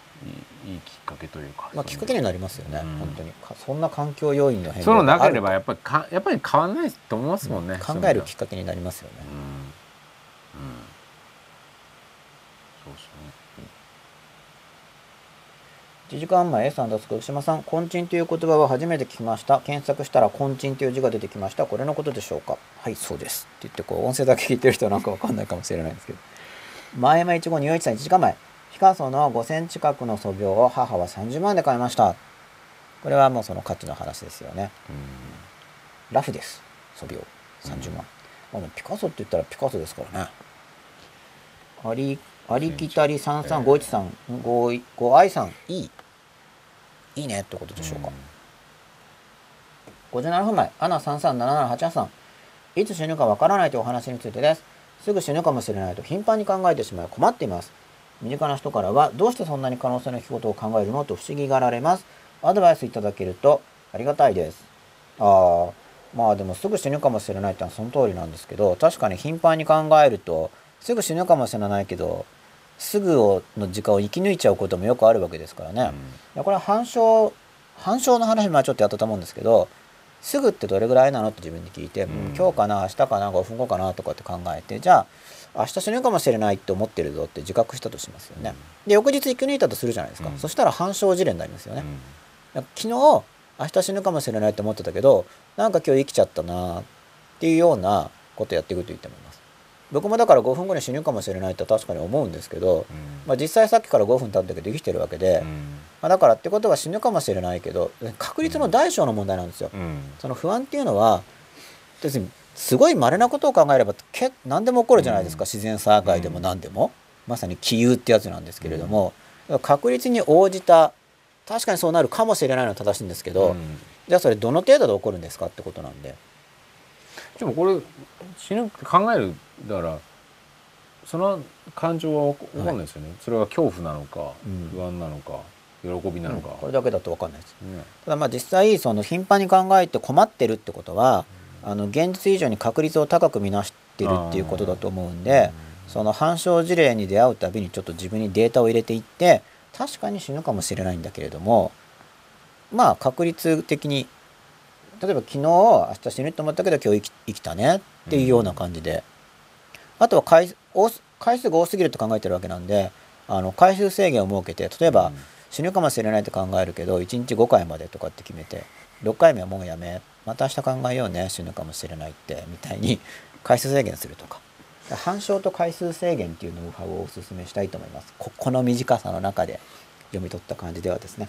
S2: いいいいきっかけというか、
S1: まあきっかけになりますよね、
S2: うん
S1: 本当にかそんな環境要因の変
S2: その
S1: があ
S2: 中
S1: る
S2: ではやっぱりかやっぱり変わんないと思いますもんね、
S1: 考えるきっ
S2: か
S1: かけになりますよね
S2: けうん、うん、そうですね
S1: 1時間前 A さんですが牛島さん「根鎮」という言葉は初めて聞きました検索したら「根鎮」という字が出てきましたこれのことでしょうかはいそうですって言ってこう音声だけ聞いてる人はなんかわかんないかもしれないんですけど前山一号入一さん1時間前ピカソの5センチ角の素描を母は30万円で買いましたこれはもうその価値の話ですよねラフです素描30万、まあでもピカソって言ったらピカソですからねありありきたり3351さん5愛さんいいいいねってことでしょうか、57分前アナ337788さんいつ死ぬかわからないというお話についてですすぐ死ぬかもしれないと頻繁に考えてしまい困っています身近な人からはどうしてそんなに可能性の低いことを考えるのと不思議がられますアドバイスいただけるとありがたいですああまあでもすぐ死ぬかもしれないってのはその通りなんですけど確かに頻繁に考えるとすぐ死ぬかもしれないけどすぐをの時間を生き抜いちゃうこともよくあるわけですからね、いやこれは反証反証の話もちょっとやったと思うんですけどすぐってどれぐらいなのって自分で聞いて、
S2: ん
S1: うん今日かな明日かな5分後かなとかって考えてじゃあ明日死ぬかもしれないって思ってるぞって自覚したとしますよね。で翌日生き抜いたとするじゃないですか、
S2: うん
S1: そしたら反証事例になりますよね。
S2: うん
S1: だから昨日明日死ぬかもしれないって思ってたけどなんか今日生きちゃったなっていうようなことやっていくといいと思います。僕もだから5分後に死ぬかもしれないって確かに思うんですけど、まあ、実際さっきから5分経ったけど生きてるわけで。
S2: うんうん
S1: まあ、だからってことは死ぬかもしれないけど確率の大小の問題なんですよ。
S2: うん
S1: その不安っていうのは別にすごい稀なことを考えればけ何でも起こるじゃないですか、
S2: うん
S1: 自然災害でも何でも、まさに杞憂ってやつなんですけれども、確率に応じた確かにそうなるかもしれないのは正しいんですけど、
S2: うん
S1: じゃあそれどの程度で起こるんですかってことなんで、
S2: でもこれ死ぬって考えるだからその感情はわかわかんないですよね、それは恐怖なのか、
S1: うん
S2: 不安なのか喜びなのか、
S1: これだけだと分かんないです。
S2: ね
S1: ただまあ実際その頻繁に考えて困ってるってことはあの現実以上に確率を高く見なしてるっていうことだと思うんでその反証事例に出会うたびにちょっと自分にデータを入れていって確かに死ぬかもしれないんだけれどもまあ確率的に例えば昨日明日死ぬと思ったけど今日生き生きたねっていうような感じであとは回多す回数が多すぎると考えてるわけなんであの回数制限を設けて例えば、死ぬかもしれないと考えるけど1日5回までとかって決めて6回目はもうやめまた明日考えようね死ぬかもしれないってみたいに 回数制限するとか反証と回数制限っていうノウハウをお勧めしたいと思いますここの短さの中で読み取った感じではですね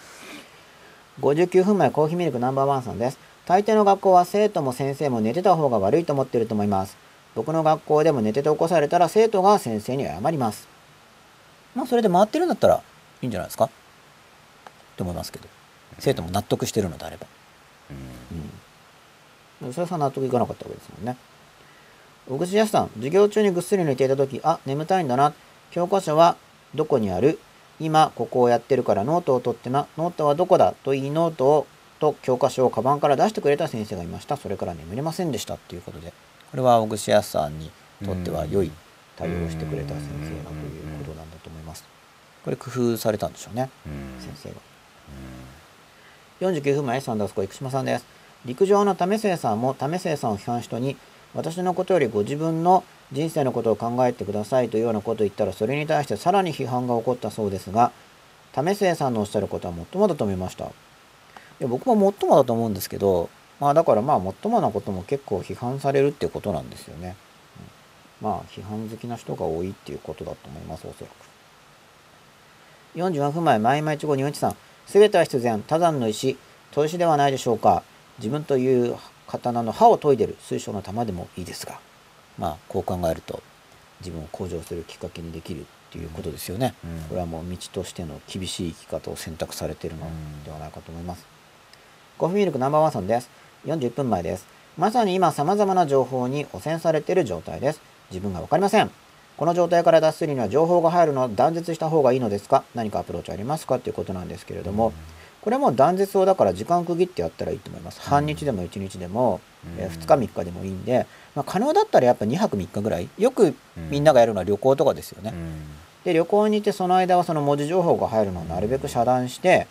S1: 59分前コーヒーミルクナンバーワンさんです大抵の学校は生徒も先生も寝てた方が悪いと思ってると思います僕の学校でも寝てて起こされたら生徒が先生に謝りますまあそれで回ってるんだったらいいんじゃないですかと思いますけど生徒も納得してるのであればうん吉田さん納得いかなかったわけですもんね小口康さん授業中にぐっすり寝ていた時あ眠たいんだな教科書はどこにある今ここをやってるからノートを取ってなノートはどこだと言いノートをと教科書をカバンから出してくれた先生がいましたそれから眠れませんでしたっていうことでこれは小口康さんにとっては良い対応してくれた先生だということなんだと思いますこれ工夫されたんでしょうね先生が49分前 S アンダースコア生島さんです陸上の為末さんも為末さんを批判人に私のことよりご自分の人生のことを考えてくださいというようなことを言ったらそれに対してさらに批判が起こったそうですが為末さんのおっしゃることはもっともだと思いましたいや僕ももっともだと思うんですけどまあだからまあもっともなことも結構批判されるっていうことなんですよね、うんまあ批判好きな人が多いっていうことだと思いますおそらく44分前毎毎一号にうちさんすべては必然多山の石砥石ではないでしょうか自分という刀の刃を研いでる水晶の玉でもいいですがまあこう考えると自分を向上するきっかけにできるっていうことですよね、
S2: うん
S1: これはもう道としての厳しい生き方を選択されているのではないかと思います、コーヒーミルクナンバーワンさんです41分前ですまさに今様々な情報に汚染されている状態です自分が分かりませんこの状態から脱するには情報が入るのは断絶した方がいいのですか何かアプローチありますかということなんですけれども、これはもう断絶をだから時間区切ってやったらいいと思います半日でも1日でも、え2日3日でもいいんで、まあ、可能だったらやっぱ2泊3日ぐらいよくみんながやるのは旅行とかですよね、で旅行に行ってその間はその文字情報が入るのをなるべく遮断して、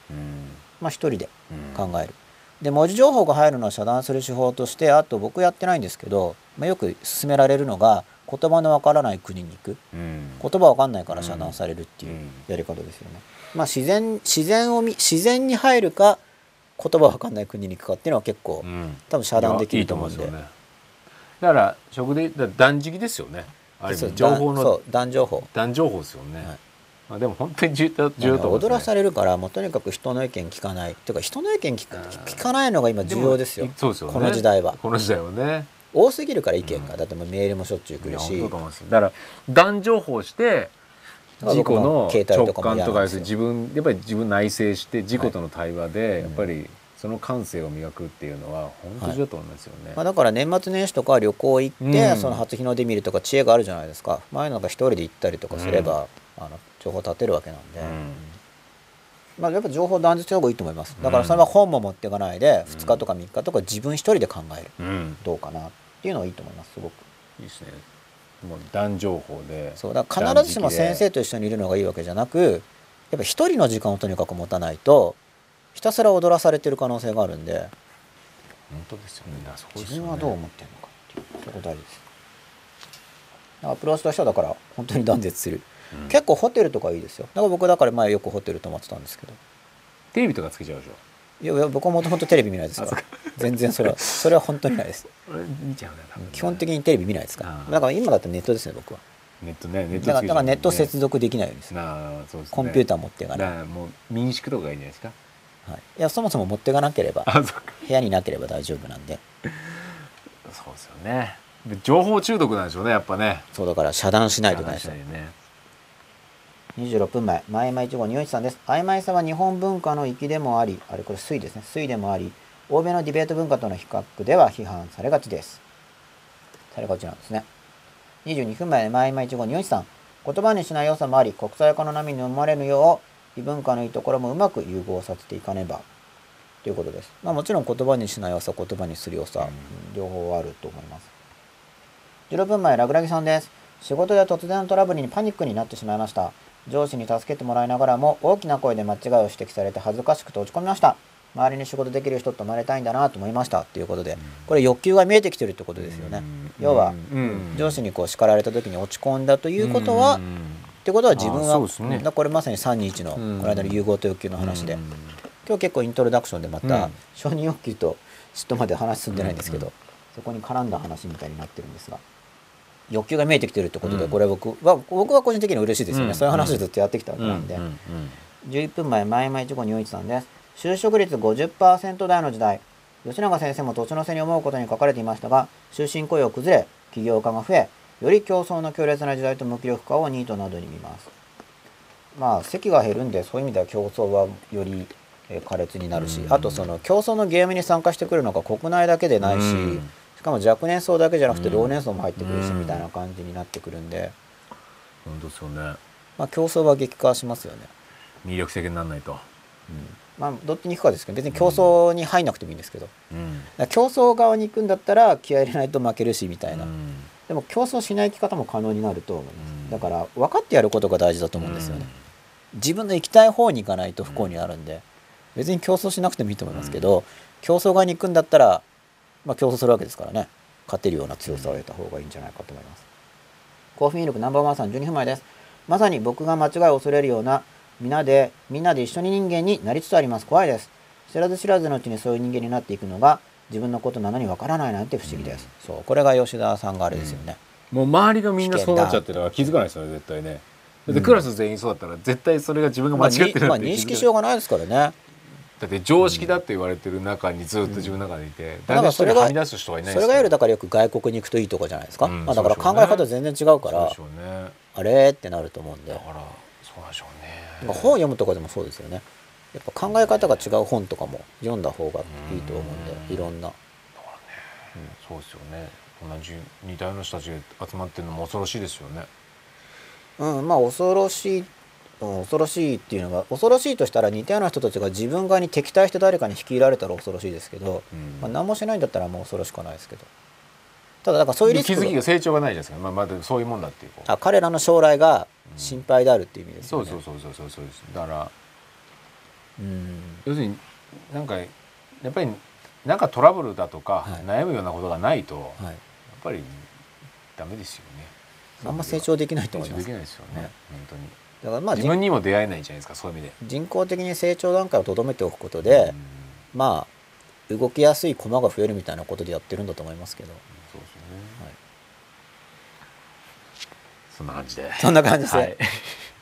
S1: まあ、1人で考える。で文字情報が入るのを遮断する手法としてあと僕やってないんですけど、まあ、よく勧められるのが言葉のわからない国に行く言葉わかんないから遮断されるっていうやり方ですよね。まあ、自然自然を見自然に入るか言葉わかんない国に行くかっていうのは結構多分遮断できると思うんで
S2: いやいいと思いますよねだから食でだから断食ですよねある意
S1: そう
S2: 味情報
S1: そ
S2: の
S1: う断情報
S2: 断情報ですよね、
S1: はい
S2: まあ、でも本当に重要重要だと思うんです
S1: 踊
S2: ね
S1: らされるからもうとにかく人の意見聞かないっていうか人の意見聞か
S2: うん
S1: 聞かないのが今重要ですよ
S2: もそうですよね
S1: この時代は
S2: この時代はね
S1: 多すぎるから意見が、だってもうメールもしょっちゅう来
S2: いや
S1: る
S2: 本
S1: し
S2: 当だと思いますだから断情報して
S1: だから
S2: 事
S1: 僕
S2: 故
S1: も
S2: の
S1: 携帯
S2: 直
S1: とかも
S2: 感
S1: 嫌
S2: と
S1: な
S2: か
S1: んで
S2: 要
S1: すす
S2: る
S1: よ
S2: に自分やっぱり自分内省して事故との対話で、
S1: い
S2: やっぱりその感性を磨くっていうのは本当に重要だと思いますよね、
S1: まあ、だから年末年始とかは旅行行って、
S2: うん
S1: その初日の出見るとか知恵があるじゃないですか前なんか一人で行ったりとかすれば、あの情報立てるわけなんで、
S2: うん
S1: まあ、やっぱ情報断絶した方がいいと思います
S2: うん
S1: だからそれは本も持っていかないで2日とか3日とか自分一人で考える
S2: うん
S1: どうかなっていうのがいいと思いますすごく
S2: いいですねもう断情報で
S1: そうだから必ずしも先生と一緒にいるのがいいわけじゃなくやっぱ一人の時間をとにかく持たないとひたすら踊らされてる可能性があるんで
S2: 本当ですよねだからそこです
S1: 自
S2: よね
S1: 分はどう思ってるのかっていうそこ大事ですアプローチとしてはだから本当に断絶する、
S2: うん
S1: 結構ホテルとかいいですよだから僕だから前よくホテル泊まってたんですけど
S2: テレビとかつけちゃうでしょ
S1: いやいや僕はもともとテレビ見ないですから全然それはそれは本当にないです
S2: 俺見ちゃうね多分ね
S1: 基本的にテレビ見ないですか
S2: ああ
S1: らだから今だったらネットですね僕は
S2: ネットねネ
S1: だから
S2: ットつけちゃう
S1: だからネット接続できないようにする、
S2: なあそうですね
S1: コンピューター持っていか
S2: だ
S1: ない、
S2: からもう民宿とかがいいんじゃないですか
S1: はい、いやそもそも持っていかなければ
S2: あそうか
S1: 部屋になければ大丈夫なんで
S2: そうですよねで情報中毒なんでしょうねやっぱね
S1: そうだから遮断しないといけないです
S2: 話した
S1: よ
S2: いよね
S1: 26分前、前々一号、匂い師さんです。曖昧さは日本文化の域でもあり、あれこれ水ですね、水でもあり、欧米のディベート文化との比較では批判されがちです。されがちなんですね。22分前、前々一号、匂い師さん。言葉にしない良さもあり、国際化の波に生まれぬよう、異文化のいいところもうまく融合させていかねば。ということです。まあもちろん言葉にしない良さ、言葉にする良さ、両方あると思います。16分前、ラグラギさんです。仕事で突然のトラブルにパニックになってしまいました。上司に助けてもらいながらも大きな声で間違いを指摘されて恥ずかしくて落ち込みました。周りに仕事できる人と生まれたいんだなと思いましたということで、これ欲求が見えてきてるってことですよね。要は、上司
S2: に
S1: にこう叱られた時に落ち込んだということは、ってことは自分は
S2: あそうですね
S1: だからこれまさに321のこ
S2: うん
S1: の間の融合と欲求の話で、今日結構イントロダクションでまた、
S2: うん
S1: 承認欲求と嫉妬まで話進んでないんですけど、そこに絡んだ話みたいになってるんですが欲求が見えてきてるってことで、
S2: うん
S1: これは僕は僕は個人的には嬉しいですよね、
S2: うん
S1: そういう話をずっとやってきたわけ
S2: う
S1: なんで、
S2: ん
S1: 11分前前々事故においさんです就職率50%台の時代吉永先生も年の瀬に思うことに書かれていましたが終身雇用崩れ起業家が増えより競争の強烈な時代と無気力化をニートなどに見ますまあ席が減るんでそういう意味では競争はよりえー苛烈になるし、
S2: うん
S1: あとその競争のゲームに参加してくるのが国内だけでないし、
S2: うん
S1: しかも若年層だけじゃなくて
S2: うん
S1: 老年層も入ってくるし、
S2: うん
S1: みたいな感じになってくるんで、
S2: 本当ですよね
S1: まあ、競争は激化しますよね。
S2: 魅力的にならないと、
S1: まあ、どっちに行くかですけど別に競争に入んなくてもいいんですけど、だ
S2: う
S1: か
S2: ん
S1: ら競争側に行くんだったら気合い入れないと負けるしみたいな、だ
S2: う
S1: か
S2: ん
S1: でも競争しない生き方も可能になると思います、
S2: うん
S1: だから分かってやることが大事だと思うんですよね、自分の行きたい方に行かないと不幸になるんで、別に競争しなくてもいいと思いますけど、競争側に行くんだったら、まあ、競争するわけですからね勝てるような強さを得た方がいいんじゃないかと思います、コーヒーミルクナンバーワンさん12分前ですまさに僕が間違いを恐れるような皆でみんなで一緒に人間になりつつあります怖いです知らず知らずのうちにそういう人間になっていくのが自分のことなのにわからないなんて不思議です、そうこれが吉田さんがあれですよね、
S2: もう周りがみんなそうなっちゃってるから気づかないですよね絶対ねだってクラス全員そうだったら絶対それが自分が
S1: ま
S2: 間
S1: あ、
S2: 違ってる
S1: にま
S2: な
S1: あ
S2: んて
S1: 認
S2: 気づ
S1: 識
S2: かない
S1: しようがないですからね
S2: だって常識だって言われてる中にずっと自分の中でいて、
S1: だか
S2: 誰も
S1: ら
S2: 一人
S1: それが
S2: はみ出す人はいない
S1: それがよりだか
S2: か
S1: らよく外国に行くといいとこじゃないですか、
S2: うん
S1: まあ、だから
S2: そうでしょ
S1: 考
S2: うね
S1: え方全然違うから、
S2: そうでしょうね
S1: あれってなると思うんで
S2: だからそうなんでしょう
S1: まあ
S2: ね
S1: 本読むとかでもそうですよねやっぱ考え方が違う本とかも読んだ方がいいと思うんで、
S2: うん
S1: いろんな
S2: そうですよね同じ似たような人たちが集まってるのも恐ろしいですよね
S1: うんまあ恐ろしいうん恐ろしいっていうのが恐ろしいとしたら似たような人たちが自分側に敵対して誰かに引き入れられたら恐ろしいですけど、
S2: うん
S1: まあ、何もしないんだったらもう恐ろしくはないですけどただだからそういうリス
S2: 気
S1: クが
S2: づきが成長がないじゃないですか、まあ、まだそういうもんだっていうこう
S1: あ彼らの将来が心配であるっていう意味です
S2: そ
S1: よ
S2: う
S1: ね。
S2: そうそうそうそうそうですだから
S1: うん
S2: 要するになんかやっぱりなんかトラブルだとか、
S1: はい
S2: 悩むようなことがないと、やっ
S1: はい、
S2: ぱりダメですよね
S1: あんま成長できないと思い
S2: 成長
S1: ま
S2: ですき。ないですよね、
S1: はい
S2: 本当に
S1: だからまあ
S2: 自分にも出会えないじゃないですかそういう意味で。
S1: 人工的に成長段階をとどめておくことで、まあ動きやすい駒が増えるみたいなことでやってるんだと思いますけ ど、
S2: そうですね。
S1: はい、
S2: そんな感じで。
S1: そんな感じで
S2: はい。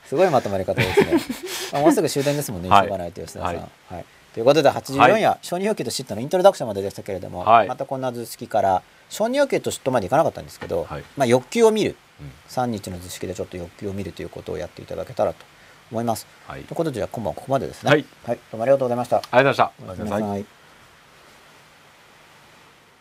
S1: すごいまとまり方です ねまあもうすぐ終電ですもんね急
S2: はい
S1: がないと吉田さん、は
S2: はいい
S1: ということで84夜、
S2: はい
S1: 承認欲求と嫉妬のイントロダクションまででしたけれども、
S2: はい
S1: またこんな図式から承認欲求と嫉妬までいかなかったんですけど、
S2: はい
S1: まあ、欲求を見る
S2: うん
S1: 3日の図式でちょっと欲求を見るということをやっていただけたらと思います。
S2: はい
S1: ということでじゃあ今晩はここまでですね。
S2: はい
S1: どうもありがとうございました。
S2: ありがとうございました。
S1: おやすみなさい。